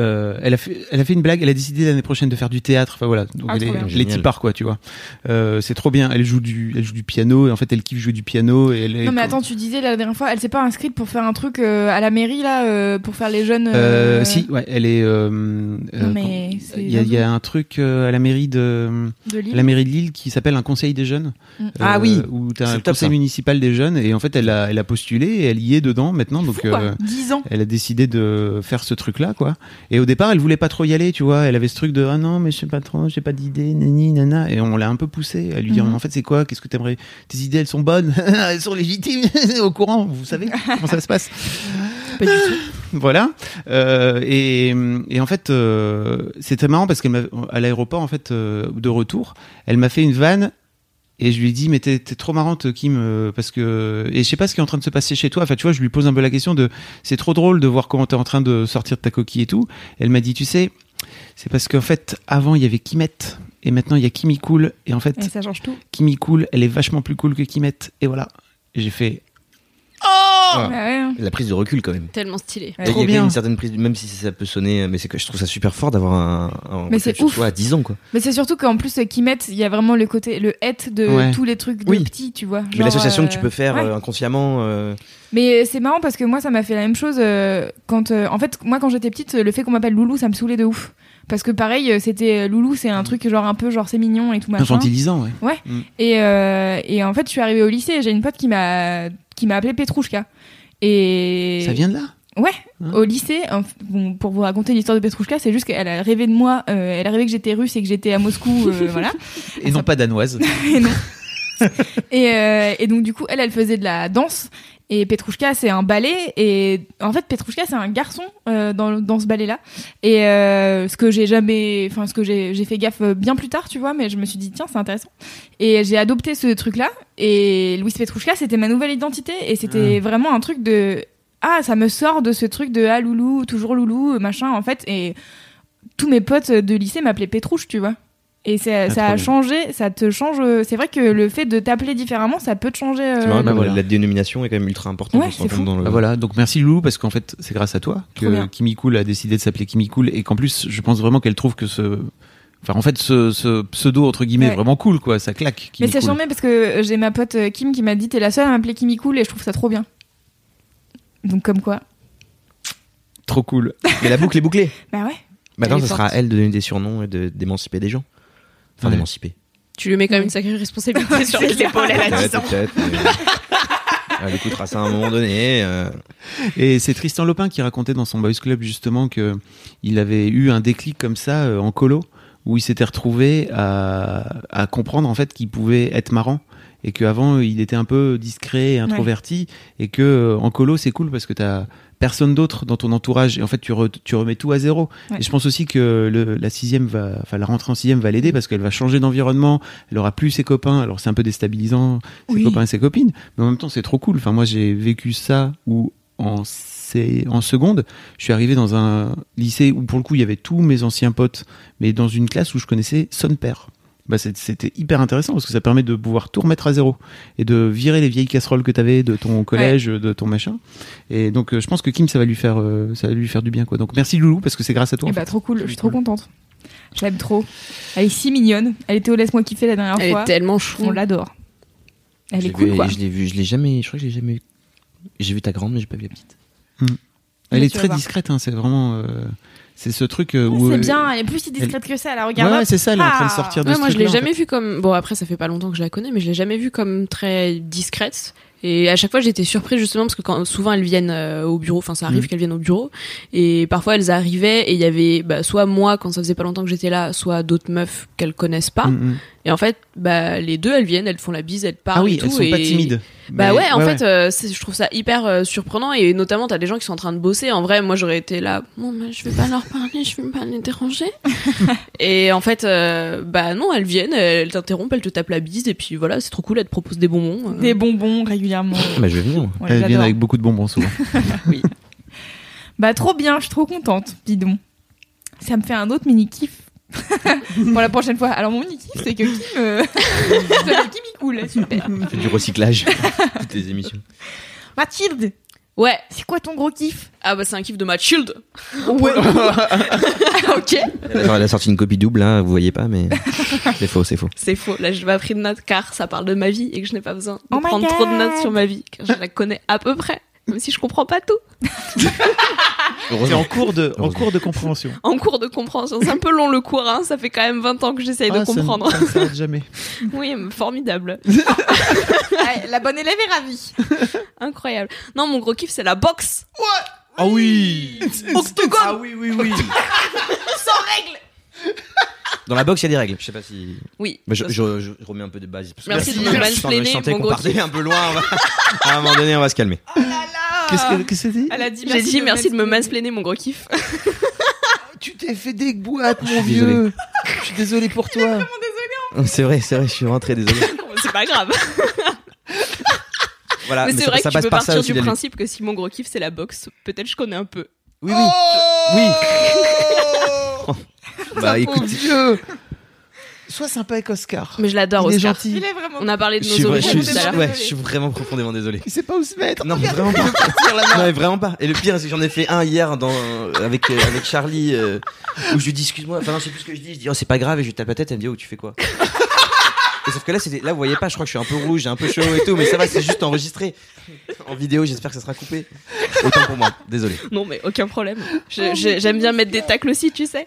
[SPEAKER 5] euh, elle, a fait, elle a fait une blague, elle a décidé l'année prochaine de faire du théâtre. Enfin voilà, donc
[SPEAKER 3] Ah,
[SPEAKER 5] elle
[SPEAKER 3] trop
[SPEAKER 5] est,
[SPEAKER 3] bien.
[SPEAKER 5] elle est
[SPEAKER 6] Génial.
[SPEAKER 5] typar, quoi, tu vois. Euh, c'est trop bien. Elle joue du, elle joue du piano et en fait elle kiffe jouer du piano et elle est.
[SPEAKER 3] Non mais attends, tu disais la dernière fois, elle s'est pas inscrite pour faire un truc euh, à la mairie là, euh, pour faire les jeunes.
[SPEAKER 5] Euh,
[SPEAKER 3] euh,
[SPEAKER 5] si, ouais, elle est. euh, euh,
[SPEAKER 3] mais
[SPEAKER 5] quand-
[SPEAKER 3] c'est
[SPEAKER 5] il y, a- il y a un truc euh, à la mairie de,
[SPEAKER 3] de
[SPEAKER 5] à
[SPEAKER 3] Lille.
[SPEAKER 5] la mairie de Lille qui s'appelle un conseil des jeunes.
[SPEAKER 3] Mm.
[SPEAKER 6] Ah oui,
[SPEAKER 5] Euh, où t'as
[SPEAKER 6] c'est
[SPEAKER 5] un
[SPEAKER 6] top,
[SPEAKER 5] conseil
[SPEAKER 6] ça.
[SPEAKER 5] municipal des jeunes et en fait elle a, elle a postulé et elle y est dedans maintenant. Donc
[SPEAKER 3] Fou, quoi.
[SPEAKER 5] euh,
[SPEAKER 3] 10 ans.
[SPEAKER 5] elle a décidé de faire ce truc là quoi et au départ elle voulait pas trop y aller tu vois elle avait ce truc de ah non mais je sais pas trop j'ai pas d'idée nani nana et on l'a un peu poussé à lui dire
[SPEAKER 3] Mhm.
[SPEAKER 5] Mais en fait c'est quoi qu'est-ce que t'aimerais tes idées elles sont bonnes [LAUGHS] elles sont légitimes [LAUGHS] au courant
[SPEAKER 3] [LAUGHS]
[SPEAKER 5] vous savez comment ça se passe
[SPEAKER 3] Pas du tout.
[SPEAKER 5] [LAUGHS] voilà. Euh, et, et en fait, euh, c'était marrant parce qu'elle m'a- à l'aéroport, en fait, euh, de retour, elle m'a fait une vanne. Et je lui ai dit, mais t'es t'es trop marrante, Kim, euh, parce que. Et je sais pas ce qui est en train de se passer chez toi. Enfin, tu vois, je lui pose un peu la question de. C'est trop drôle de voir comment t'es en train de sortir de ta coquille et tout. Elle m'a dit, tu sais, c'est parce qu'en fait, avant, il y avait Kimette. Et maintenant, il y a Kimi Cool. Et en fait,
[SPEAKER 3] Et ça change tout.
[SPEAKER 5] Kimi Cool, elle est vachement plus cool que Kimette. Et voilà. Et J'ai fait.
[SPEAKER 3] Bah
[SPEAKER 5] Ah.
[SPEAKER 3] ouais. hein.
[SPEAKER 6] La prise de recul quand même.
[SPEAKER 2] Tellement stylé.
[SPEAKER 3] Ouais.
[SPEAKER 6] Il y a
[SPEAKER 5] Trop
[SPEAKER 6] quand même
[SPEAKER 5] bien.
[SPEAKER 6] une certaine prise, même si ça peut sonner, euh, mais c'est que je trouve ça super fort d'avoir un, un
[SPEAKER 3] Mais
[SPEAKER 6] recul
[SPEAKER 3] c'est
[SPEAKER 6] sur
[SPEAKER 3] ouf.
[SPEAKER 6] soi à 10 ans quoi.
[SPEAKER 3] Mais c'est surtout qu'en plus euh, Kimet, il y a vraiment le côté le être de
[SPEAKER 5] Ouais.
[SPEAKER 3] tous les trucs de
[SPEAKER 6] Oui.
[SPEAKER 3] petit, tu vois.
[SPEAKER 6] mais
[SPEAKER 3] Genre,
[SPEAKER 6] l'association
[SPEAKER 3] euh,
[SPEAKER 6] que tu peux faire
[SPEAKER 3] ouais.
[SPEAKER 6] euh, inconsciemment. euh,
[SPEAKER 3] Mais c'est marrant euh, parce que moi, ça m'a fait la même chose euh, quand, euh, en fait, moi, quand j'étais petite, le fait qu'on m'appelle Loulou, ça me saoulait de ouf. Parce que pareil, euh, c'était Loulou, c'est un truc genre un peu genre c'est mignon et tout machin.
[SPEAKER 6] Infantilisant, ouais.
[SPEAKER 3] Et, euh, et en fait, je suis arrivée au lycée et j'ai une pote qui m'a qui m'a appelée Petrouchka. Et
[SPEAKER 5] Ça vient de là
[SPEAKER 3] Ouais,
[SPEAKER 5] Hein
[SPEAKER 3] au lycée, en f- bon, pour vous raconter l'histoire de Petrouchka, c'est juste qu'elle a rêvé de moi, euh, elle a rêvé que j'étais russe et que j'étais à Moscou, euh, [LAUGHS] voilà.
[SPEAKER 5] Et non pas danoise.
[SPEAKER 3] Et, non. et, euh, et donc du coup, elle, elle faisait de la danse. Et Petrouchka, c'est un ballet. Et en fait, Petrouchka, c'est un garçon euh, dans, dans ce ballet-là. Et euh, ce que j'ai jamais, enfin ce que j'ai j'ai fait gaffe euh, bien plus tard, tu vois, mais je me suis dit tiens, c'est intéressant. Et j'ai adopté ce truc-là. Et Louis Petrouchka, c'était ma nouvelle identité. Et c'était
[SPEAKER 6] Ah.
[SPEAKER 3] vraiment un truc de ah, ça me sort de ce truc de ah loulou, toujours loulou, machin. En fait, et tous mes potes de lycée m'appelaient Pétrouche, tu vois. Et ça, ça
[SPEAKER 6] Ah, trop
[SPEAKER 3] a
[SPEAKER 6] bien.
[SPEAKER 3] changé, ça te change. euh, C'est vrai que le fait de t'appeler différemment, ça peut te changer. euh,
[SPEAKER 6] C'est marrant
[SPEAKER 3] le-
[SPEAKER 6] comme
[SPEAKER 4] voilà.
[SPEAKER 6] la dénomination est quand même ultra importante.
[SPEAKER 3] Ouais,
[SPEAKER 6] on se rend
[SPEAKER 3] c'est
[SPEAKER 6] compte
[SPEAKER 3] fou.
[SPEAKER 6] dans le-
[SPEAKER 5] Bah voilà, donc merci Lou parce qu'en fait c'est grâce à toi
[SPEAKER 3] Trop bien.
[SPEAKER 5] que Kimi Cool a décidé de s'appeler Kimi Cool et qu'en plus je pense vraiment qu'elle trouve que ce, enfin en fait ce, ce pseudo entre guillemets est
[SPEAKER 3] Ouais.
[SPEAKER 5] vraiment cool quoi, ça claque.
[SPEAKER 3] Mais
[SPEAKER 5] Kimi
[SPEAKER 3] c'est
[SPEAKER 5] Cool.
[SPEAKER 3] charmé parce que j'ai ma pote euh, Kim qui m'a dit T'es la seule à m'appeler Kimi Cool et je trouve ça trop bien. Donc, comme quoi [LAUGHS]
[SPEAKER 5] trop cool.
[SPEAKER 6] Mais la boucle est bouclée.
[SPEAKER 3] Bah ouais.
[SPEAKER 6] Maintenant,
[SPEAKER 3] Elle
[SPEAKER 6] ça
[SPEAKER 3] est
[SPEAKER 6] sera à
[SPEAKER 3] forte.
[SPEAKER 6] elle de donner des surnoms et de- d'émanciper des gens. Enfin,
[SPEAKER 5] Ouais.
[SPEAKER 6] d'émanciper.
[SPEAKER 2] Tu lui mets quand même une sacrée [LAUGHS] responsabilité sur
[SPEAKER 3] C'est
[SPEAKER 2] les
[SPEAKER 3] ça.
[SPEAKER 2] épaules, elle a 10 ans.
[SPEAKER 6] peut-être. mais- Elle écoutera ça à un moment donné. euh,
[SPEAKER 5] Et c'est Tristan Lopin qui racontait dans son Boys Club justement que il avait eu un déclic comme ça euh, en colo où il s'était retrouvé à, à comprendre en fait qu'il pouvait être marrant et qu'avant il était un peu discret et introverti et que euh, en colo c'est cool parce que t'as personne d'autre dans ton entourage et en fait tu, re- tu remets tout à zéro
[SPEAKER 3] Ouais.
[SPEAKER 5] et je pense aussi que le, la sixième va enfin la rentrée en sixième va l'aider parce qu'elle va changer d'environnement elle aura plus ses copains alors c'est un peu déstabilisant ses copains et ses copines mais en même temps c'est trop cool enfin moi j'ai vécu ça où en sé- en seconde, je suis arrivé dans un lycée où pour le coup il y avait tous mes anciens potes, mais dans une classe où je connaissais son père. Bah c'est- c'était hyper intéressant parce que ça permet de pouvoir tout remettre à zéro et de virer les vieilles casseroles que t'avais de ton collège, de ton machin. Et donc euh, je pense que Kim ça va lui faire euh, ça va lui faire du bien quoi. Donc merci Loulou parce que c'est grâce à toi.
[SPEAKER 3] Et
[SPEAKER 5] en
[SPEAKER 3] bah,
[SPEAKER 5] fait.
[SPEAKER 3] trop cool, je suis trop contente. Je l'aime trop. Elle est si mignonne. Elle était au Laisse-moi kiffer la dernière
[SPEAKER 2] Elle
[SPEAKER 3] fois.
[SPEAKER 2] est tellement chou.
[SPEAKER 3] On l'adore. Elle
[SPEAKER 6] je
[SPEAKER 3] est
[SPEAKER 6] l'ai
[SPEAKER 3] cool
[SPEAKER 6] vu-
[SPEAKER 3] quoi.
[SPEAKER 6] Je l'ai vu, je l'ai jamais. Je crois que je l'ai jamais. J'ai vu ta grande, mais j'ai pas vu la petite.
[SPEAKER 5] Elle
[SPEAKER 3] Mais
[SPEAKER 5] est
[SPEAKER 3] tu vas
[SPEAKER 5] très
[SPEAKER 3] voir.
[SPEAKER 5] discrète hein, c'est vraiment euh, c'est ce truc euh, où
[SPEAKER 3] Ah, C'est
[SPEAKER 5] euh,
[SPEAKER 3] bien, elle est plus si discrète que ça, elle la
[SPEAKER 5] Ouais,
[SPEAKER 3] regarde.
[SPEAKER 5] ouais, c'est ça, elle est en train de
[SPEAKER 3] Ah.
[SPEAKER 5] sortir de
[SPEAKER 2] Ouais,
[SPEAKER 5] ce
[SPEAKER 2] moi, je l'ai
[SPEAKER 5] truc-là, en fait.
[SPEAKER 2] jamais vue comme. Bon, après, ça fait pas longtemps que je la connais, mais je l'ai jamais vue comme très discrète. Et à chaque fois, j'étais surprise justement parce que quand souvent elles viennent euh, au bureau, enfin ça arrive
[SPEAKER 5] Mhm.
[SPEAKER 2] qu'elles viennent au bureau, et parfois elles arrivaient et il y avait bah, soit moi quand ça faisait pas longtemps que j'étais là, soit d'autres meufs qu'elles connaissent pas.
[SPEAKER 5] Mm, mm.
[SPEAKER 2] Et en fait, bah les deux, elles viennent, elles font la bise, elles parlent.
[SPEAKER 5] Ah oui,
[SPEAKER 2] et
[SPEAKER 5] elles
[SPEAKER 2] tout,
[SPEAKER 5] sont pas
[SPEAKER 2] et-
[SPEAKER 5] timides.
[SPEAKER 2] Bah
[SPEAKER 5] Mais-
[SPEAKER 2] ouais, en fait, euh, c'est- je trouve ça hyper euh, surprenant et notamment t'as des gens qui sont en train de bosser. En vrai, moi j'aurais été là, bon bah, je vais pas leur parler, je vais pas les déranger. [LAUGHS] et en fait, euh, bah non, elles viennent, elles t'interrompent, elles te tapent la bise et puis voilà, c'est trop cool, elles te proposent des bonbons. euh.
[SPEAKER 3] Des bonbons régulièrement.
[SPEAKER 6] Bah, je vais venir.
[SPEAKER 3] On les
[SPEAKER 5] Elle vient
[SPEAKER 3] adore.
[SPEAKER 5] avec beaucoup de bonbons souvent.
[SPEAKER 3] Bah trop bien, je suis trop contente, dis donc. Ça me fait un autre mini kiff. [LAUGHS] pour la prochaine fois. Alors mon mini kiff, c'est que Kim, euh, [LAUGHS] s'appelle Kimi cool, super.
[SPEAKER 6] Fais du recyclage. [LAUGHS] Toutes tes émissions.
[SPEAKER 3] Mathilde,
[SPEAKER 2] Ouais,
[SPEAKER 3] c'est quoi ton gros kiff
[SPEAKER 2] ah bah c'est un kiff de
[SPEAKER 3] [LAUGHS]
[SPEAKER 2] Mathilde. Ouais. [LAUGHS] ok,
[SPEAKER 6] Alors, elle a sorti une copie double, hein, vous voyez pas,
[SPEAKER 2] [LAUGHS]
[SPEAKER 6] mais c'est faux, c'est faux.
[SPEAKER 2] c'est faux. Là, je n'ai pas pris de notes car ça parle de ma vie et que je n'ai pas besoin de
[SPEAKER 3] Oh my
[SPEAKER 2] prendre trop de
[SPEAKER 3] God.
[SPEAKER 2] notes sur ma vie car je la connais à peu près, même si je comprends pas tout.
[SPEAKER 5] C'est en cours de, en
[SPEAKER 6] Heureusement.
[SPEAKER 5] cours de compréhension.
[SPEAKER 2] en cours de compréhension. C'est un peu long le cours, hein. ça fait quand même 20 ans que j'essaye de
[SPEAKER 5] Ah, ça ne-
[SPEAKER 2] comprendre.
[SPEAKER 5] ça ne s'arrête jamais.
[SPEAKER 2] [LAUGHS] Oui, mais formidable,
[SPEAKER 3] Ah, La bonne élève est ravie.
[SPEAKER 2] incroyable. Non, mon gros kiff, c'est la boxe.
[SPEAKER 5] Ah oui
[SPEAKER 2] Octogone
[SPEAKER 5] Ah oui, oui, oui
[SPEAKER 6] Dans la box, il y a des règles. Je sais pas si.
[SPEAKER 2] Oui.
[SPEAKER 6] Bah, je, je- je- je remets un peu de base. parce que-
[SPEAKER 2] Merci de me
[SPEAKER 6] Merci.
[SPEAKER 2] mansplainer,
[SPEAKER 6] Je sentais
[SPEAKER 2] mon
[SPEAKER 6] qu'on
[SPEAKER 2] gros
[SPEAKER 6] partait un peu loin. on va- [LAUGHS] À un moment donné, on va
[SPEAKER 2] [LAUGHS]
[SPEAKER 6] se calmer.
[SPEAKER 5] Ah. Qu'est-ce que- qu'est-ce que c'est
[SPEAKER 3] Elle a dit
[SPEAKER 2] J'ai dit merci de me mansplainer,
[SPEAKER 3] mansplainer.
[SPEAKER 2] mon gros kiff. [LAUGHS]
[SPEAKER 5] Tu t'es fait des boîtes,
[SPEAKER 6] Je suis désolé.
[SPEAKER 5] Je suis désolé pour
[SPEAKER 2] [LAUGHS]
[SPEAKER 5] toi
[SPEAKER 6] C'est vrai, c'est vrai, je suis rentré, désolé.
[SPEAKER 2] Non, mais c'est pas grave.
[SPEAKER 6] Voilà,
[SPEAKER 2] mais c'est vrai
[SPEAKER 6] Ah, ça,
[SPEAKER 2] que
[SPEAKER 6] ça
[SPEAKER 2] tu peux
[SPEAKER 6] passe par ça
[SPEAKER 2] partir
[SPEAKER 6] aussi,
[SPEAKER 2] du
[SPEAKER 6] la lutte.
[SPEAKER 2] principe que si mon gros kiff, c'est la boxe, peut-être je connais un peu.
[SPEAKER 6] Oui, oui.
[SPEAKER 2] Oh [LAUGHS]
[SPEAKER 6] Oui. bah écoute,
[SPEAKER 5] Dieu Sois sympa avec Oscar.
[SPEAKER 2] Mais je l'adore, hein.
[SPEAKER 5] Il est
[SPEAKER 2] Oscar.
[SPEAKER 5] gentil.
[SPEAKER 3] Il est vraiment.
[SPEAKER 2] On a parlé de
[SPEAKER 6] je suis,
[SPEAKER 2] nos
[SPEAKER 6] vrai- je,
[SPEAKER 2] origines
[SPEAKER 6] suis-
[SPEAKER 2] tout à l'heure.
[SPEAKER 6] ouais, je suis vraiment profondément désolé.
[SPEAKER 5] Il sait pas où se mettre.
[SPEAKER 6] Non, mais vraiment pas. Non, mais vraiment pas. Et le pire, c'est que j'en ai fait un hier dans, avec, euh, avec Charlie euh, où je lui dis excuse-moi. Enfin, non, c'est plus ce que je dis. Je dis oh, c'est pas grave et je lui tape la tête. Elle me dit oh, tu fais quoi Et Sauf que là, c'était- là, vous voyez pas, je crois que je suis un peu rouge, j'ai un peu chaud et tout, mais ça va, c'est juste enregistré. En vidéo, j'espère que ça sera coupé. Autant pour moi, désolé.
[SPEAKER 2] Ah, Non, mais aucun problème. Je- je- J'aime bien mettre des tacles aussi, tu sais.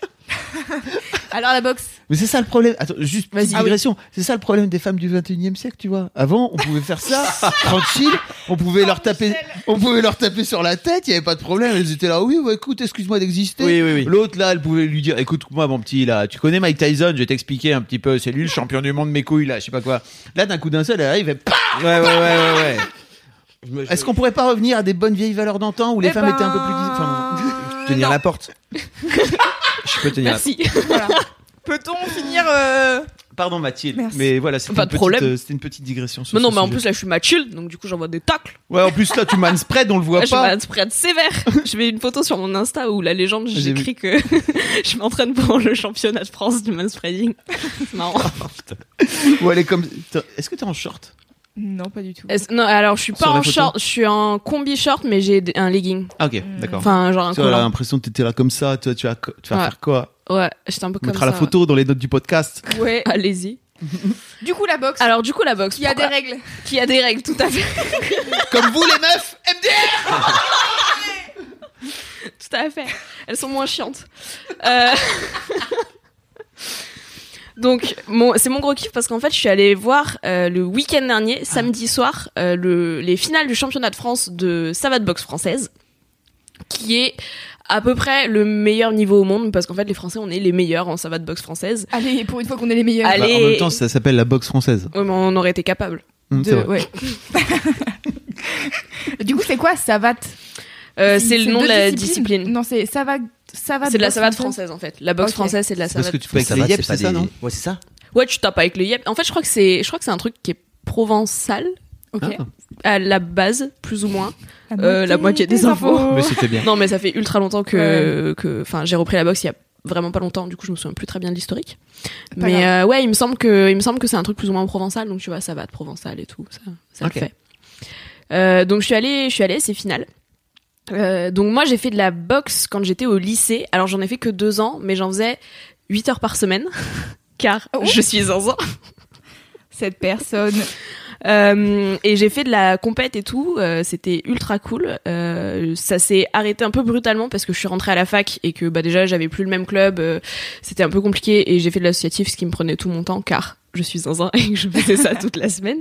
[SPEAKER 3] Alors la boxe.
[SPEAKER 5] Mais c'est ça le problème. Attends, juste
[SPEAKER 3] Vas-y. Ah
[SPEAKER 5] petite digression. C'est ça le problème des femmes du 21e siècle, tu vois. Avant, on pouvait faire
[SPEAKER 3] [LAUGHS]
[SPEAKER 5] ça tranquille, on pouvait leur taper on pouvait leur taper sur la tête, il y avait pas de problème, elles étaient là oui, ouais, écoute, excuse-moi d'exister.
[SPEAKER 6] Oui, oui, oui.
[SPEAKER 5] L'autre là, elle pouvait lui dire écoute-moi mon petit là, tu connais Mike Tyson, je vais t'expliquer un petit peu, c'est lui le champion du monde mes couilles là, je sais pas quoi. Là d'un coup d'un seul, elle arrive et paf
[SPEAKER 6] Ouais, ouais, ouais, ouais. ouais. Je me- je-
[SPEAKER 5] Est-ce qu'on pourrait pas revenir à des bonnes vieilles valeurs d'antan où les
[SPEAKER 3] Eh
[SPEAKER 5] femmes
[SPEAKER 3] ben,
[SPEAKER 5] étaient un peu plus enfin, [LAUGHS]
[SPEAKER 6] tenir
[SPEAKER 3] [LAUGHS]
[SPEAKER 6] la porte Je peux tenir la porte.
[SPEAKER 2] Merci.
[SPEAKER 3] voilà. Peut-on finir euh,
[SPEAKER 5] Pardon Mathilde,
[SPEAKER 3] Merci.
[SPEAKER 5] mais voilà, c'était
[SPEAKER 2] Pas
[SPEAKER 5] une
[SPEAKER 2] de
[SPEAKER 5] petite,
[SPEAKER 2] problème.
[SPEAKER 5] euh, c'était une petite digression sur
[SPEAKER 2] Mais non,
[SPEAKER 5] ce
[SPEAKER 2] mais en
[SPEAKER 5] sujet.
[SPEAKER 2] plus, là, je suis Mathilde, donc du coup, j'envoie des tacles.
[SPEAKER 5] Ouais, en plus là tu manspread, on
[SPEAKER 2] [LAUGHS]
[SPEAKER 5] le voit
[SPEAKER 2] Là, je
[SPEAKER 5] pas.
[SPEAKER 2] vais spread sévère.
[SPEAKER 5] [LAUGHS]
[SPEAKER 2] je mets une photo sur mon Insta où la légende,
[SPEAKER 5] J'ai
[SPEAKER 2] j'écris que [LAUGHS] je m'entraîne pour le championnat de France du
[SPEAKER 5] [LAUGHS]
[SPEAKER 2] manspreading. C'est marrant.
[SPEAKER 5] Ou elle est comme. T'as- Est-ce que t'es en short
[SPEAKER 3] Non, pas du tout.
[SPEAKER 2] Est-ce- Non, alors, je suis pas
[SPEAKER 5] Sur la
[SPEAKER 2] en
[SPEAKER 5] photo.
[SPEAKER 2] short, je suis en combi short, mais j'ai des- un legging.
[SPEAKER 5] Ah, ok, d'accord.
[SPEAKER 2] Enfin, genre un
[SPEAKER 5] Tu vois, elle a
[SPEAKER 2] collant.
[SPEAKER 5] l'impression que t'étais là comme ça, tu, vois, tu vas, co- tu vas
[SPEAKER 2] Ouais.
[SPEAKER 5] faire quoi
[SPEAKER 2] Ouais, j'étais un peu
[SPEAKER 5] On
[SPEAKER 2] comme
[SPEAKER 5] mettra
[SPEAKER 2] ça.
[SPEAKER 5] la photo dans les notes du podcast. Bah, [LAUGHS]
[SPEAKER 3] Ouais.
[SPEAKER 2] Allez-y.
[SPEAKER 3] Du coup, la boxe.
[SPEAKER 2] Alors, du coup, la boxe.
[SPEAKER 3] il y a des
[SPEAKER 2] pourquoi-
[SPEAKER 3] règles.
[SPEAKER 2] Qui a des règles, tout à fait.
[SPEAKER 5] comme vous les meufs
[SPEAKER 2] Tout à fait. Elles sont moins chiantes. Euh, [LAUGHS] Donc, mon- c'est mon gros kiff parce qu'en fait, je suis allée voir euh, le week-end dernier, samedi soir, euh, le- les finales du championnat de France de savate boxe française, qui est à peu près le meilleur niveau au monde parce qu'en fait, les Français, on est les meilleurs en savate boxe française.
[SPEAKER 3] Allez, pour une fois qu'on est les meilleurs.
[SPEAKER 2] Allez.
[SPEAKER 5] En même temps, ça s'appelle la boxe française.
[SPEAKER 2] Ouais, mais on aurait été capable.
[SPEAKER 5] Hum, c'est
[SPEAKER 3] De-
[SPEAKER 5] vrai.
[SPEAKER 3] [LAUGHS] ouais. du coup, c'est quoi savate
[SPEAKER 2] Euh, c'est le nom
[SPEAKER 3] deux
[SPEAKER 2] de la
[SPEAKER 3] disciplines.
[SPEAKER 2] discipline.
[SPEAKER 3] Non, c'est savate. Savate.
[SPEAKER 2] C'est de la
[SPEAKER 3] Ah, boxe
[SPEAKER 2] savate française en fait. La boxe
[SPEAKER 3] Ok.
[SPEAKER 2] française, c'est de la
[SPEAKER 5] Parce
[SPEAKER 2] savate.
[SPEAKER 5] que tu peux avec
[SPEAKER 6] Ça
[SPEAKER 5] les
[SPEAKER 6] va,
[SPEAKER 5] yep,
[SPEAKER 6] pas
[SPEAKER 5] c'est ça,
[SPEAKER 6] des-
[SPEAKER 5] non
[SPEAKER 6] Ouais, c'est ça.
[SPEAKER 2] Ouais, tu tapes avec le yep. En fait, je crois que c'est, je crois que c'est un truc qui est provençal
[SPEAKER 3] Ok.
[SPEAKER 5] Ah.
[SPEAKER 2] à la base, plus ou moins. Euh, la moitié des infos.
[SPEAKER 5] Mais c'était bien.
[SPEAKER 2] Oh. Non, mais ça fait ultra longtemps que, que, enfin, j'ai repris la boxe il y a vraiment pas longtemps. Du coup, je me souviens plus très bien de l'historique.
[SPEAKER 3] Pas
[SPEAKER 2] Mais euh, ouais, il me semble que, il me semble que c'est un truc plus ou moins provençal. Donc tu vois, ça va de provençal et tout, ça, ça
[SPEAKER 5] Ok.
[SPEAKER 2] le fait. Euh, donc je suis allée, je suis allée, c'est final. Euh, donc moi j'ai fait de la boxe quand j'étais au lycée. Alors j'en ai fait que deux ans, mais j'en faisais 8 heures par semaine, [LAUGHS] car
[SPEAKER 3] Oh.
[SPEAKER 2] je suis zinzin.
[SPEAKER 3] Cette personne.
[SPEAKER 2] Euh, et j'ai fait de la compète et tout, euh, c'était ultra cool. Euh, ça s'est arrêté un peu brutalement parce que je suis rentrée à la fac et que bah déjà j'avais plus le même club, euh, c'était un peu compliqué et j'ai fait de l'associatif ce qui me prenait tout mon temps car je suis zinzin [LAUGHS] et que je faisais ça toute la semaine.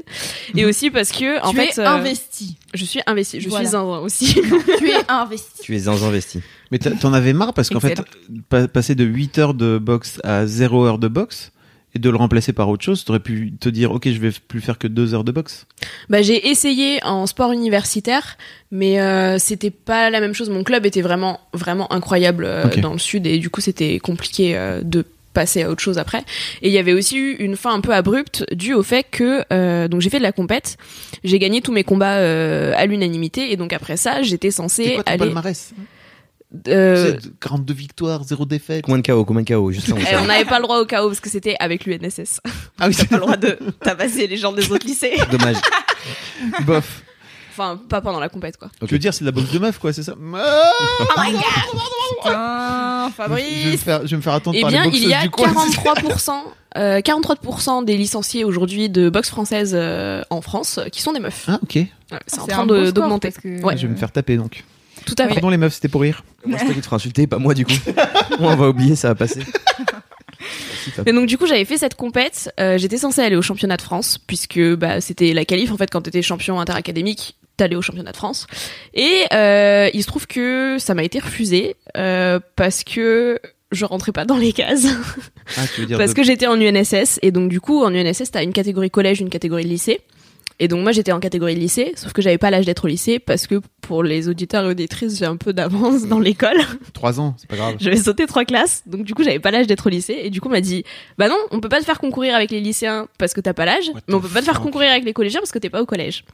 [SPEAKER 2] Et aussi parce que en
[SPEAKER 3] Mhm. tu
[SPEAKER 2] fait
[SPEAKER 3] es
[SPEAKER 2] euh,
[SPEAKER 3] investi.
[SPEAKER 2] je suis investie, je
[SPEAKER 3] Voilà.
[SPEAKER 2] suis zinzin
[SPEAKER 3] [LAUGHS]
[SPEAKER 2] aussi.
[SPEAKER 3] tu es
[SPEAKER 2] [LAUGHS]
[SPEAKER 3] investi.
[SPEAKER 6] Tu es investi.
[SPEAKER 5] Mais t'as- t'en avais marre parce qu'en fait, pa- passer de 8 heures de boxe à 0 heure de boxe et de le remplacer par autre chose, t'aurais pu te dire ok, je vais plus faire que 2 heures de boxe.
[SPEAKER 2] Bah, j'ai essayé en sport universitaire, mais euh, c'était pas la même chose. Mon club était vraiment, vraiment incroyable euh,
[SPEAKER 5] Ok.
[SPEAKER 2] dans le sud et du coup, c'était compliqué euh, de passer à autre chose après. Et il y avait aussi eu une fin un peu abrupte due au fait que euh, donc j'ai fait de la compète, j'ai gagné tous mes combats euh, à l'unanimité et donc après ça, j'étais
[SPEAKER 5] C'est
[SPEAKER 2] censée
[SPEAKER 5] quoi ton
[SPEAKER 2] aller.
[SPEAKER 5] palmarès
[SPEAKER 2] euh,
[SPEAKER 5] C'est 42 victoires, 0 défaites.
[SPEAKER 6] Combien de KO Combien de KO Juste ça, on
[SPEAKER 2] eh,
[SPEAKER 6] sait.
[SPEAKER 2] on n'avait pas le droit au chaos parce que c'était avec l'UNSS.
[SPEAKER 5] Ah oui,
[SPEAKER 2] T'as
[SPEAKER 5] c'est
[SPEAKER 2] pas le droit [LAUGHS] de tabasser les gens des autres lycées.
[SPEAKER 6] Dommage.
[SPEAKER 5] [LAUGHS] bof.
[SPEAKER 2] Enfin, pas pendant la compète quoi.
[SPEAKER 5] Tu veux dire, c'est de la boxe de meuf, quoi, c'est ça Ah
[SPEAKER 3] Putain,
[SPEAKER 5] je, vais me
[SPEAKER 3] Fabrice.
[SPEAKER 5] faire, je vais me faire attendre
[SPEAKER 2] Oh Eh
[SPEAKER 5] par
[SPEAKER 2] bien,
[SPEAKER 5] les
[SPEAKER 2] il y a
[SPEAKER 5] boxeuses du coin.
[SPEAKER 2] 43%, euh, 43% des licenciés aujourd'hui de boxe française euh, en France euh, qui sont des meufs.
[SPEAKER 5] Ah, ok.
[SPEAKER 2] Ouais, c'est en
[SPEAKER 3] C'est
[SPEAKER 2] train
[SPEAKER 3] un
[SPEAKER 2] de-
[SPEAKER 3] bon score,
[SPEAKER 2] d'augmenter.
[SPEAKER 3] parce Ah que-
[SPEAKER 2] Ouais.
[SPEAKER 5] Je vais me faire taper donc.
[SPEAKER 2] Tout à fait.
[SPEAKER 5] Pardon les meufs, c'était pour rire.
[SPEAKER 6] Moi, je crois qu'il te fera insulter, pas moi [LAUGHS] du coup. on va oublier, ça va [LAUGHS] passer. Merci, Fab.
[SPEAKER 2] Mais donc du coup j'avais fait cette compète, euh, j'étais censée aller au championnat de France puisque bah, c'était la qualif en fait quand t'étais champion interacadémique t'allais au championnat de France et euh, il se trouve que ça m'a été refusé euh, parce que je rentrais pas dans les cases
[SPEAKER 5] Ah, tu veux dire
[SPEAKER 2] Parce que j'étais en UNSS et donc du coup en UNSS t'as une catégorie collège, une catégorie lycée. Et donc moi j'étais en catégorie lycée, sauf que j'avais pas l'âge d'être au lycée parce que pour les auditeurs et auditrices j'ai un peu d'avance dans l'école.
[SPEAKER 5] 3 ans, c'est pas grave.
[SPEAKER 2] J'avais sauté trois classes, donc du coup j'avais pas l'âge d'être au lycée. Et du coup on m'a dit bah non on peut pas te faire concourir avec les lycéens parce que t'as pas l'âge, mais on peut pas te faire concourir avec les collégiens parce que t'es pas au collège.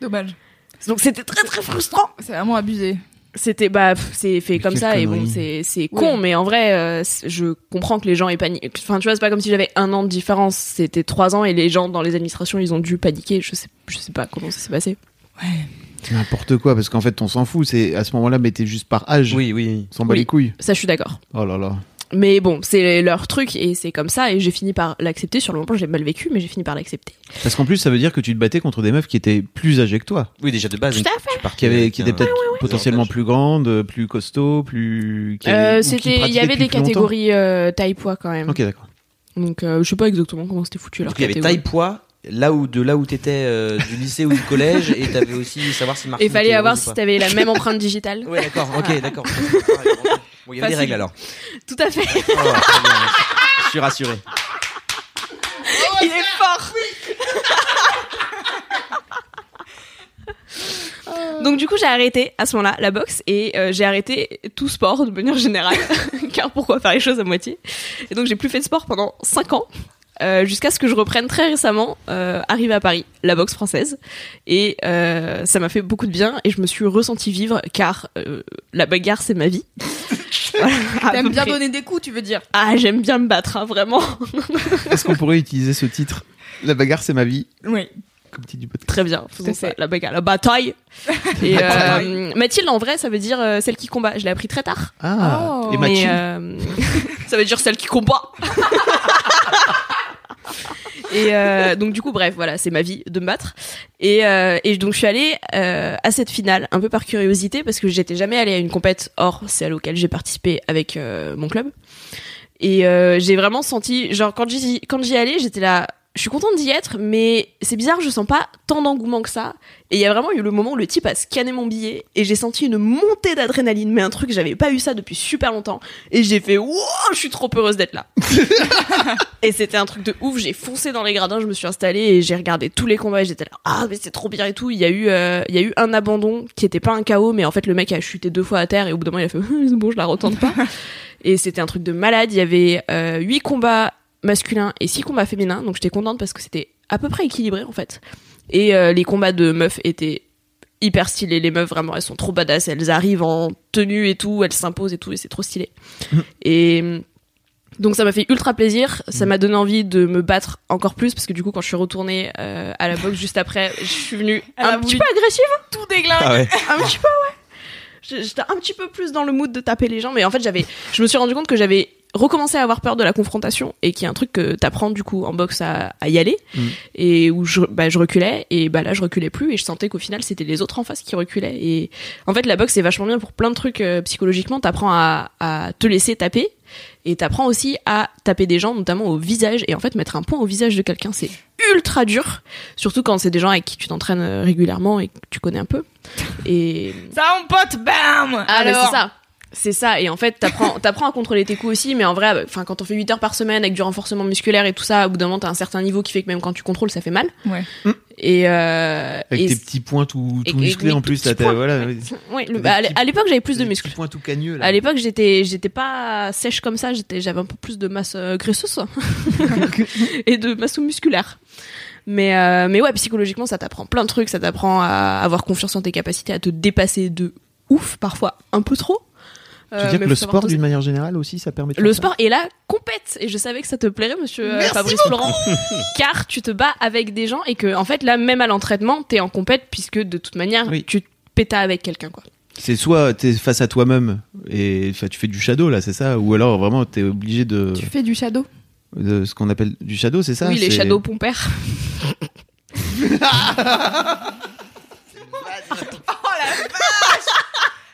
[SPEAKER 3] Dommage.
[SPEAKER 2] Donc c'était très très frustrant.
[SPEAKER 3] C'est vraiment abusé.
[SPEAKER 2] C'était bah pff, c'est fait
[SPEAKER 5] Mais
[SPEAKER 2] comme
[SPEAKER 5] quelle
[SPEAKER 2] ça et bon
[SPEAKER 5] connerie.
[SPEAKER 2] c'est c'est con mais en vrai euh, c'est- je comprends que les gens aient paniqué. Enfin tu vois c'est pas comme si j'avais un an de différence c'était trois ans et les gens dans les administrations ils ont dû paniquer je sais je sais pas comment ça s'est passé.
[SPEAKER 5] N'importe quoi, parce qu'en fait on s'en fout, c'est à ce moment-là, mais t'es juste par âge.
[SPEAKER 6] Oui, oui.
[SPEAKER 5] On s'en bat
[SPEAKER 2] Oui.
[SPEAKER 5] les couilles.
[SPEAKER 2] Ça je suis d'accord.
[SPEAKER 5] Oh là là.
[SPEAKER 2] Mais bon, c'est leur truc et c'est comme ça et j'ai fini par l'accepter. Sur le moment, j'ai mal vécu, mais j'ai fini par l'accepter.
[SPEAKER 5] Parce qu'en plus, ça veut dire que tu te battais contre des meufs qui étaient plus âgées que toi.
[SPEAKER 6] Oui, déjà de base.
[SPEAKER 2] Tout à
[SPEAKER 6] tu pars
[SPEAKER 5] Qui, avaient, qui étaient peut-être potentiellement
[SPEAKER 6] Avantage.
[SPEAKER 5] plus grandes, plus costauds, plus. qui avaient-
[SPEAKER 2] Euh,
[SPEAKER 5] ou qui
[SPEAKER 2] c'était, il y
[SPEAKER 5] pratiquaient
[SPEAKER 2] avait des
[SPEAKER 5] depuis plus longtemps.
[SPEAKER 2] catégories euh, taille poids quand même.
[SPEAKER 5] Ok, d'accord.
[SPEAKER 2] Donc euh, je sais pas exactement comment c'était foutu leur
[SPEAKER 6] il y avait taille poids là où de là où t'étais euh, du lycée ou du collège et t'avais aussi savoir si Martine
[SPEAKER 2] Il fallait
[SPEAKER 6] était
[SPEAKER 2] avoir
[SPEAKER 6] heureuse ou
[SPEAKER 2] si
[SPEAKER 6] pas.
[SPEAKER 2] t'avais la
[SPEAKER 5] [LAUGHS]
[SPEAKER 2] même empreinte digitale.
[SPEAKER 6] Ouais d'accord ok
[SPEAKER 2] [LAUGHS]
[SPEAKER 6] d'accord. Bon, il y avait des
[SPEAKER 2] Facile.
[SPEAKER 6] règles alors.
[SPEAKER 2] Tout à fait.
[SPEAKER 6] Oh, très bien. Je suis rassuré.
[SPEAKER 2] Il est fort. [LAUGHS] Donc du coup j'ai arrêté à ce moment-là la boxe et euh, j'ai arrêté tout sport de manière générale [LAUGHS] car pourquoi faire les choses à moitié et donc j'ai plus fait de sport pendant 5 ans euh, jusqu'à ce que je reprenne très récemment euh, arrivé à Paris la boxe française et euh, ça m'a fait beaucoup de bien et je me suis ressentie vivre car euh, la bagarre c'est ma vie Voilà, à peu
[SPEAKER 3] [LAUGHS] T'aimes bien
[SPEAKER 2] près.
[SPEAKER 3] donner des coups, tu veux dire
[SPEAKER 2] ah j'aime bien me battre hein, vraiment [LAUGHS]
[SPEAKER 5] Est-ce qu'on pourrait utiliser ce titre La bagarre, c'est ma vie,
[SPEAKER 3] Oui.
[SPEAKER 5] comme titre du podcast
[SPEAKER 2] Très bien,
[SPEAKER 3] Tout
[SPEAKER 2] faisons
[SPEAKER 3] à
[SPEAKER 2] ça.
[SPEAKER 3] fait.
[SPEAKER 2] La bagarre, la bataille. Et euh, Mathilde, en vrai, ça veut dire euh, celle qui combat. Je l'ai appris très tard.
[SPEAKER 5] Ah
[SPEAKER 3] Oh.
[SPEAKER 5] Et
[SPEAKER 2] Mais,
[SPEAKER 5] Mathilde
[SPEAKER 2] euh, [LAUGHS] ça veut dire celle qui combat. et euh, donc du coup, bref, voilà, c'est ma vie de me battre. Et, euh, et donc je suis allée euh, à cette finale un peu par curiosité parce que j'étais jamais allée à une compète hors celle auquel j'ai participé avec euh, mon club. Et euh, j'ai vraiment senti, genre quand j'y quand j'y allais, j'étais là. Je suis contente d'y être, mais c'est bizarre, je sens pas tant d'engouement que ça. Et il y a vraiment eu le moment où le type a scanné mon billet et j'ai senti une montée d'adrénaline, mais un truc, j'avais pas eu ça depuis super longtemps. Et j'ai fait, wow, je suis trop heureuse d'être là. et c'était un truc de ouf, j'ai foncé dans les gradins, je me suis installée et j'ai regardé tous les combats et j'étais là, ah, mais c'est trop bien et tout. Il y a eu, euh, il y a eu un abandon qui était pas un chaos, mais en fait, le mec a chuté deux fois à terre et au bout d'un moment, il a fait, [LAUGHS] c'est bon, je la retente pas. et c'était un truc de malade. Il y avait euh, huit combats masculins et six combats féminins, donc j'étais contente parce que c'était à peu près équilibré en fait. Et euh, les combats de meufs étaient hyper stylés. Les meufs, vraiment, elles sont trop badass. Elles arrivent en tenue et tout, elles s'imposent et tout, et c'est trop stylé. et euh, donc ça m'a fait ultra plaisir. Ça m'a donné envie de me battre encore plus parce que du coup, quand je suis retournée euh, à la boxe juste après, je suis venue
[SPEAKER 3] Elle
[SPEAKER 2] un
[SPEAKER 3] a
[SPEAKER 2] petit
[SPEAKER 3] voulu
[SPEAKER 2] peu agressive,
[SPEAKER 3] Tout déglingue.
[SPEAKER 6] Ah ouais.
[SPEAKER 2] un petit peu, ouais. Je- J'étais un petit peu plus dans le mood de taper les gens, mais en fait, j'avais, je me suis rendu compte que j'avais recommencé à avoir peur de la confrontation et qui est un truc que t'apprends du coup en boxe à, à y aller
[SPEAKER 5] Mm.
[SPEAKER 2] et où je, bah, je reculais et bah là je reculais plus et je sentais qu'au final c'était les autres en face qui reculaient et en fait la boxe c'est vachement bien pour plein de trucs euh, psychologiquement t'apprends à, à te laisser taper et t'apprends aussi à taper des gens notamment au visage et en fait mettre un point au visage de quelqu'un c'est ultra dur surtout quand c'est des gens avec qui tu t'entraînes euh, régulièrement et que tu connais un peu et
[SPEAKER 3] Ça, mon pote, bam
[SPEAKER 2] ah, mais
[SPEAKER 3] Alors,
[SPEAKER 2] c'est ça. C'est ça. Et en fait, t'apprends, [LAUGHS] t'apprends à contrôler tes coups aussi, mais en vrai, bah, enfin, quand on fait 8 heures par semaine avec du renforcement musculaire et tout ça, au bout d'un moment, t'as un certain niveau qui fait que même quand tu contrôles, ça fait mal.
[SPEAKER 3] Ouais.
[SPEAKER 2] Et, euh,
[SPEAKER 5] Mm. Avec
[SPEAKER 2] et
[SPEAKER 5] tes petits points tout,
[SPEAKER 2] et-
[SPEAKER 5] tout
[SPEAKER 2] et-
[SPEAKER 5] musclés
[SPEAKER 2] oui,
[SPEAKER 5] en plus.
[SPEAKER 2] petits
[SPEAKER 5] là, t'as-
[SPEAKER 2] points,
[SPEAKER 5] voilà,
[SPEAKER 2] ouais.
[SPEAKER 5] oui.
[SPEAKER 2] ouais, le- bah,
[SPEAKER 5] des
[SPEAKER 2] à l'é-
[SPEAKER 5] petits-
[SPEAKER 2] à l'époque, j'avais plus de
[SPEAKER 5] Des
[SPEAKER 2] muscles.
[SPEAKER 5] petits points tout cagneux. Là.
[SPEAKER 2] À l'époque, j'étais, j'étais pas sèche comme ça, j'étais, j'avais un peu plus de masse euh, graisseuse [LAUGHS] et de masse musculaire. Mais, euh, mais ouais, psychologiquement, ça t'apprend plein de trucs, ça t'apprend à avoir confiance en tes capacités, à te dépasser de ouf, parfois un peu trop. Euh,
[SPEAKER 5] Tu veux dire que le sport, d'une manière générale aussi, ça permet de
[SPEAKER 2] Le
[SPEAKER 5] faire ça
[SPEAKER 2] sport est la compète et je savais que ça te plairait monsieur euh,
[SPEAKER 3] Merci
[SPEAKER 2] Fabrice Florent [LAUGHS] car tu te bats avec des gens et que en fait là même à l'entraînement t'es en compète puisque de toute manière
[SPEAKER 5] Oui.
[SPEAKER 2] tu te pétas avec quelqu'un quoi.
[SPEAKER 5] C'est soit t'es face à toi-même et enfin, tu fais du shadow là, c'est ça Ou alors vraiment t'es obligé de,
[SPEAKER 3] Tu fais du shadow.
[SPEAKER 5] de ce qu'on appelle du shadow, c'est ça
[SPEAKER 2] oui les
[SPEAKER 5] C'est-
[SPEAKER 2] shadows pompères. [LAUGHS]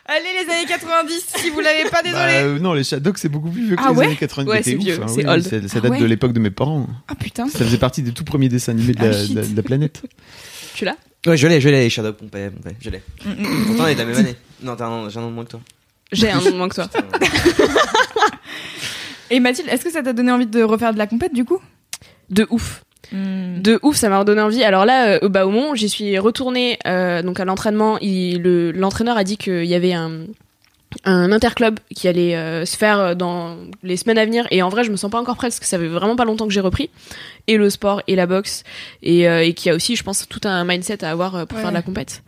[SPEAKER 3] Allez, les années 90, si vous
[SPEAKER 2] [LAUGHS]
[SPEAKER 3] l'avez pas,
[SPEAKER 5] Bah,
[SPEAKER 3] désolé.
[SPEAKER 5] euh, non, les shadows c'est beaucoup plus vieux que
[SPEAKER 3] Ah
[SPEAKER 5] les
[SPEAKER 3] ouais
[SPEAKER 5] années 90.
[SPEAKER 2] Ouais,
[SPEAKER 5] t'es
[SPEAKER 2] c'est
[SPEAKER 5] ouf,
[SPEAKER 2] vieux,
[SPEAKER 5] hein,
[SPEAKER 2] c'est
[SPEAKER 5] oui,
[SPEAKER 2] old.
[SPEAKER 5] Ça, ça
[SPEAKER 3] Ah
[SPEAKER 5] date de
[SPEAKER 3] ouais.
[SPEAKER 5] l'époque de mes parents.
[SPEAKER 3] Ah putain.
[SPEAKER 5] Ça faisait partie des tout premiers dessins animés de la,
[SPEAKER 3] Ah, shit.
[SPEAKER 5] de la- de la planète.
[SPEAKER 2] Tu l'as
[SPEAKER 6] Ouais je l'ai je l'ai Shadow Pompey Pompey, je l'ai.
[SPEAKER 2] Mm,
[SPEAKER 6] Pourtant on est de la même année. Non t'as un, j'ai un an de moins que toi.
[SPEAKER 2] J'ai un nom de moins que toi.
[SPEAKER 3] Et Mathilde, est-ce que ça t'a donné envie de refaire de la compète du coup
[SPEAKER 2] De ouf.
[SPEAKER 3] Hmm.
[SPEAKER 2] De ouf, ça m'a redonné envie. Alors là, euh, au Baumont, j'y suis retournée euh, donc à l'entraînement. Il- le- L'entraîneur a dit qu'il y avait un, un interclub qui allait euh, se faire euh, dans les semaines à venir. Et en vrai, je me sens pas encore prête parce que ça fait vraiment pas longtemps que j'ai repris. Et le sport et la boxe. Et, euh, et qui a aussi, je pense, tout un mindset à avoir euh, pour
[SPEAKER 3] Ouais.
[SPEAKER 2] faire de la compète.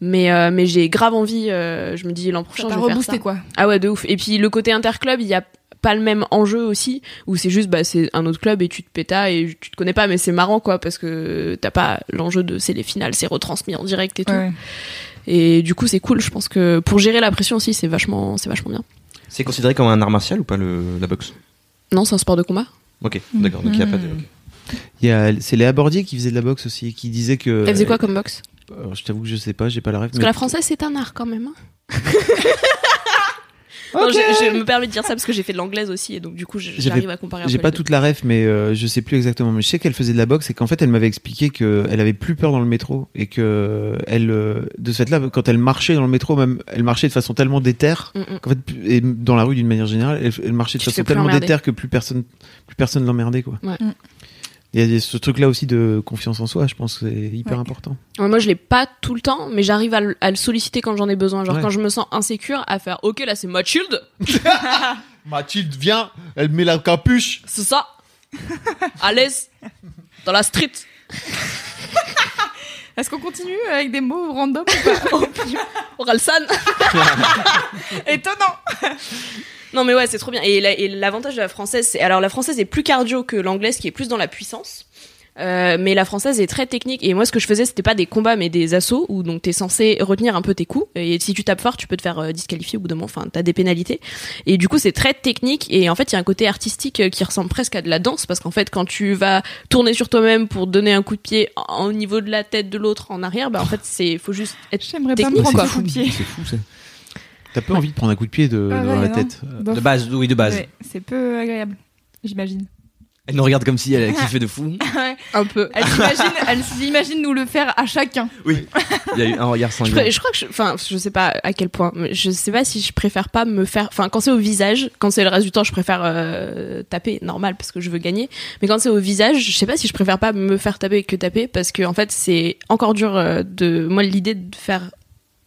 [SPEAKER 2] Mais, euh, mais j'ai grave envie. euh, je me dis l'an prochain,
[SPEAKER 3] Ça
[SPEAKER 2] je
[SPEAKER 3] t'a
[SPEAKER 2] vais faire ça.
[SPEAKER 3] reboosté quoi.
[SPEAKER 2] Ah ouais, de ouf. Et puis le côté interclub, il y a pas le même enjeu aussi, où c'est juste bah c'est un autre club et tu te pétas et tu te connais pas, mais c'est marrant quoi parce que t'as pas l'enjeu de c'est les finales, c'est retransmis en direct et tout.
[SPEAKER 3] Ouais.
[SPEAKER 2] Et du coup c'est cool. Je pense que pour gérer la pression aussi, c'est vachement c'est vachement bien.
[SPEAKER 6] C'est considéré comme un art martial ou pas le, la boxe
[SPEAKER 2] Non, c'est un sport de combat.
[SPEAKER 6] Ok,
[SPEAKER 2] Mm.
[SPEAKER 6] d'accord. Donc il y a pas de.
[SPEAKER 3] Hmm.
[SPEAKER 6] ok.
[SPEAKER 5] Il y a- C'est Léa Bordier qui faisait de la boxe aussi, qui disait que. Euh,
[SPEAKER 2] Elle faisait quoi comme boxe
[SPEAKER 5] Alors, Je t'avoue que je sais pas, j'ai pas la ref.
[SPEAKER 2] Parce
[SPEAKER 5] Euh, mais-
[SPEAKER 2] que la française, c'est un art quand même. hein. Non, je, je me permets de dire ça parce que j'ai fait de l'anglaise aussi et donc du coup je-
[SPEAKER 5] J'ai
[SPEAKER 2] j'arrive
[SPEAKER 5] fait-
[SPEAKER 2] à comparer un peu.
[SPEAKER 5] J'ai
[SPEAKER 2] les
[SPEAKER 5] pas
[SPEAKER 2] deux.
[SPEAKER 5] toute la ref, mais euh, je sais plus exactement. Mais je sais qu'elle faisait de la boxe et qu'en fait, elle m'avait expliqué qu'elle avait plus peur dans le métro et que elle, euh, de ce fait-là, quand elle marchait dans le métro, même, elle marchait de façon tellement déterre
[SPEAKER 2] Mm, mm.
[SPEAKER 5] qu'en fait, plus- et dans la rue d'une manière générale, elle, elle marchait de
[SPEAKER 2] Tu te fais
[SPEAKER 5] façon
[SPEAKER 2] plus
[SPEAKER 5] tellement
[SPEAKER 2] emmerder.
[SPEAKER 5] déterre que plus personne, plus personne l'emmerdait quoi.
[SPEAKER 2] Ouais.
[SPEAKER 3] Mm.
[SPEAKER 5] Il y a- il y a ce truc-là aussi de confiance en soi, je pense que c'est hyper
[SPEAKER 3] Ouais.
[SPEAKER 5] important.
[SPEAKER 2] Ouais, moi je l'ai pas tout le temps, mais j'arrive à, le- à le solliciter quand j'en ai besoin. Genre
[SPEAKER 5] Ouais.
[SPEAKER 2] quand je me sens insécure, à faire ok là c'est ma shield,
[SPEAKER 5] Mathilde vient, elle met la capuche.
[SPEAKER 2] c'est ça, à l'aise, dans la street.
[SPEAKER 3] Est-ce qu'on continue avec des mots random ou
[SPEAKER 2] [LAUGHS] Oralsan.
[SPEAKER 3] pas Étonnant
[SPEAKER 2] Non mais ouais, c'est trop bien. Et la- et l'avantage de la française, c'est alors la française est plus cardio que l'anglaise, qui est plus dans la puissance. Euh, mais la française est très technique et moi ce que je faisais c'était pas des combats mais des assauts où donc t'es censé retenir un peu tes coups et si tu tapes fort tu peux te faire euh, disqualifier au bout d'un moment enfin t'as des pénalités et du coup c'est très technique et en fait il y a un côté artistique euh, qui ressemble presque à de la danse parce qu'en fait quand tu vas tourner sur toi-même pour donner un coup de pied en- au niveau de la tête de l'autre en arrière bah en fait c'est faut juste être
[SPEAKER 3] J'aimerais pas me
[SPEAKER 2] Technique,
[SPEAKER 3] prendre
[SPEAKER 2] quoi.
[SPEAKER 3] un coup de pied.
[SPEAKER 6] C'est fou ça.
[SPEAKER 5] T'as peu envie de prendre un coup de pied de,
[SPEAKER 3] Ah
[SPEAKER 5] dans
[SPEAKER 3] ouais,
[SPEAKER 5] la
[SPEAKER 3] non.
[SPEAKER 5] tête. euh
[SPEAKER 3] Bof.
[SPEAKER 6] De base, oui, de base.
[SPEAKER 3] Ouais, C'est peu agréable, j'imagine.
[SPEAKER 6] Elle nous regarde comme si elle kiffait de fou.
[SPEAKER 2] un peu [LAUGHS]
[SPEAKER 3] Elle s'imagine, elle s'imagine nous le faire à chacun.
[SPEAKER 6] Il y a eu un regard
[SPEAKER 2] Je,
[SPEAKER 6] sanglant.
[SPEAKER 2] pré- je crois que je, enfin, je sais pas à quel point, mais je sais pas si je préfère pas me faire, enfin, quand c'est au visage, quand c'est le reste du temps, je préfère euh, taper, normal, parce que je veux gagner. Mais quand c'est au visage, je sais pas si je préfère pas me faire taper que taper, parce que en fait, c'est encore dur euh, de, moi, l'idée de faire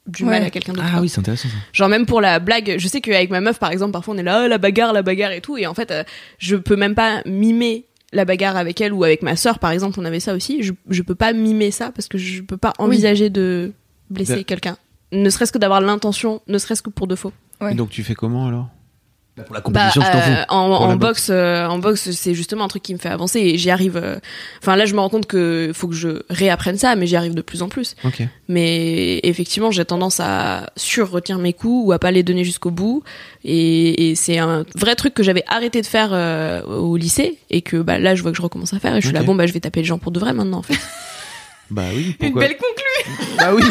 [SPEAKER 2] du mal
[SPEAKER 3] Ouais.
[SPEAKER 2] à quelqu'un d'autre.
[SPEAKER 6] Ah oui, c'est intéressant ça.
[SPEAKER 2] Genre même pour la blague, je sais qu'avec ma meuf, par exemple, parfois on est là, Ah, la bagarre, la bagarre et tout, et en fait, euh, je peux même pas mimer la bagarre avec elle ou avec ma sœur, par exemple, on avait ça aussi. Je, je peux pas mimer ça parce que je peux pas envisager de blesser
[SPEAKER 5] Ben-
[SPEAKER 2] quelqu'un. Ne serait-ce que d'avoir l'intention, ne serait-ce que pour de faux.
[SPEAKER 3] Ouais.
[SPEAKER 5] Et donc tu fais comment alors
[SPEAKER 6] Pour la compétition,
[SPEAKER 2] Bah,
[SPEAKER 6] je t'en
[SPEAKER 2] euh,
[SPEAKER 6] fous.
[SPEAKER 2] en,
[SPEAKER 5] Pour la
[SPEAKER 2] en boxe, euh, en boxe, c'est justement un truc qui me fait avancer et j'y arrive. euh, Enfin là, je me rends compte que faut que je réapprenne ça, mais j'y arrive de plus en plus.
[SPEAKER 5] Ok.
[SPEAKER 2] Mais effectivement, j'ai tendance à sur-retenir mes coups ou à pas les donner jusqu'au bout. Et, et c'est un vrai truc que j'avais arrêté de faire euh, au lycée et que bah, là, je vois que je recommence à faire. Et je suis
[SPEAKER 5] Ok.
[SPEAKER 2] là, bon, bah, je vais taper les gens pour de vrai maintenant, en fait.
[SPEAKER 5] Bah oui.
[SPEAKER 3] Une
[SPEAKER 5] pourquoi
[SPEAKER 3] belle conclusion.
[SPEAKER 5] Bah oui.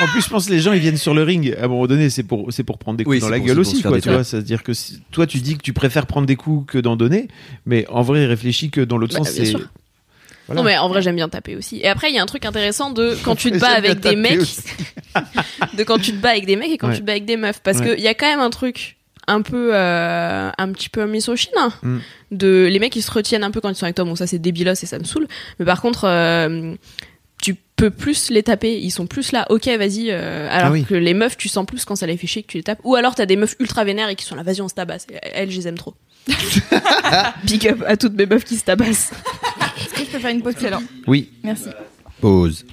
[SPEAKER 5] En plus, je pense que les gens ils viennent sur le ring. À un moment donné, c'est pour c'est pour prendre des coups
[SPEAKER 6] Oui,
[SPEAKER 5] dans
[SPEAKER 6] c'est
[SPEAKER 5] la
[SPEAKER 6] pour-
[SPEAKER 5] gueule
[SPEAKER 6] c'est pour se
[SPEAKER 5] aussi,
[SPEAKER 6] faire
[SPEAKER 5] quoi.
[SPEAKER 6] des
[SPEAKER 5] Tu vois, c'est-à-dire que si- toi, tu dis que tu préfères prendre des coups que d'en donner, mais en vrai, réfléchis que dans l'autre
[SPEAKER 2] Bah,
[SPEAKER 5] sens,
[SPEAKER 2] bien
[SPEAKER 5] c'est
[SPEAKER 2] sûr.
[SPEAKER 5] Voilà.
[SPEAKER 2] Non mais en vrai j'aime bien taper aussi. Et après il y a un truc intéressant de quand tu te bats
[SPEAKER 5] J'aime
[SPEAKER 2] avec
[SPEAKER 5] bien
[SPEAKER 2] des
[SPEAKER 5] taper
[SPEAKER 2] mecs,
[SPEAKER 5] aussi.
[SPEAKER 2] de quand tu te bats avec des mecs et quand
[SPEAKER 5] Ouais.
[SPEAKER 2] tu te bats avec des meufs, parce
[SPEAKER 5] Ouais.
[SPEAKER 2] que il y a quand même un truc un peu euh, un petit peu misogyne hein,
[SPEAKER 5] Mm.
[SPEAKER 2] de les mecs ils se retiennent un peu quand ils sont avec toi bon ça c'est débilos et ça me saoule mais par contre euh, tu peux plus les taper ils sont plus là ok vas-y euh, alors
[SPEAKER 5] Ah oui.
[SPEAKER 2] que les meufs tu sens plus quand ça les fait chier que tu les tapes ou alors t'as des meufs ultra vénères et qui sont là vas-y on se tabasse elles je les aime trop big up à toutes mes meufs qui se tabassent
[SPEAKER 3] Est-ce que je peux faire une pause tout à l'heure
[SPEAKER 5] Oui.
[SPEAKER 3] Merci.
[SPEAKER 6] Pause.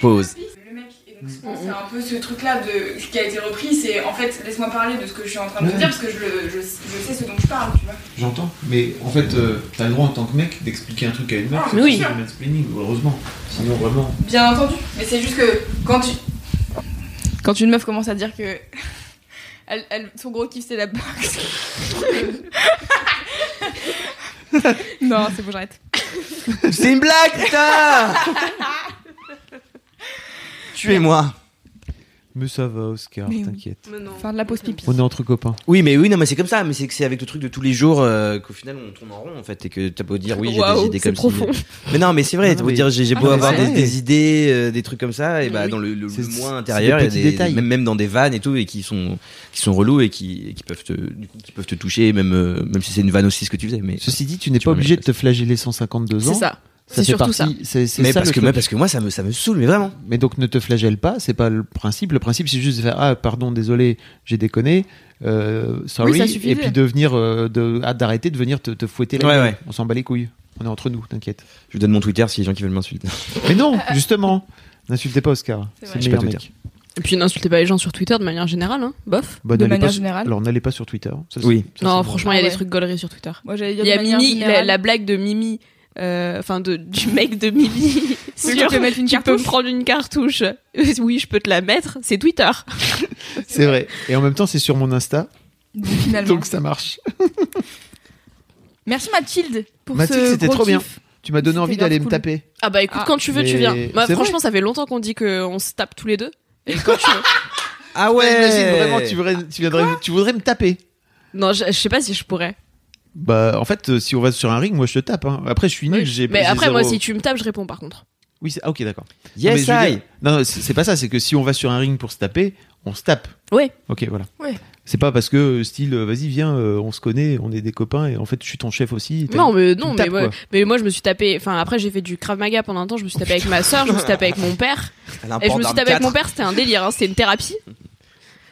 [SPEAKER 6] Pause.
[SPEAKER 3] Le mec, et donc, je pense que c'est un peu ce truc-là de ce qui a été repris, c'est en fait laisse-moi parler de ce que je suis en train de te dire parce que je, le- je, je sais ce dont je parle, tu vois.
[SPEAKER 5] J'entends. Mais en fait, euh, t'as le droit en tant que mec d'expliquer un truc à une
[SPEAKER 3] meuf, Ah,
[SPEAKER 2] c'est oui. pas
[SPEAKER 5] heureusement. Sinon, vraiment.
[SPEAKER 3] Bien entendu, mais c'est juste que quand tu quand une meuf commence à dire que elle, elle- son gros kiff c'est la boxe. [LAUGHS] non, c'est bon, j'arrête.
[SPEAKER 6] C'est une blague,
[SPEAKER 5] [LAUGHS]
[SPEAKER 6] putain Tuez-moi.
[SPEAKER 5] Mais ça va, Oscar.
[SPEAKER 3] Mais oui.
[SPEAKER 5] T'inquiète.
[SPEAKER 3] Fin de la pause pipi.
[SPEAKER 5] On est entre copains.
[SPEAKER 6] Oui, mais oui, non, mais c'est comme ça. Mais c'est que c'est avec le truc de tous les jours euh, qu'au final on tourne en rond en fait et que t'as beau dire oui, j'ai
[SPEAKER 2] Waouh,
[SPEAKER 6] des idées
[SPEAKER 2] c'est
[SPEAKER 6] comme
[SPEAKER 2] profond.
[SPEAKER 6] si. Mais non, mais c'est
[SPEAKER 5] Non,
[SPEAKER 6] vrai. T'as beau
[SPEAKER 5] mais-
[SPEAKER 6] dire j'ai j'ai
[SPEAKER 3] Ah,
[SPEAKER 6] beau
[SPEAKER 3] mais
[SPEAKER 6] avoir
[SPEAKER 5] c'est
[SPEAKER 6] des,
[SPEAKER 5] vrai.
[SPEAKER 6] des idées, euh, des trucs comme ça, et bah
[SPEAKER 2] Oui.
[SPEAKER 6] dans le, le- le
[SPEAKER 5] C'est-
[SPEAKER 6] moins
[SPEAKER 5] c'est
[SPEAKER 6] intérieur, il y
[SPEAKER 5] des
[SPEAKER 6] a
[SPEAKER 5] petits
[SPEAKER 6] des-
[SPEAKER 5] détails.
[SPEAKER 6] même, même dans des vannes et tout et qui sont qui sont relous et qui, et qui peuvent te du coup, qui peuvent te toucher, même euh, même si c'est une vanne aussi ce que tu faisais. Mais
[SPEAKER 5] Ceci dit, tu n'es
[SPEAKER 6] Tu
[SPEAKER 5] pas
[SPEAKER 6] vois, mais-
[SPEAKER 5] obligé de te flageller 152
[SPEAKER 2] c'est
[SPEAKER 5] ans.
[SPEAKER 2] ça
[SPEAKER 5] fait
[SPEAKER 2] c'est surtout ça
[SPEAKER 5] partie- C'est c'est
[SPEAKER 6] mais
[SPEAKER 5] ça
[SPEAKER 6] parce
[SPEAKER 5] le
[SPEAKER 6] que
[SPEAKER 5] truc.
[SPEAKER 6] mais parce que moi ça me ça me saoule, mais vraiment.
[SPEAKER 5] Mais donc ne te flagelle pas, c'est pas le principe. Le principe c'est juste de faire ah pardon désolé j'ai déconné, euh, sorry
[SPEAKER 3] Oui, ça suffisait.
[SPEAKER 5] et puis de venir euh, de ah, d'arrêter de venir te, te fouetter. La
[SPEAKER 6] Ouais,
[SPEAKER 5] gueule.
[SPEAKER 6] ouais.
[SPEAKER 5] On s'en bat les couilles. On est entre nous, t'inquiète.
[SPEAKER 6] Je vous donne mon Twitter si les gens qui veulent m'insulter.
[SPEAKER 5] Mais non, justement, n'insultez pas Oscar.
[SPEAKER 3] C'est
[SPEAKER 5] C'est
[SPEAKER 3] vrai.
[SPEAKER 5] le
[SPEAKER 6] J'ai
[SPEAKER 5] meilleur
[SPEAKER 6] pas
[SPEAKER 5] mec.
[SPEAKER 2] Et puis n'insultez pas les gens sur Twitter de manière générale, hein. Bof.
[SPEAKER 5] Bah,
[SPEAKER 3] De
[SPEAKER 5] n'allez
[SPEAKER 3] manière
[SPEAKER 5] pas sur-
[SPEAKER 3] générale.
[SPEAKER 5] Alors n'allez pas sur Twitter. Ça, c'est-
[SPEAKER 6] Oui.
[SPEAKER 5] ça,
[SPEAKER 2] non,
[SPEAKER 5] c'est
[SPEAKER 2] franchement, il
[SPEAKER 3] vrai.
[SPEAKER 2] y a
[SPEAKER 3] Ah
[SPEAKER 2] des
[SPEAKER 3] ouais.
[SPEAKER 2] trucs gauleries sur Twitter.
[SPEAKER 3] Moi, j'allais dire
[SPEAKER 2] Il y a
[SPEAKER 3] de manière
[SPEAKER 2] Mimi, la,
[SPEAKER 3] générale.
[SPEAKER 2] la blague de Mimi, euh, enfin de, du mec de [LAUGHS] Mimi
[SPEAKER 3] Oui,
[SPEAKER 2] sur
[SPEAKER 3] tu peux mettre une
[SPEAKER 2] tu peux me [LAUGHS]
[SPEAKER 3] cartouche.
[SPEAKER 2] prendre une cartouche. oui, je peux te la mettre. C'est Twitter.
[SPEAKER 5] C'est vrai. Et en même temps, c'est sur mon Insta,
[SPEAKER 3] Donc, [LAUGHS] finalement.
[SPEAKER 5] donc ça marche.
[SPEAKER 3] Merci Mathilde pour
[SPEAKER 5] Mathilde,
[SPEAKER 3] ce
[SPEAKER 5] c'était
[SPEAKER 3] gros
[SPEAKER 5] trop bien.
[SPEAKER 3] kiff.
[SPEAKER 5] Tu m'as donné
[SPEAKER 3] C'était
[SPEAKER 5] envie
[SPEAKER 3] grave
[SPEAKER 5] d'aller me
[SPEAKER 3] cool.
[SPEAKER 5] taper.
[SPEAKER 2] Ah bah écoute,
[SPEAKER 3] Ah,
[SPEAKER 2] quand tu veux, tu
[SPEAKER 5] mais
[SPEAKER 2] viens. Bah,
[SPEAKER 5] c'est
[SPEAKER 2] franchement, ça fait longtemps qu'on dit qu'on se tape tous les deux. Et quand tu veux.
[SPEAKER 5] Ah ouais. Imagine vraiment, tu voudrais, tu, viendrais- tu voudrais me taper.
[SPEAKER 2] Non, je, je sais pas si je pourrais.
[SPEAKER 5] Bah, en fait, euh, si on va sur un ring, moi je te tape. hein. Après, je suis nul. j'ai
[SPEAKER 2] Mais
[SPEAKER 5] j'ai
[SPEAKER 2] après, moi,
[SPEAKER 5] zéro-
[SPEAKER 2] si tu me tapes, je réponds par contre.
[SPEAKER 5] Oui, c'est- ah, ok, d'accord. Non, mais
[SPEAKER 6] Yes,
[SPEAKER 5] je veux
[SPEAKER 6] I.
[SPEAKER 5] dire- Non, non, c'est c'est pas ça. C'est que si on va sur un ring pour se taper, on se tape.
[SPEAKER 2] Oui.
[SPEAKER 5] Ok, voilà.
[SPEAKER 3] Ouais.
[SPEAKER 5] C'est pas parce que euh, style, euh, vas-y, viens, euh, on se connaît, on est des copains, et en fait, je suis ton chef aussi. et t'as-
[SPEAKER 2] Non, mais
[SPEAKER 5] tu
[SPEAKER 2] non,
[SPEAKER 5] me
[SPEAKER 2] mais,
[SPEAKER 5] tapes,
[SPEAKER 2] ouais.
[SPEAKER 5] quoi.
[SPEAKER 2] mais moi, je me suis tapé. Enfin, après, j'ai fait du Krav Maga pendant un temps. Je me suis tapé avec ma soeur, je me suis tapé avec mon père.
[SPEAKER 6] Elle a un
[SPEAKER 2] Et je
[SPEAKER 6] port
[SPEAKER 2] me suis
[SPEAKER 6] d'arme
[SPEAKER 2] tapé avec mon
[SPEAKER 6] 4.
[SPEAKER 2] père, c'était un délire. hein, C'était une thérapie.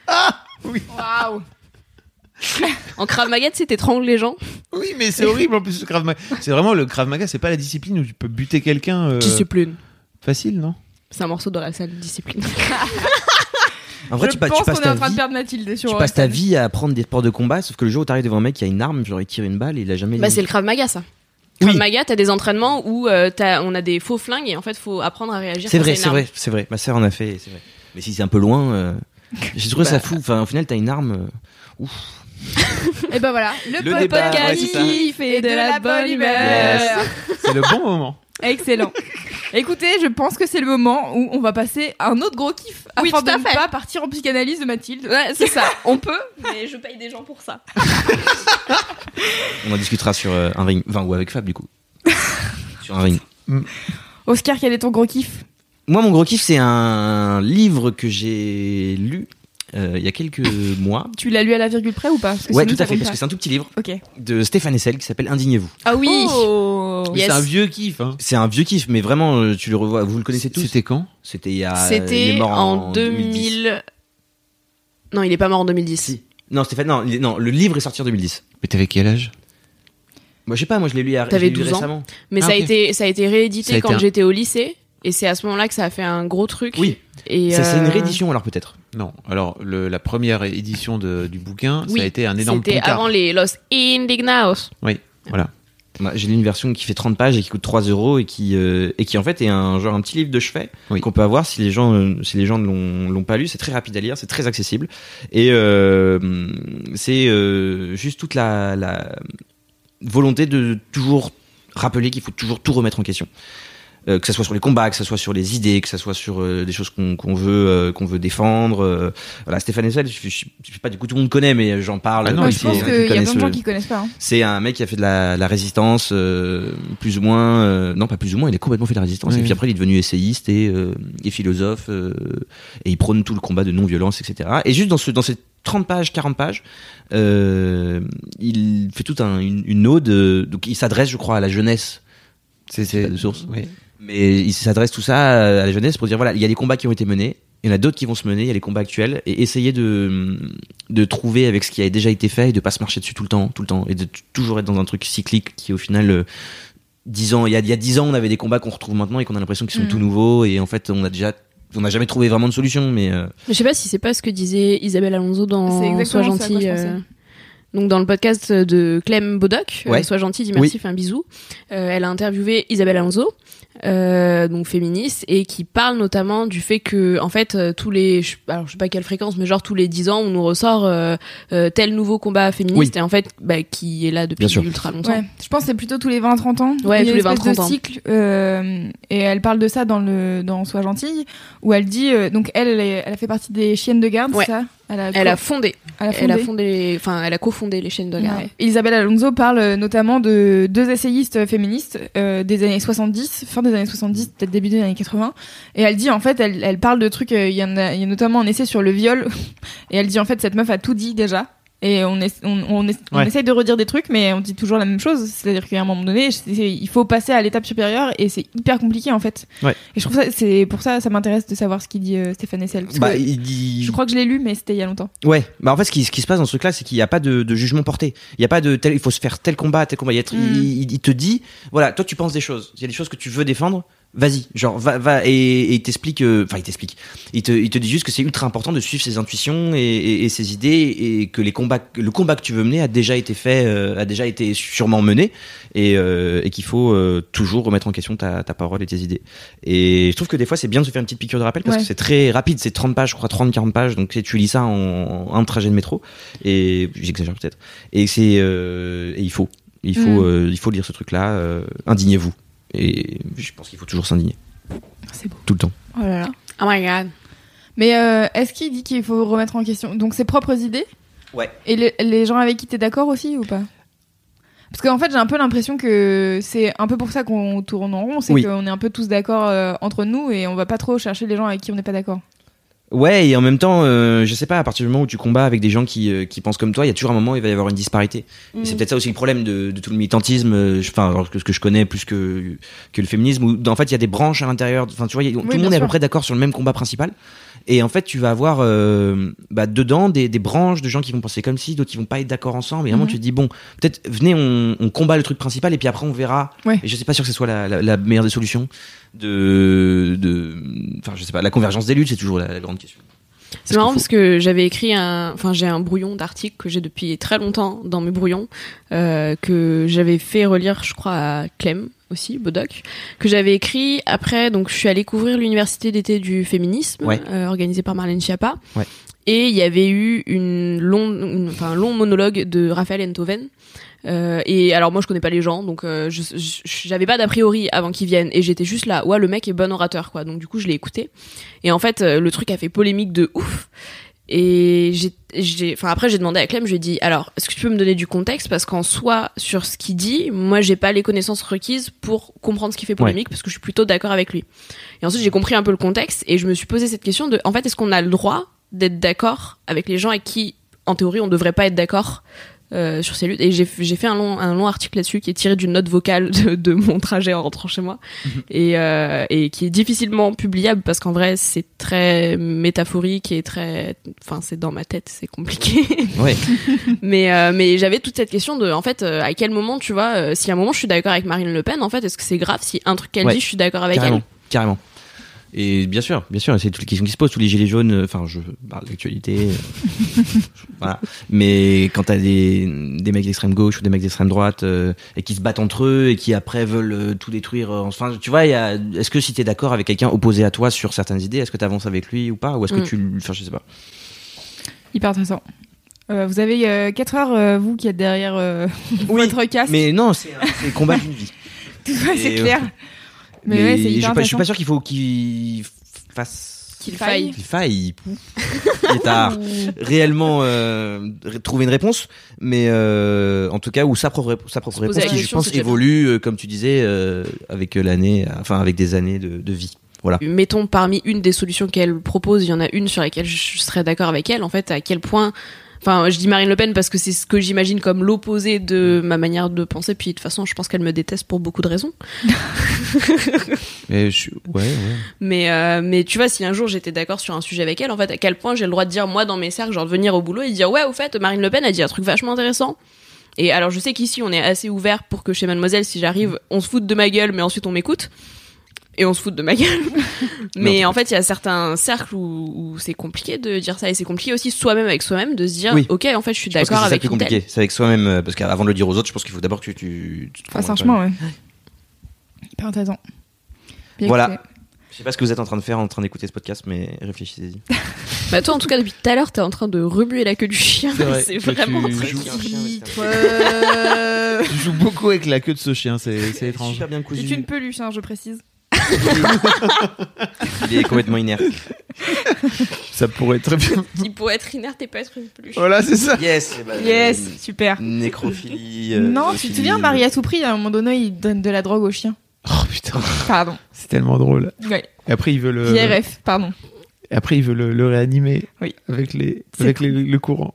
[SPEAKER 6] Ah,
[SPEAKER 3] Waouh.
[SPEAKER 2] En Krav Maga, tu sais, t'étrangles les gens.
[SPEAKER 5] Oui, mais c'est horrible en plus le Krav Maga. C'est vraiment le Krav Maga, c'est pas la discipline où tu peux buter quelqu'un euh,
[SPEAKER 2] Discipline.
[SPEAKER 5] facile, non
[SPEAKER 2] C'est un morceau de la salle, discipline.
[SPEAKER 6] En vrai,
[SPEAKER 3] je
[SPEAKER 6] tu, pas- tu
[SPEAKER 3] pense qu'on
[SPEAKER 6] passes
[SPEAKER 3] est
[SPEAKER 6] ta
[SPEAKER 3] en train de
[SPEAKER 6] vie.
[SPEAKER 3] perdre Mathilde sur.
[SPEAKER 6] Tu passes ta vie à prendre des sports de combat, sauf que le jour où t'arrives devant un mec qui a une arme, genre il tire une balle et il a jamais.
[SPEAKER 2] Bah,
[SPEAKER 6] dit-
[SPEAKER 2] c'est le Krav Maga, ça.
[SPEAKER 6] Oui.
[SPEAKER 2] Krav Maga, t'as des entraînements où euh, t'as- on a des faux flingues et en fait, faut apprendre à réagir.
[SPEAKER 6] C'est
[SPEAKER 2] quand
[SPEAKER 6] vrai,
[SPEAKER 2] t'as une
[SPEAKER 6] c'est
[SPEAKER 2] arme.
[SPEAKER 6] vrai, c'est vrai. Ma sœur en a fait, et c'est vrai. Mais si c'est un peu
[SPEAKER 2] [LAUGHS]
[SPEAKER 6] loin, euh, j'ai trouvé
[SPEAKER 2] Bah.
[SPEAKER 6] ça fou. Enfin, au final, t'as une arme. euh,
[SPEAKER 3] Et ben voilà, le,
[SPEAKER 6] Le débat,
[SPEAKER 3] podcast
[SPEAKER 6] ouais, c'est ça.
[SPEAKER 3] kiff et de la bonne humeur.
[SPEAKER 6] Yes.
[SPEAKER 5] C'est le bon moment.
[SPEAKER 3] Excellent. Écoutez, je pense que c'est le moment où on va passer à un autre gros kiff
[SPEAKER 2] Oui,
[SPEAKER 3] afin
[SPEAKER 2] tout à
[SPEAKER 3] de ne
[SPEAKER 2] fait.
[SPEAKER 3] pas partir en psychanalyse de Mathilde.
[SPEAKER 2] Ouais, c'est ça. On peut, mais je paye des gens pour ça.
[SPEAKER 6] On en discutera sur euh, un ring, enfin ou avec Fab
[SPEAKER 2] [LAUGHS]
[SPEAKER 6] du coup. sur un ring.
[SPEAKER 3] Oscar, quel est ton gros kiff
[SPEAKER 6] Moi, mon gros kiff, c'est un livre que j'ai lu euh, il y a quelques mois.
[SPEAKER 3] Tu l'as lu à la virgule près ou pas Parce que
[SPEAKER 6] Ouais,
[SPEAKER 3] sinon,
[SPEAKER 6] tout
[SPEAKER 3] ça
[SPEAKER 6] à fait,
[SPEAKER 3] compte
[SPEAKER 6] parce que c'est un tout petit livre
[SPEAKER 3] pas. Ok.
[SPEAKER 6] de Stéphane Essel qui s'appelle Indignez-vous.
[SPEAKER 2] Ah oui.
[SPEAKER 5] Mais
[SPEAKER 2] Oh. Yes.
[SPEAKER 5] C'est un vieux kiff. Hein.
[SPEAKER 6] C'est un vieux kiff, mais vraiment, euh, tu le revois, vous le connaissez tous.
[SPEAKER 5] C'était quand
[SPEAKER 6] C'était il y a. Ah, euh, il est
[SPEAKER 2] C'était
[SPEAKER 6] mort
[SPEAKER 2] en
[SPEAKER 6] 2010.
[SPEAKER 2] 2000. Non, il est pas mort en 2010.
[SPEAKER 6] Si. Non, Stéphane, non, il est- non, le livre est sorti en 2010.
[SPEAKER 5] Mais t'avais quel âge
[SPEAKER 6] Moi, je sais pas, moi je l'ai lu, à- je
[SPEAKER 2] T'avais
[SPEAKER 6] l'ai lu
[SPEAKER 2] 12 ans.
[SPEAKER 6] récemment.
[SPEAKER 2] Mais
[SPEAKER 5] Ah,
[SPEAKER 2] ça,
[SPEAKER 5] ok.
[SPEAKER 2] a été, ça a été réédité
[SPEAKER 5] Ça a été
[SPEAKER 2] quand
[SPEAKER 5] un-
[SPEAKER 2] j'étais au lycée. Et c'est à ce moment-là que ça a fait un gros truc.
[SPEAKER 6] Oui.
[SPEAKER 2] Et
[SPEAKER 6] Ça, c'est une
[SPEAKER 2] euh,
[SPEAKER 6] réédition alors peut-être.
[SPEAKER 5] Non. Alors, le- la première édition de- du bouquin,
[SPEAKER 2] Oui.
[SPEAKER 5] ça a été un énorme
[SPEAKER 2] C'était
[SPEAKER 5] pancart.
[SPEAKER 2] avant les Los Indignados.
[SPEAKER 5] Oui, voilà.
[SPEAKER 6] Moi, Bah, J'ai lu une version qui fait 30 pages et qui coûte 3 euros et qui, euh, et qui en fait est un genre un petit livre de chevet
[SPEAKER 5] Oui.
[SPEAKER 6] qu'on peut avoir si les gens, euh, si les gens ne l'ont l'ont pas lu. C'est très rapide à lire, c'est très accessible. Et euh, c'est euh, juste toute la, la volonté de toujours rappeler qu'il faut toujours tout remettre en question. Euh, que ça soit sur les combats, que ça soit sur les idées, que ça soit sur euh, des choses qu'on qu'on veut, euh, qu'on veut défendre. euh. voilà, Stéphane Essel, je, je- je sais pas du coup tout le monde connaît, mais j'en parle.
[SPEAKER 5] Ah non,
[SPEAKER 3] Moi,
[SPEAKER 5] mais
[SPEAKER 3] je
[SPEAKER 5] c'est-
[SPEAKER 3] pense
[SPEAKER 5] tu
[SPEAKER 3] qu'il y a plein de gens
[SPEAKER 6] qui
[SPEAKER 3] qui connaissent pas. hein.
[SPEAKER 6] c'est un mec qui a fait de la, la résistance, euh, plus ou moins. euh, non, pas plus ou moins, il a complètement fait de la résistance.
[SPEAKER 5] Oui,
[SPEAKER 6] Et puis
[SPEAKER 5] oui.
[SPEAKER 6] après, il est devenu essayiste et, euh, et philosophe. euh, et il prône tout le combat de non-violence, etc. Et juste dans, ce, dans ces 30 pages, 40 pages, euh, il fait toute un- une, une ode. euh, donc il s'adresse, je crois, à la jeunesse.
[SPEAKER 5] C'était
[SPEAKER 6] pas de source.
[SPEAKER 5] Euh, Oui.
[SPEAKER 6] Mais il s'adresse tout ça à la jeunesse pour dire voilà, il y a des combats qui ont été menés, il y en a d'autres qui vont se mener, il y a les combats actuels, et essayer de, de trouver avec ce qui a déjà été fait et de pas se marcher dessus tout le temps, tout le temps, et de t- toujours être dans un truc cyclique qui au final. euh, 10 ans, il y a, il y a 10 ans, on avait des combats qu'on retrouve maintenant et qu'on a l'impression qu'ils sont
[SPEAKER 3] Mm.
[SPEAKER 6] tout nouveaux, et en fait, on a déjà. On n'a jamais trouvé vraiment de solution, mais euh,
[SPEAKER 2] Mais je sais pas si c'est pas ce que disait Isabelle Alonso
[SPEAKER 3] C'est
[SPEAKER 2] dans Sois
[SPEAKER 3] exactement ça à quoi je
[SPEAKER 2] gentil.
[SPEAKER 3] pensais.
[SPEAKER 2] euh, Donc dans le podcast de Clem Bodoc, euh,
[SPEAKER 6] Ouais.
[SPEAKER 2] Sois gentil, dis
[SPEAKER 6] Oui.
[SPEAKER 2] merci, fais un bisou. Euh, elle a interviewé Isabelle Alonso, euh, donc féministe, et qui parle notamment du fait que en fait euh, tous les, je- alors je sais pas quelle fréquence, mais genre tous les 10 ans on nous ressort euh, euh, tel nouveau combat féministe et en fait bah, qui est là depuis
[SPEAKER 6] Bien sûr.
[SPEAKER 2] ultra longtemps.
[SPEAKER 3] Ouais, je pense que c'est plutôt tous les 20-30 ans.
[SPEAKER 2] Ouais,
[SPEAKER 3] Il y
[SPEAKER 2] tous les
[SPEAKER 3] a une espèce
[SPEAKER 2] 20-30
[SPEAKER 3] de
[SPEAKER 2] ans.
[SPEAKER 3] cycle. euh, et elle parle de ça dans le dans Sois gentille, où elle dit euh, donc elle elle, est- elle a fait partie des chiennes de garde,
[SPEAKER 2] Ouais.
[SPEAKER 3] c'est ça. Elle a,
[SPEAKER 2] Elle a fondé,
[SPEAKER 3] elle a
[SPEAKER 2] elle a
[SPEAKER 3] fondé.
[SPEAKER 2] fondé, enfin elle a cofondé les chaînes de garde.
[SPEAKER 3] Ouais. Isabelle Alonso parle euh, notamment de deux essayistes féministes euh, des années 70, fin des années 70, peut-être début des années 80. Et elle dit, en fait, elle, elle parle de trucs, euh, il y, en a- il y a notamment un essai sur le viol. [LAUGHS] Et elle dit, en fait, cette meuf a tout dit déjà. Et on, es- on, on, es- on
[SPEAKER 5] Ouais.
[SPEAKER 3] essaye de redire des trucs, mais on dit toujours la même chose. C'est-à-dire qu'à un moment donné, c'est- il faut passer à l'étape supérieure et c'est hyper compliqué, en fait.
[SPEAKER 5] Ouais.
[SPEAKER 3] Et je trouve ça, c'est pour ça, ça m'intéresse de savoir ce qu'il dit euh, Stéphane Essel. Parce
[SPEAKER 6] bah,
[SPEAKER 3] que
[SPEAKER 6] il dit-
[SPEAKER 3] je crois que je l'ai lu, mais c'était il y a longtemps.
[SPEAKER 6] Ouais, bah en fait ce qui, ce qui se passe dans ce truc là c'est qu'il n'y a pas de, de jugement porté. Il y a pas de tel il faut se faire tel combat, tel combat. Il, y a tr-
[SPEAKER 3] Mm.
[SPEAKER 6] il- il- il te dit voilà, toi tu penses des choses, il y a des choses que tu veux défendre, Vas-y, genre va, va et, et il t'explique, euh, enfin il t'explique, il te, il te dit juste que c'est ultra important de suivre ses intuitions et, et- et ses idées et que les combats, que le combat que tu veux mener a déjà été fait, euh, a déjà été sûrement mené et, euh, et qu'il faut euh, toujours remettre en question ta, ta parole et tes idées. Et je trouve que des fois c'est bien de se faire une petite piqûre de rappel parce
[SPEAKER 3] Ouais.
[SPEAKER 6] que c'est très rapide, c'est 30 pages, je crois 30-40 pages, donc c'est- tu lis ça en, en un trajet de métro et j'exagère peut-être. Et c'est euh, et il faut, il faut,
[SPEAKER 3] Mm.
[SPEAKER 6] euh, il faut lire ce truc-là. euh, indignez-vous. Et je pense qu'il faut toujours s'indigner.
[SPEAKER 3] C'est beau.
[SPEAKER 6] Tout le temps.
[SPEAKER 3] Oh là là.
[SPEAKER 2] Oh my god.
[SPEAKER 3] Mais euh, est-ce qu'il dit qu'il faut remettre en question donc ses propres idées
[SPEAKER 6] Ouais.
[SPEAKER 3] Et le- les gens avec qui t'es d'accord aussi ou pas Parce qu'en fait, j'ai un peu l'impression que c'est un peu pour ça qu'on tourne en rond, c'est
[SPEAKER 6] Oui.
[SPEAKER 3] qu'on est un peu tous d'accord euh, entre nous et on va pas trop chercher les gens avec qui on n'est pas d'accord.
[SPEAKER 6] Ouais, et en même temps, euh, je sais pas, à partir du moment où tu combats avec des gens qui, euh, qui pensent comme toi, il y a toujours un moment où il va y avoir une disparité. Et
[SPEAKER 3] Mhm.
[SPEAKER 6] c'est peut-être ça aussi le problème de, de tout le militantisme, euh, je- enfin, alors que ce que je connais plus que, que le féminisme, où en fait il y a des branches à l'intérieur, enfin tu vois, il y a- tout
[SPEAKER 3] bien
[SPEAKER 6] le monde est à
[SPEAKER 3] sûr.
[SPEAKER 6] peu près d'accord sur le même combat principal. Et en fait, tu vas avoir euh, bah, dedans des, des branches de gens qui vont penser comme si, d'autres qui vont pas être d'accord ensemble. Et vraiment,
[SPEAKER 3] Mhm.
[SPEAKER 6] tu te dis, bon, peut-être venez, on, on combat le truc principal et puis après on verra.
[SPEAKER 3] Ouais.
[SPEAKER 6] Et je sais pas sûr que ce soit la, la- la meilleure des solutions de. de- Enfin, je sais pas, la convergence des luttes, c'est toujours la, la grande question.
[SPEAKER 2] C'est marrant parce que j'avais écrit un, enfin j'ai un brouillon d'article que j'ai depuis très longtemps dans mes brouillons euh, que j'avais fait relire, je crois à Clem aussi, Bodoc, que j'avais écrit après. Donc je suis allée couvrir l'université d'été du féminisme
[SPEAKER 6] Ouais.
[SPEAKER 2] euh, organisée par Marlène Schiappa.
[SPEAKER 6] Ouais.
[SPEAKER 2] Et il y avait eu une long, une- enfin un long monologue de Raphaël Enthoven. Euh, et alors moi je connais pas les gens donc euh, je- je- j'avais pas d'a priori avant qu'ils viennent et j'étais juste là ouais le mec est bon orateur quoi donc du coup je l'ai écouté et en fait euh, le truc a fait polémique de ouf et j'ai- j'ai enfin après j'ai demandé à Clem je lui ai dit alors est-ce que tu peux me donner du contexte parce qu'en soi sur ce qu'il dit moi j'ai pas les connaissances requises pour comprendre ce qui fait polémique parce que je suis plutôt d'accord avec lui et ensuite j'ai compris un peu le contexte et je me suis posé cette question de en fait est-ce qu'on a le droit d'être d'accord avec les gens avec qui en théorie on devrait pas être d'accord euh, sur ces luttes et j'ai j'ai fait un long un long article là-dessus qui est tiré d'une note vocale de, de mon trajet en rentrant chez moi et euh, et qui est difficilement publiable parce qu'en vrai c'est très métaphorique et très enfin c'est dans ma tête c'est
[SPEAKER 6] [LAUGHS]
[SPEAKER 2] compliqué
[SPEAKER 6] Ouais.
[SPEAKER 2] [LAUGHS] mais euh, mais j'avais toute cette question de en fait euh, à quel moment tu vois euh, si à un moment je suis d'accord avec Marine Le Pen en fait est-ce que c'est grave si un truc qu'elle
[SPEAKER 6] Ouais.
[SPEAKER 2] dit je suis d'accord avec
[SPEAKER 6] carrément,
[SPEAKER 2] elle
[SPEAKER 6] Carrément. Et bien sûr, bien sûr, c'est toutes les questions qui se posent, tous les gilets jaunes, euh, enfin, je parle
[SPEAKER 2] [LAUGHS]
[SPEAKER 6] d'actualité, euh, voilà. Mais quand t'as des, des mecs d'extrême gauche ou des mecs d'extrême droite, euh, et qui se battent entre eux, et qui après veulent euh, tout détruire, euh, enfin, tu vois, il y a- est-ce que si t'es d'accord avec quelqu'un opposé à toi sur certaines idées, est-ce que t'avances avec lui ou pas, ou est-ce que
[SPEAKER 2] Mm.
[SPEAKER 6] tu, le- enfin, je sais pas.
[SPEAKER 3] Hyper intéressant. Euh, vous avez 4 heures, euh, vous qui êtes derrière
[SPEAKER 6] [LAUGHS]
[SPEAKER 3] euh, votre
[SPEAKER 2] Ah,
[SPEAKER 3] casque. [LAUGHS]
[SPEAKER 6] Mais non, c'est un- c'est le combat d'une vie.
[SPEAKER 3] Tout ça, c'est
[SPEAKER 6] Et, euh,
[SPEAKER 3] clair. Mais, ouais, c'est
[SPEAKER 6] je, suis
[SPEAKER 3] hyper
[SPEAKER 6] pas- je suis
[SPEAKER 3] intéressant.
[SPEAKER 6] pas sûr qu'il faut qu'il fasse,
[SPEAKER 2] qu'il faille
[SPEAKER 6] qu'il faille,
[SPEAKER 3] [LAUGHS]
[SPEAKER 6] il est à- réellement euh, ré- trouver une réponse, mais euh, en tout cas où sa propre, rép- sa propre
[SPEAKER 2] poser
[SPEAKER 6] réponse,
[SPEAKER 2] la
[SPEAKER 6] qui je
[SPEAKER 2] question,
[SPEAKER 6] pense
[SPEAKER 2] c'est déjà
[SPEAKER 6] évolue, euh, comme tu disais, euh, avec l'année, euh, enfin avec des années de, de vie. Voilà.
[SPEAKER 2] mettons parmi une des solutions qu'elle propose, il y en a une sur laquelle je serais d'accord avec elle. En fait, à quel point, enfin, je dis Marine Le Pen parce que c'est ce que j'imagine comme l'opposé de ma manière de penser. Puis de toute façon, je pense qu'elle me déteste pour beaucoup de raisons.
[SPEAKER 6] Mais je- ouais, ouais.
[SPEAKER 2] Mais euh, mais tu vois, si un jour j'étais d'accord sur un sujet avec elle, en fait, à quel point j'ai le droit de dire moi dans mes cercles, genre de venir au boulot et de dire ouais, au fait, Marine Le Pen a dit un truc vachement intéressant. Et alors je sais qu'ici on est assez ouvert pour que chez Mademoiselle, si j'arrive, on se fout de ma gueule, mais ensuite on m'écoute. Et on se fout de ma gueule. mais en fait, il y a certains cercles où, où c'est compliqué de dire ça. Et c'est compliqué aussi soi-même avec soi-même de se dire,
[SPEAKER 6] Oui.
[SPEAKER 2] ok, en fait, je suis
[SPEAKER 6] Je pense que
[SPEAKER 2] d'accord
[SPEAKER 6] c'est ça le
[SPEAKER 2] avec
[SPEAKER 6] plus
[SPEAKER 2] une telle.
[SPEAKER 6] compliqué, c'est avec soi-même, euh, parce qu'avant de le dire aux autres, je pense qu'il faut d'abord que tu. tu te
[SPEAKER 3] Enfin, c'est un
[SPEAKER 6] convainques
[SPEAKER 3] chemin, ouais. Hyper intéressant. Bien
[SPEAKER 6] Voilà.
[SPEAKER 3] écouté.
[SPEAKER 6] toi-même. Je sais pas ce que vous êtes en train de faire en train d'écouter ce podcast, mais réfléchissez-y.
[SPEAKER 2] Bah toi, en tout cas, depuis tout à l'heure, t'es en train de remuer la queue du chien.
[SPEAKER 5] C'est
[SPEAKER 2] [LAUGHS]
[SPEAKER 5] vrai
[SPEAKER 2] C'est
[SPEAKER 5] que
[SPEAKER 2] vraiment
[SPEAKER 5] tu
[SPEAKER 2] très
[SPEAKER 5] joues-
[SPEAKER 2] bizarre.
[SPEAKER 3] Euh.
[SPEAKER 5] [LAUGHS] Tu joues beaucoup avec la queue de ce chien, c'est c'est étrange.
[SPEAKER 6] Super bien
[SPEAKER 3] C'est une
[SPEAKER 6] cousu.
[SPEAKER 3] peluche, hein, je précise.
[SPEAKER 6] Il est
[SPEAKER 3] [LAUGHS]
[SPEAKER 6] complètement inerte.
[SPEAKER 5] Ça pourrait être très bien. [LAUGHS]
[SPEAKER 2] Il peut être inerte et pas être une peluche.
[SPEAKER 5] Voilà, c'est ça.
[SPEAKER 6] Yes.
[SPEAKER 5] Euh,
[SPEAKER 3] Yes, super.
[SPEAKER 6] Nécrophilie. euh,
[SPEAKER 3] Non, tu te
[SPEAKER 6] zoophilie.
[SPEAKER 3] souviens, Marie à tout prix, à un moment donné, il donne de la drogue aux chiens.
[SPEAKER 5] Oh putain,
[SPEAKER 3] Pardon.
[SPEAKER 5] c'est tellement drôle.
[SPEAKER 3] Ouais.
[SPEAKER 5] Et après, il veut le.
[SPEAKER 3] IRF, pardon.
[SPEAKER 5] et après, il veut le, le réanimer.
[SPEAKER 3] Oui.
[SPEAKER 5] Avec les,
[SPEAKER 3] C'est
[SPEAKER 5] avec les- le courant.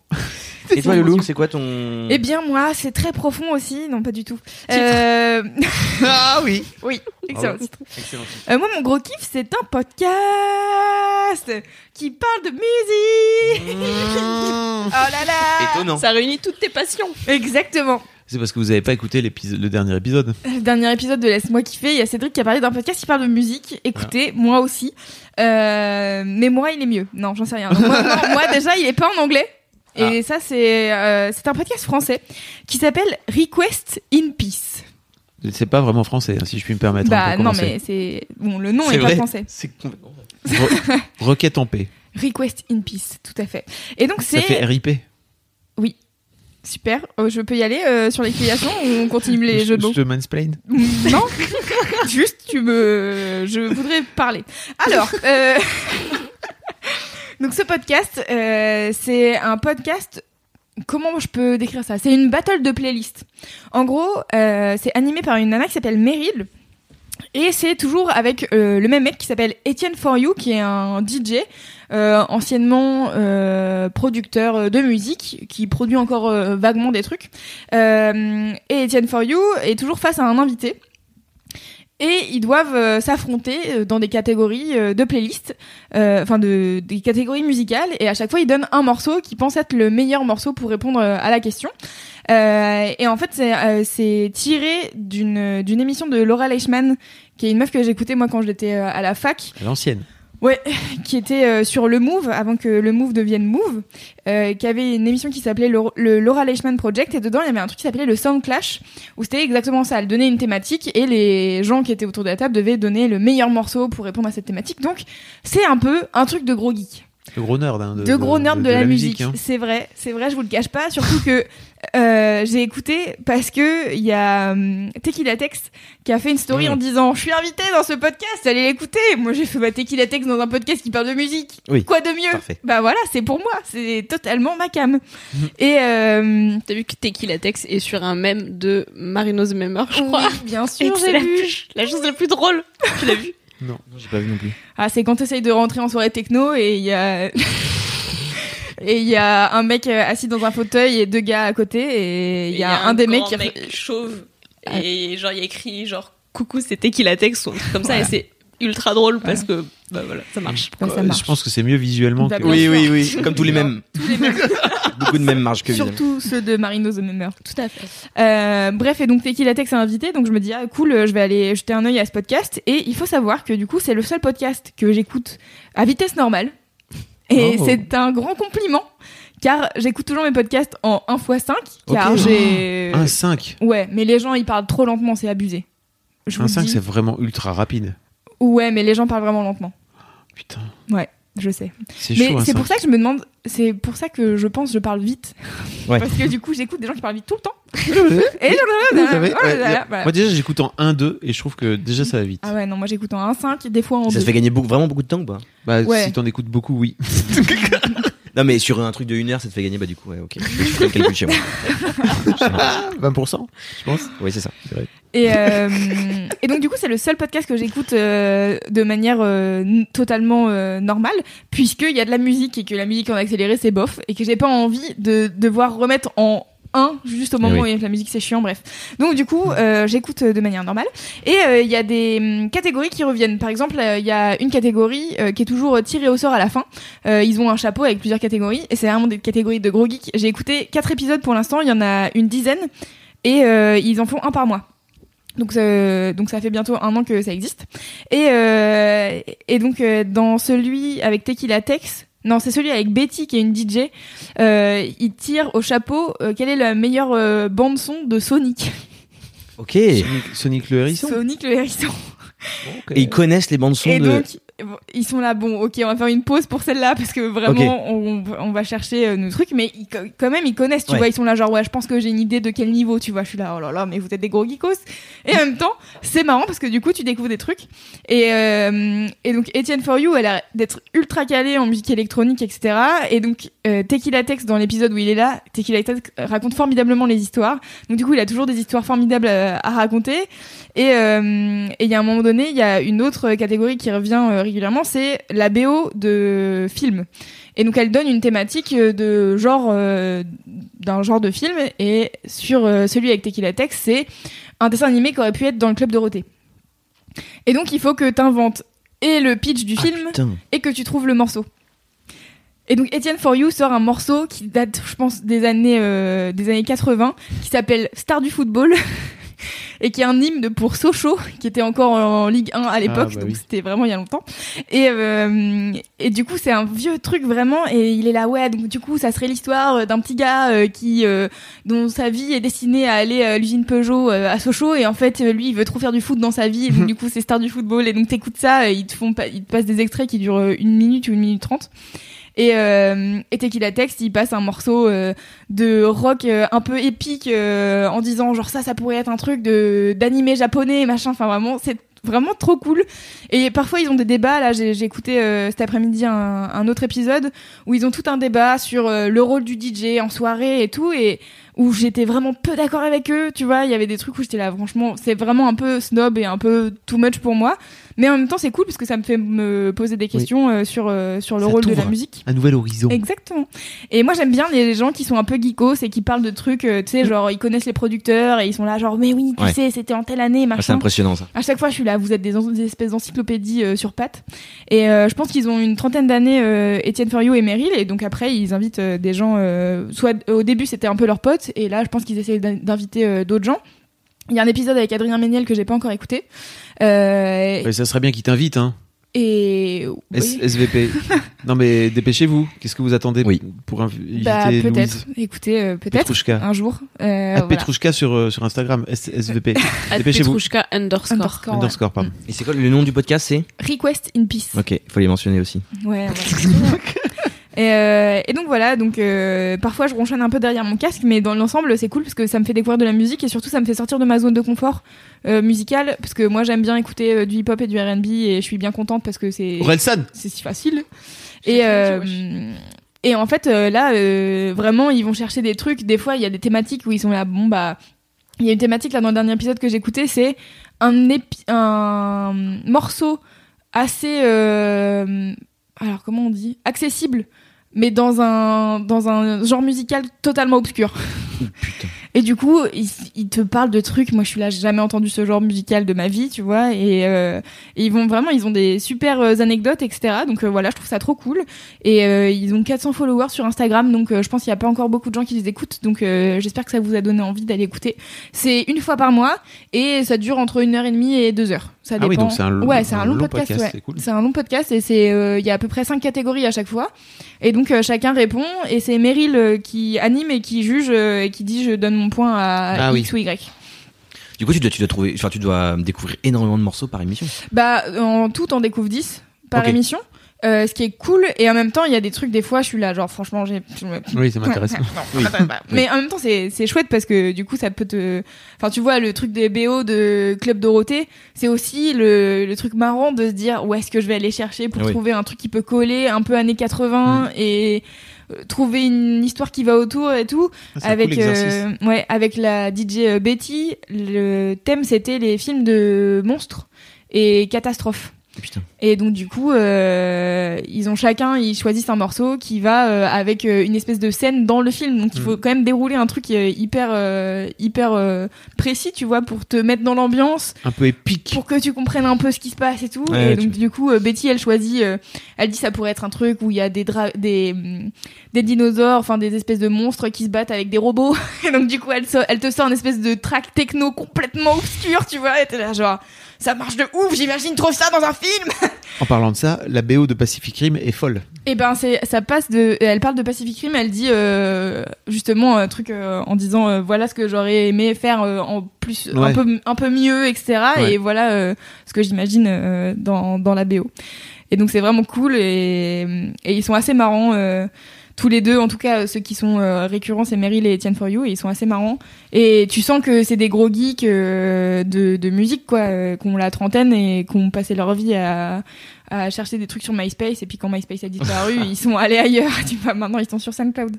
[SPEAKER 6] Et toi, Loulou, c'est quoi ton.
[SPEAKER 3] Eh bien, moi, c'est très profond aussi. Non, pas du tout. Euh...
[SPEAKER 5] [LAUGHS] Ah oui.
[SPEAKER 3] oui, excellent. titre.
[SPEAKER 6] Excellent.
[SPEAKER 3] Euh, moi, mon gros kiff, c'est un podcast qui parle de musique. oh là là
[SPEAKER 6] Étonnant.
[SPEAKER 5] Mmh.
[SPEAKER 2] Ça réunit toutes tes passions.
[SPEAKER 3] Exactement.
[SPEAKER 5] C'est parce que vous n'avez pas écouté l'épisode- le dernier épisode.
[SPEAKER 3] Le dernier épisode de Laisse-moi kiffer, il y a Cédric qui a parlé d'un podcast qui parle de musique. Écoutez, moi aussi. Euh, mais moi, il est mieux. Non, j'en sais rien. Moi, non,
[SPEAKER 5] [LAUGHS]
[SPEAKER 3] moi, déjà, il est pas en anglais. Et
[SPEAKER 5] Ah.
[SPEAKER 3] ça, c'est euh, c'est un podcast français qui s'appelle Request in Peace.
[SPEAKER 5] C'est pas vraiment français, hein, si je puis me permettre. on
[SPEAKER 3] bah
[SPEAKER 5] peut
[SPEAKER 3] non,
[SPEAKER 5] commencer.
[SPEAKER 3] mais c'est bon, le nom
[SPEAKER 5] C'est
[SPEAKER 3] est, pas
[SPEAKER 5] vrai.
[SPEAKER 3] français.
[SPEAKER 5] Re- Requête en paix.
[SPEAKER 3] Request in Peace, tout à fait. Et donc
[SPEAKER 5] Ça fait
[SPEAKER 3] c'est
[SPEAKER 5] RIP.
[SPEAKER 3] super. Euh, je peux y aller euh, sur l'explication ou on continue les
[SPEAKER 5] Je-
[SPEAKER 3] jeux de mots
[SPEAKER 5] Je te mansplain.
[SPEAKER 3] Non, juste tu me, je voudrais parler. Alors, euh, [LAUGHS] donc ce podcast, euh, c'est un podcast. Comment je peux décrire ça C'est une battle de playlist. En gros, euh, c'est animé par une nana qui s'appelle Meryl. Et c'est toujours avec euh, le même mec qui s'appelle Étienne For You, qui est un DJ, euh, anciennement euh, producteur de musique, qui produit encore euh, vaguement des trucs. Euh, et Etienne For You est toujours face à un invité. Et ils doivent euh, s'affronter euh, dans des catégories euh, de playlists, euh, enfin de, des catégories musicales. Et à chaque fois, ils donnent un morceau qui pense être le meilleur morceau pour répondre euh, à la question. Euh, et en fait, c'est euh, c'est tiré d'une d'une émission de Laura Leishman, qui est une meuf que j'écoutais moi quand j'étais euh, à la fac,
[SPEAKER 5] À l'ancienne.
[SPEAKER 3] qui était euh, sur le Move avant que le Move devienne Move, euh, qui avait une émission qui s'appelait le, le Laura Leishman Project et dedans il y avait un truc qui s'appelait le Sound Clash où c'était exactement ça, elle donnait une thématique et les gens qui étaient autour de la table devaient donner le meilleur morceau pour répondre à cette thématique. Donc c'est un peu un truc de gros geek.
[SPEAKER 5] Le gros nerd. hein,
[SPEAKER 3] De, gros nerds de, la, musique,
[SPEAKER 5] hein.
[SPEAKER 3] c'est vrai, c'est vrai, je vous le cache pas. Surtout que euh, j'ai écouté parce que il y a hum, Tequila Tex qui a fait une story
[SPEAKER 5] Mm.
[SPEAKER 3] en disant je suis invité dans ce podcast, allez l'écouter. Moi j'ai fait ma Tequila Tex dans un podcast qui parle de musique.
[SPEAKER 6] Oui.
[SPEAKER 3] Quoi de mieux
[SPEAKER 6] Parfait.
[SPEAKER 3] Bah voilà, c'est pour moi, c'est totalement ma cam. Et euh,
[SPEAKER 2] T'as vu que Tequila Tex est sur un mème de Marino's Memmer, je crois.
[SPEAKER 3] oui, bien
[SPEAKER 2] Et
[SPEAKER 3] sûr,
[SPEAKER 2] que c'est
[SPEAKER 3] j'ai
[SPEAKER 2] la,
[SPEAKER 3] vu. [LAUGHS]
[SPEAKER 2] plus- la chose la plus drôle. Tu l'as vu
[SPEAKER 6] J'ai pas vu non plus.
[SPEAKER 3] Ah, c'est quand t'essayes de rentrer en soirée techno et il y [LAUGHS] a. Et il y a un mec euh, assis dans un fauteuil et deux gars à côté et il y, a un des mecs qui
[SPEAKER 2] chauve
[SPEAKER 3] Ah.
[SPEAKER 2] et genre il y a écrit genre coucou c'est Tequila Tex ou un truc comme ça et c'est ultra drôle parce que bah voilà ça
[SPEAKER 3] [LAUGHS]
[SPEAKER 2] marche.
[SPEAKER 3] Ouais, ça
[SPEAKER 5] Euh,
[SPEAKER 3] marche.
[SPEAKER 5] Je pense que c'est mieux visuellement
[SPEAKER 3] Bah,
[SPEAKER 5] que.
[SPEAKER 3] bien
[SPEAKER 6] Oui,
[SPEAKER 3] sûr.
[SPEAKER 6] oui, oui. Comme tous
[SPEAKER 3] [LAUGHS]
[SPEAKER 6] les mêmes. [LAUGHS] Beaucoup de mêmes marges que visuellement.
[SPEAKER 3] Surtout ceux de Marino the Memmer.
[SPEAKER 2] Tout à fait.
[SPEAKER 3] Euh, bref, et donc Tequila Tex est invité, donc je me dis, ah cool, euh, je vais aller jeter un œil à ce podcast. Et il faut savoir que du coup, c'est le seul podcast que j'écoute à vitesse normale. Et
[SPEAKER 5] Oh.
[SPEAKER 3] c'est un grand compliment, car j'écoute toujours mes podcasts en 1x5, car
[SPEAKER 5] Ok.
[SPEAKER 3] j'ai.
[SPEAKER 5] Un 5.
[SPEAKER 3] Ouais, mais les gens, ils parlent trop lentement, c'est abusé. Je vous
[SPEAKER 5] Un
[SPEAKER 3] le
[SPEAKER 5] 5,
[SPEAKER 3] dis.
[SPEAKER 5] c'est vraiment ultra rapide.
[SPEAKER 3] Ouais, mais les gens parlent vraiment lentement,
[SPEAKER 5] Putain,
[SPEAKER 3] je sais.
[SPEAKER 5] c'est
[SPEAKER 3] Mais
[SPEAKER 5] chaud. hein, un
[SPEAKER 3] c'est pour
[SPEAKER 5] cinq.
[SPEAKER 3] ça que je me demande, c'est pour ça que je pense que je parle
[SPEAKER 5] [LAUGHS]
[SPEAKER 3] vite.
[SPEAKER 6] Ouais.
[SPEAKER 3] Parce que du coup, j'écoute des gens qui parlent vite tout le temps. Et
[SPEAKER 5] Vous savez, ouais,
[SPEAKER 3] voilà, voilà.
[SPEAKER 5] Moi, déjà, j'écoute en 1-2 et je trouve que déjà ça va vite.
[SPEAKER 3] Ah ouais, non, moi j'écoute en 1.5, des fois en
[SPEAKER 6] Ça
[SPEAKER 3] 2.
[SPEAKER 6] te fait gagner beaucoup- vraiment beaucoup de temps ou pas
[SPEAKER 5] Bah,
[SPEAKER 3] Ouais.
[SPEAKER 5] si t'en écoutes beaucoup, oui.
[SPEAKER 6] Non, mais sur un truc de 1 heure, ça te fait gagner. Bah, du coup, ouais, ok. Je fais le calcul chez moi.
[SPEAKER 5] [LAUGHS] 20%, je pense.
[SPEAKER 6] Oui, c'est ça.
[SPEAKER 3] Et, euh, et donc du coup, c'est le seul podcast que j'écoute euh, de manière euh, n- totalement euh, normale, puisqu'il y a de la musique et que la musique en accéléré, c'est bof, et que j'ai pas envie de devoir remettre en un juste au moment où il y a de la musique c'est chiant bref donc du coup euh, j'écoute euh, de manière normale et euh, il y a des hum, catégories qui reviennent par exemple euh, il y a une catégorie euh, qui est toujours euh, tirée au sort à la fin Euh, ils ont un chapeau avec plusieurs catégories et c'est vraiment des catégories de gros geeks j'ai écouté quatre épisodes pour l'instant il y en a une dizaine et euh, ils en font un par mois donc, euh, donc ça fait bientôt un an que ça existe. Et, euh, et donc euh, dans celui avec Tequila Tex, non c'est celui avec Betty qui est une DJ, euh, il tire au chapeau euh, quelle est la meilleure euh, bande son de Sonic.
[SPEAKER 6] Ok. Et
[SPEAKER 5] Sonic, Sonic le hérisson.
[SPEAKER 3] Sonic le hérisson.
[SPEAKER 6] ils connaissent les bandes son
[SPEAKER 3] Et
[SPEAKER 6] de.
[SPEAKER 3] donc bon, ils sont là, bon ok on va faire une pause pour celle-là parce que vraiment on, on va chercher euh, nos trucs, mais ils co- quand même ils connaissent, tu
[SPEAKER 6] Ouais.
[SPEAKER 3] vois, ils sont là genre ouais je pense que j'ai une idée de quel niveau, tu vois, je suis là oh là là mais vous êtes des gros geekos. Et en même temps c'est marrant parce que du coup tu découvres des trucs. Et, euh, et donc Etienne For You, elle a l'air d'être ultra calée en musique électronique, etc. Et donc euh, Tequila Tex, dans l'épisode où il est là, Tequila Tex raconte formidablement les histoires. Donc du coup, il a toujours des histoires formidables euh, à raconter. Et euh, et il y a un moment donné, il y a une autre catégorie qui revient euh, régulièrement, c'est la BO de films. Et donc elle donne une thématique euh, de genre euh, d'un genre de film. Et sur euh, celui avec Tequila Tex, c'est un dessin animé qui aurait pu être dans le club Dorothée. Et donc il faut que tu inventes et le pitch du
[SPEAKER 6] Ah,
[SPEAKER 3] film
[SPEAKER 6] putain.
[SPEAKER 3] et que tu trouves le morceau. Et donc Étienne For You sort un morceau qui date, je pense, des années, euh, des années 80, qui s'appelle Star du football. [LAUGHS] Et qui est un hymne pour Sochaux, qui était encore en Ligue 1 à l'époque,
[SPEAKER 5] bah
[SPEAKER 3] donc
[SPEAKER 5] oui.
[SPEAKER 3] c'était vraiment il y a longtemps. Et, euh, et du coup, c'est un vieux truc vraiment, et il est là, ouais, donc du coup, ça serait l'histoire euh, d'un petit gars euh, qui, euh, dont sa vie est destinée à aller à l'usine Peugeot euh, à Sochaux et en fait euh, lui il veut trop faire du foot dans sa vie et
[SPEAKER 5] [LAUGHS]
[SPEAKER 3] donc, du coup c'est star du football et donc t'écoutes ça et ils te font pas, ils te passent des extraits qui durent euh, une minute ou une minute trente et euh, et Tequila Text il passe un morceau euh, de rock euh, un peu épique euh, en disant genre ça ça pourrait être un truc de d'animé japonais machin enfin vraiment c'est vraiment trop cool et parfois ils ont des débats là j'ai j'ai écouté euh, cet après-midi un, un autre épisode où ils ont tout un débat sur euh, le rôle du DJ en soirée et tout et où j'étais vraiment peu d'accord avec eux, tu vois, il y avait des trucs où j'étais là franchement, c'est vraiment un peu snob et un peu too much pour moi, mais en même temps c'est cool parce que ça me fait me poser des questions euh, sur euh, sur le
[SPEAKER 5] Ça
[SPEAKER 3] rôle de la
[SPEAKER 5] t'ouvre.
[SPEAKER 3] musique.
[SPEAKER 5] Un nouvel horizon.
[SPEAKER 3] Exactement. Et moi j'aime bien les gens qui sont un peu geekos et qui parlent de trucs, euh, tu sais, genre ils connaissent les producteurs et ils sont là genre mais oui, tu
[SPEAKER 6] Ouais.
[SPEAKER 3] sais, c'était en telle année,
[SPEAKER 6] Ah, c'est
[SPEAKER 3] machin.
[SPEAKER 6] impressionnant ça.
[SPEAKER 3] À chaque fois, je suis là. Vous êtes des, en- des espèces d'encyclopédies euh, sur pattes. Et euh, je pense qu'ils ont une trentaine d'années, euh, Étienne Ferriot et Meryl. Et donc après, ils invitent euh, des gens. euh, soit euh, au début, c'était un peu leurs potes. Et là, je pense qu'ils essaient d'in- d'inviter euh, d'autres gens. Il y a un épisode avec Adrien Méniel que j'ai pas encore écouté. Euh,
[SPEAKER 5] Ouais, ça serait bien qu'il t'invite, hein.
[SPEAKER 3] et oui.
[SPEAKER 5] S-
[SPEAKER 3] [LAUGHS]
[SPEAKER 5] SVP. non mais dépêchez-vous. Qu'est-ce que vous attendez
[SPEAKER 6] Oui.
[SPEAKER 5] pour inv- inviter
[SPEAKER 3] bah,
[SPEAKER 5] Louise
[SPEAKER 3] peut-être. Écoutez, euh, peut-être
[SPEAKER 5] Petrouchka.
[SPEAKER 3] un jour. Euh,
[SPEAKER 5] Ah,
[SPEAKER 3] voilà.
[SPEAKER 5] Petrouchka sur, euh, sur Instagram, S-
[SPEAKER 3] [LAUGHS]
[SPEAKER 5] SVP. Dépêchez-vous.
[SPEAKER 2] Petrouchka underscore.
[SPEAKER 3] Underscore, ouais.
[SPEAKER 5] Underscore,
[SPEAKER 3] [LAUGHS]
[SPEAKER 5] pardon.
[SPEAKER 6] Et c'est quoi le nom du podcast C'est
[SPEAKER 3] Request in peace.
[SPEAKER 6] Ok, faut les mentionner aussi.
[SPEAKER 3] Ouais. [LAUGHS] ouais. et, euh, et donc voilà, donc euh, parfois je ronchonne un peu derrière mon casque, mais dans l'ensemble c'est cool parce que ça me fait découvrir de la musique et surtout ça me fait sortir de ma zone de confort euh, musicale parce que moi j'aime bien écouter euh, du hip-hop et du R&B et je suis bien contente parce que c'est
[SPEAKER 5] Orelsan
[SPEAKER 3] c'est si facile. Et, euh,
[SPEAKER 2] Wesh.
[SPEAKER 3] et en fait, euh, là, euh, vraiment, ils vont chercher des trucs. Des fois, il y a des thématiques où ils sont là, bon, bah, il y a une thématique là dans le dernier épisode que j'écoutais, c'est un, épi- un morceau assez. euh, alors, comment on dit Accessible, mais dans un, dans un genre musical totalement obscur.
[SPEAKER 5] Oh,
[SPEAKER 3] [LAUGHS] Et du coup, ils ils te parlent de trucs. Moi, je suis là, j'ai jamais entendu ce genre musical de ma vie, tu vois. Et, euh, et ils vont vraiment, ils ont des super euh, anecdotes, etc. Donc euh, voilà, je trouve ça trop cool. Et euh, ils ont 400 followers sur Instagram, donc euh, je pense qu'il n'y a pas encore beaucoup de gens qui les écoutent. Donc euh, j'espère que ça vous a donné envie d'aller écouter. C'est une fois par mois et ça dure entre une heure et demie et deux heures. Ça
[SPEAKER 5] Ah
[SPEAKER 3] dépend.
[SPEAKER 5] oui, donc c'est un long-
[SPEAKER 3] ouais, c'est un,
[SPEAKER 5] un
[SPEAKER 3] long
[SPEAKER 5] long
[SPEAKER 3] podcast.
[SPEAKER 5] podcast,
[SPEAKER 3] ouais.
[SPEAKER 5] c'est cool.
[SPEAKER 3] un long podcast et c'est euh, il y a à peu près cinq catégories à chaque fois. Et donc euh, chacun répond et c'est Meryl euh, qui anime et qui juge euh, et qui dit je donne mon point à
[SPEAKER 5] Ah oui.
[SPEAKER 3] X ou Y.
[SPEAKER 6] Du coup, tu dois, tu dois trouver, enfin, tu dois découvrir énormément de morceaux par émission.
[SPEAKER 3] Bah, en tout, on découvre 10 par
[SPEAKER 5] Ok.
[SPEAKER 3] émission. Euh, ce qui est cool et en même temps il y a des trucs des fois je suis là genre franchement j'ai
[SPEAKER 5] Oui, ça m'intéresse. Ah, Oui.
[SPEAKER 3] mais en même temps c'est c'est chouette parce que du coup ça peut te enfin tu vois le truc des BO de Club Dorothée c'est aussi le, le truc marrant de se dire où est-ce que je vais aller chercher pour
[SPEAKER 6] Ah oui.
[SPEAKER 3] trouver un truc qui peut coller un peu années 80
[SPEAKER 5] Mm.
[SPEAKER 3] et euh, trouver une histoire qui va autour et tout
[SPEAKER 5] C'est un
[SPEAKER 3] avec
[SPEAKER 5] cool exercice.
[SPEAKER 3] euh, ouais avec la DJ euh, Betty le thème c'était les films de monstres et catastrophes
[SPEAKER 6] Putain.
[SPEAKER 3] et donc du coup, euh, ils ont chacun, ils choisissent un morceau qui va euh, avec euh, une espèce de scène dans le film. Donc il faut quand même dérouler un truc euh, hyper euh, hyper euh, précis, tu vois, pour te mettre dans l'ambiance,
[SPEAKER 5] Un peu épique.
[SPEAKER 3] pour que tu comprennes un peu ce qui se passe et tout.
[SPEAKER 6] Ouais,
[SPEAKER 3] et
[SPEAKER 6] ouais,
[SPEAKER 3] donc du coup, euh, Betty, elle choisit, euh, elle dit ça pourrait être un truc où il y a des dra- des hum, des dinosaures, enfin des espèces de monstres qui se battent avec des robots. [LAUGHS] et donc du coup, elle so- elle te sort une espèce de track techno complètement obscur, tu vois. Et t'es là genre, ça marche de ouf, j'imagine trop ça dans un film.
[SPEAKER 5] En parlant de ça, la BO de Pacific Rim est folle.
[SPEAKER 3] Et ben c'est ça passe de elle parle de Pacific Rim, elle dit euh, justement un truc euh, en disant euh, voilà ce que j'aurais aimé faire euh, en plus un
[SPEAKER 5] Ouais.
[SPEAKER 3] peu un peu mieux etc
[SPEAKER 5] Ouais.
[SPEAKER 3] et voilà euh, ce que j'imagine euh, dans dans la BO. Et donc c'est vraiment cool et, et ils sont assez marrants euh, tous les deux en tout cas euh, ceux qui sont euh, récurrents c'est Meryl et Etienne For You et ils sont assez marrants et tu sens que c'est des gros geeks euh, de de musique quoi euh, qui ont la trentaine et qui ont passé leur vie à à chercher des trucs sur MySpace et puis quand MySpace a disparu, ils sont allés ailleurs. Tu vois, maintenant ils sont sur SoundCloud.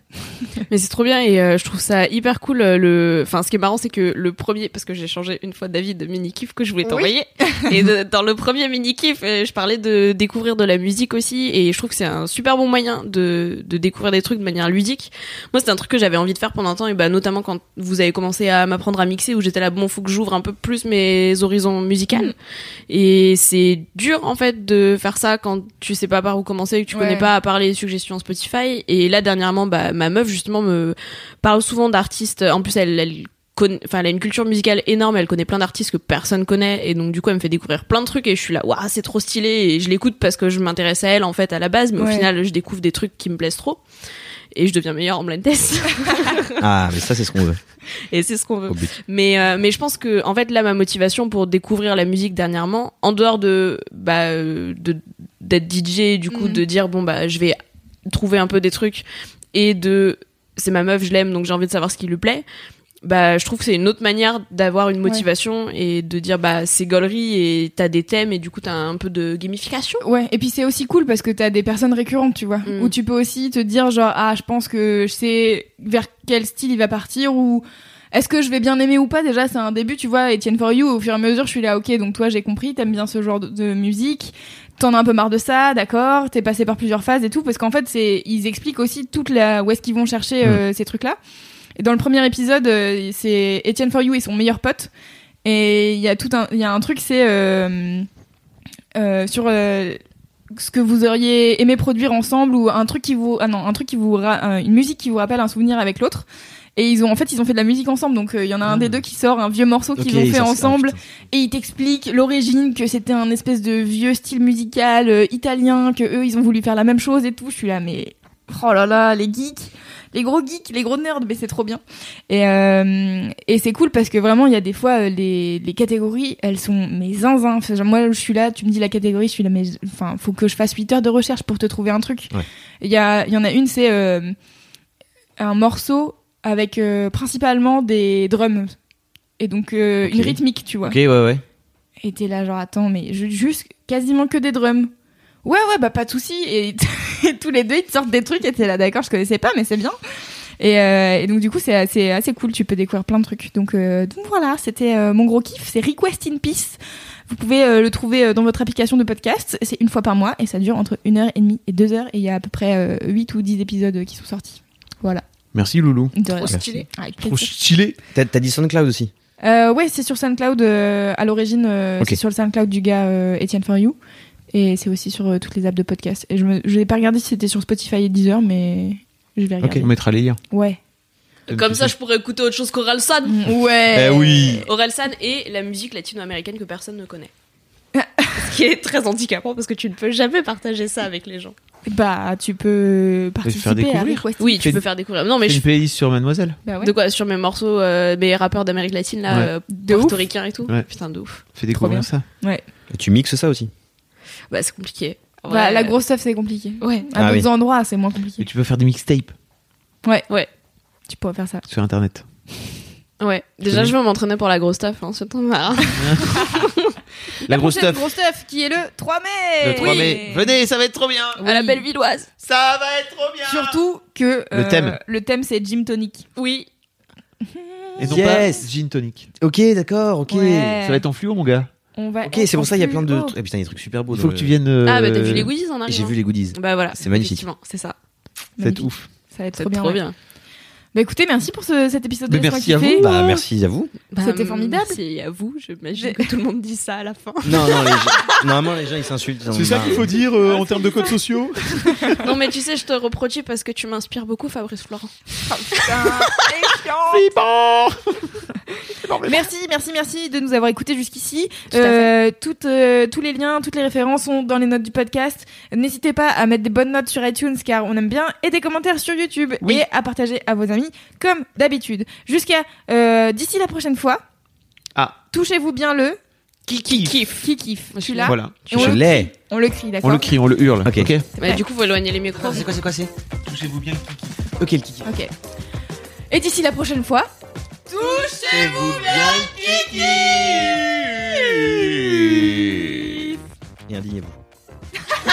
[SPEAKER 2] Mais c'est trop bien et euh, je trouve ça hyper cool. euh, le, enfin, ce qui est marrant, c'est que le premier, parce que j'ai changé une fois David de mini kiff que je voulais t'envoyer. et de- dans le premier mini kiff, je parlais de découvrir de la musique aussi et je trouve que c'est un super bon moyen de, de découvrir des trucs de manière ludique. Moi, c'était un truc que j'avais envie de faire pendant un temps et bah notamment quand vous avez commencé à m'apprendre à mixer où j'étais là, bon, faut que j'ouvre un peu plus mes horizons musicaux. Et c'est dur en fait de faire ça quand tu sais pas par où commencer et que tu
[SPEAKER 3] Ouais.
[SPEAKER 2] connais pas à parler les suggestions Spotify. Et là, dernièrement, bah, ma meuf, justement, me parle souvent d'artistes. En plus, elle, elle conna- Enfin, elle a une culture musicale énorme, elle connaît plein d'artistes que personne connaît, et donc du coup elle me fait découvrir plein de trucs, et je suis là, waouh, c'est trop stylé, et je l'écoute parce que je m'intéresse à elle en fait à la base, mais
[SPEAKER 3] Ouais.
[SPEAKER 2] au final je découvre des trucs qui me plaisent trop, et je deviens meilleure en blind test.
[SPEAKER 6] Ah, mais ça, c'est ce qu'on veut.
[SPEAKER 2] et c'est ce qu'on veut.
[SPEAKER 6] Au but.
[SPEAKER 2] Mais euh, mais je pense que en fait là ma motivation pour découvrir la musique dernièrement, en dehors de bah euh, de d'être DJ et du coup
[SPEAKER 3] Mhm.
[SPEAKER 2] de dire bon bah je vais trouver un peu des trucs et de c'est ma meuf je l'aime donc j'ai envie de savoir ce qui lui plaît. Bah, je trouve que c'est une autre manière d'avoir une motivation et de dire bah c'est gaulerie et t'as des thèmes et du coup t'as un peu de gamification.
[SPEAKER 3] Ouais, et puis c'est aussi cool parce que t'as des personnes récurrentes, tu vois,
[SPEAKER 2] Mm.
[SPEAKER 3] où tu peux aussi te dire genre ah je pense que je sais vers quel style il va partir ou est-ce que je vais bien aimer ou pas déjà c'est un début tu vois Etienne for you au fur et à mesure je suis là ok donc toi j'ai compris t'aimes bien ce genre de, de musique t'en as un peu marre de ça d'accord t'es passé par plusieurs phases et tout parce qu'en fait c'est ils expliquent aussi toute la où est-ce qu'ils vont chercher euh, ces trucs là et dans le premier épisode euh, c'est Etienne for you et son meilleur pote et il y a tout un il y a un truc c'est euh, euh, sur euh, ce que vous auriez aimé produire ensemble ou un truc qui vous ah non un truc qui vous ra- euh, une musique qui vous rappelle un souvenir avec l'autre et ils ont en fait ils ont fait de la musique ensemble donc euh, il y en a un des deux qui sort un vieux morceau qu'ils ont fait ensemble et il t'explique l'origine que c'était un espèce de vieux style musical euh, italien que eux ils ont voulu faire la même chose et tout je suis là mais oh là là les geeks les gros geeks les gros nerds mais c'est trop bien et euh, et c'est cool parce que vraiment il y a des fois euh, les les catégories elles sont mais zinzin Enfin, genre, moi je suis là tu me dis la catégorie je suis là mais enfin faut que je fasse 8 heures de recherche pour te trouver un truc
[SPEAKER 6] Ouais.
[SPEAKER 3] il y a il y en a une c'est euh, un morceau avec euh, principalement des drums et donc euh, une
[SPEAKER 6] Ok.
[SPEAKER 3] rythmique tu vois
[SPEAKER 6] Ok, ouais, ouais.
[SPEAKER 3] et t'es là genre attends mais je, juste quasiment que des drums. Ouais ouais bah pas de souci et, [LAUGHS] et tous les deux ils te sortent des trucs et t'es là d'accord je connaissais pas mais c'est bien. Et, euh, et donc du coup c'est assez, assez cool tu peux découvrir plein de trucs. Donc, euh, donc voilà c'était euh, mon gros kiff c'est Request in Peace. Vous pouvez euh, le trouver euh, dans votre application de podcast c'est une fois par mois et ça dure entre 1h30 et 2h et il y a à peu près euh, 8 ou 10 épisodes euh, qui sont sortis. Voilà.
[SPEAKER 5] Merci Loulou.
[SPEAKER 3] De rien.
[SPEAKER 2] stylé.
[SPEAKER 3] Avec
[SPEAKER 5] Trop
[SPEAKER 3] plaisir.
[SPEAKER 5] stylé.
[SPEAKER 6] T'as t'as dit SoundCloud aussi.
[SPEAKER 3] Euh, ouais, c'est sur SoundCloud euh, à l'origine, euh,
[SPEAKER 6] Ok.
[SPEAKER 3] c'est sur le SoundCloud du gars euh, Etienne For You. Et c'est aussi sur euh, toutes les apps de podcast. Et je me- je n'ai pas regardé si c'était sur Spotify et Deezer, mais je vais
[SPEAKER 5] Ok,
[SPEAKER 3] regarder.
[SPEAKER 5] on mettra les liens.
[SPEAKER 3] Ouais.
[SPEAKER 2] Comme ça je pourrais écouter autre chose qu'Orelsan.
[SPEAKER 3] Ouais.
[SPEAKER 5] Eh oui.
[SPEAKER 2] Orelsan et la musique latino-américaine que personne ne connaît. [LAUGHS] ce qui est très handicapant parce que tu ne peux jamais partager ça avec les gens.
[SPEAKER 3] Bah, tu peux participer
[SPEAKER 5] faire découvrir.
[SPEAKER 3] à Request.
[SPEAKER 2] Oui, tu
[SPEAKER 5] Fais-
[SPEAKER 2] peux faire découvrir. Non mais
[SPEAKER 5] Fais
[SPEAKER 2] je
[SPEAKER 5] une playlist sur Mademoiselle.
[SPEAKER 3] Bah ouais.
[SPEAKER 2] De quoi Sur mes morceaux, euh, mes rappeurs d'Amérique latine, là,
[SPEAKER 5] Ouais.
[SPEAKER 2] euh,
[SPEAKER 3] De ouf.
[SPEAKER 2] portoricains et tout
[SPEAKER 5] Ouais.
[SPEAKER 2] Putain, de ouf.
[SPEAKER 5] Fais découvrir
[SPEAKER 3] bien.
[SPEAKER 5] ça.
[SPEAKER 6] Et tu mixes ça aussi.
[SPEAKER 2] Bah, c'est compliqué.
[SPEAKER 3] Bah,
[SPEAKER 2] Ouais.
[SPEAKER 3] la grosse stuff, c'est compliqué. Ouais. À
[SPEAKER 6] Ah
[SPEAKER 3] d'autres
[SPEAKER 6] oui.
[SPEAKER 3] endroits, c'est moins
[SPEAKER 5] Et
[SPEAKER 3] compliqué.
[SPEAKER 5] tu peux faire des mixtapes
[SPEAKER 3] Tu pourrais faire ça.
[SPEAKER 5] sur internet.
[SPEAKER 2] euh, Ouais. Déjà, je vais m'entraîner pour la grosse taf, hein, c'est ton marre.
[SPEAKER 5] La grosse
[SPEAKER 3] Prochaine
[SPEAKER 5] stuff.
[SPEAKER 3] grosse stuff qui est le 3 mai.
[SPEAKER 5] Le 3 mai. Venez, ça va être trop bien.
[SPEAKER 2] [LAUGHS] À la belle villoise.
[SPEAKER 5] Ça va être trop bien.
[SPEAKER 3] Surtout que euh,
[SPEAKER 5] Le thème.
[SPEAKER 3] le thème c'est Gym Tonic.
[SPEAKER 2] Oui.
[SPEAKER 5] Et non
[SPEAKER 6] Yes. Eh.
[SPEAKER 5] pas Gin Tonic. Eh,
[SPEAKER 6] Ok, d'accord, ok.
[SPEAKER 3] Ouais.
[SPEAKER 5] Ça va être en fluo, mon gars.
[SPEAKER 3] On va
[SPEAKER 6] Ok, c'est pour ça il y a plein de.
[SPEAKER 3] Oh.
[SPEAKER 6] Ah, putain, il y a des trucs super beaux.
[SPEAKER 5] Il faut
[SPEAKER 6] dans
[SPEAKER 5] que
[SPEAKER 6] le-
[SPEAKER 5] tu viennes. euh,
[SPEAKER 2] Ah, bah, t'as vu les goodies en
[SPEAKER 6] Et J'ai
[SPEAKER 2] arrivant
[SPEAKER 6] vu les goodies.
[SPEAKER 2] Bah, voilà.
[SPEAKER 6] C'est magnifique.
[SPEAKER 2] Effectivement, c'est ça.
[SPEAKER 5] Ça va être
[SPEAKER 3] Magnifique.
[SPEAKER 5] ouf.
[SPEAKER 3] Ça va être
[SPEAKER 2] C'est
[SPEAKER 3] trop bien. ouais.
[SPEAKER 2] bien.
[SPEAKER 3] Bah écoutez, merci pour ce- cet épisode de
[SPEAKER 5] Mais
[SPEAKER 3] Laisse-moi
[SPEAKER 5] merci à
[SPEAKER 3] kiffer.
[SPEAKER 6] Bah, merci à vous.
[SPEAKER 2] Bah,
[SPEAKER 3] C'était formidable.
[SPEAKER 2] Merci à vous. J'imagine
[SPEAKER 3] J'ai-
[SPEAKER 2] que tout le monde dit ça à la fin.
[SPEAKER 6] Non, non, les [LAUGHS] gens... normalement les gens ils s'insultent. ils en ont marre.
[SPEAKER 5] dire euh, en termes de codes sociaux.
[SPEAKER 2] non, mais tu sais, je te reproduis parce que tu m'inspires beaucoup, Fabrice Florent.
[SPEAKER 5] C'est bon.
[SPEAKER 3] Merci, merci, merci de nous avoir écoutés jusqu'ici.
[SPEAKER 2] Tout à fait.
[SPEAKER 3] Euh, toutes, euh, tous les liens, toutes les références sont dans les notes du podcast. N'hésitez pas à mettre des bonnes notes sur iTunes car on aime bien et des commentaires sur YouTube
[SPEAKER 5] Oui.
[SPEAKER 3] et à partager à vos amis comme d'habitude. Jusqu'à euh, d'ici la prochaine fois.
[SPEAKER 5] Ah.
[SPEAKER 3] Touchez-vous bien le
[SPEAKER 2] Qui qui kiffe
[SPEAKER 3] qui kiffe.
[SPEAKER 2] Moi, je
[SPEAKER 3] Tu
[SPEAKER 2] suis
[SPEAKER 3] l'as
[SPEAKER 5] Voilà.
[SPEAKER 3] Et on,
[SPEAKER 6] Je
[SPEAKER 3] le,
[SPEAKER 6] l'ai.
[SPEAKER 3] on le crie,
[SPEAKER 5] On
[SPEAKER 3] d'accord
[SPEAKER 5] le crie, on le hurle.
[SPEAKER 6] Ok.
[SPEAKER 5] Ok.
[SPEAKER 2] Bah, du coup, faut éloigner les micros.
[SPEAKER 8] C'est quoi, c'est quoi, c'est
[SPEAKER 5] Touchez-vous bien.
[SPEAKER 6] Ok, le kiki.
[SPEAKER 3] Ok. Et d'ici la prochaine fois.
[SPEAKER 6] Et indignez-vous.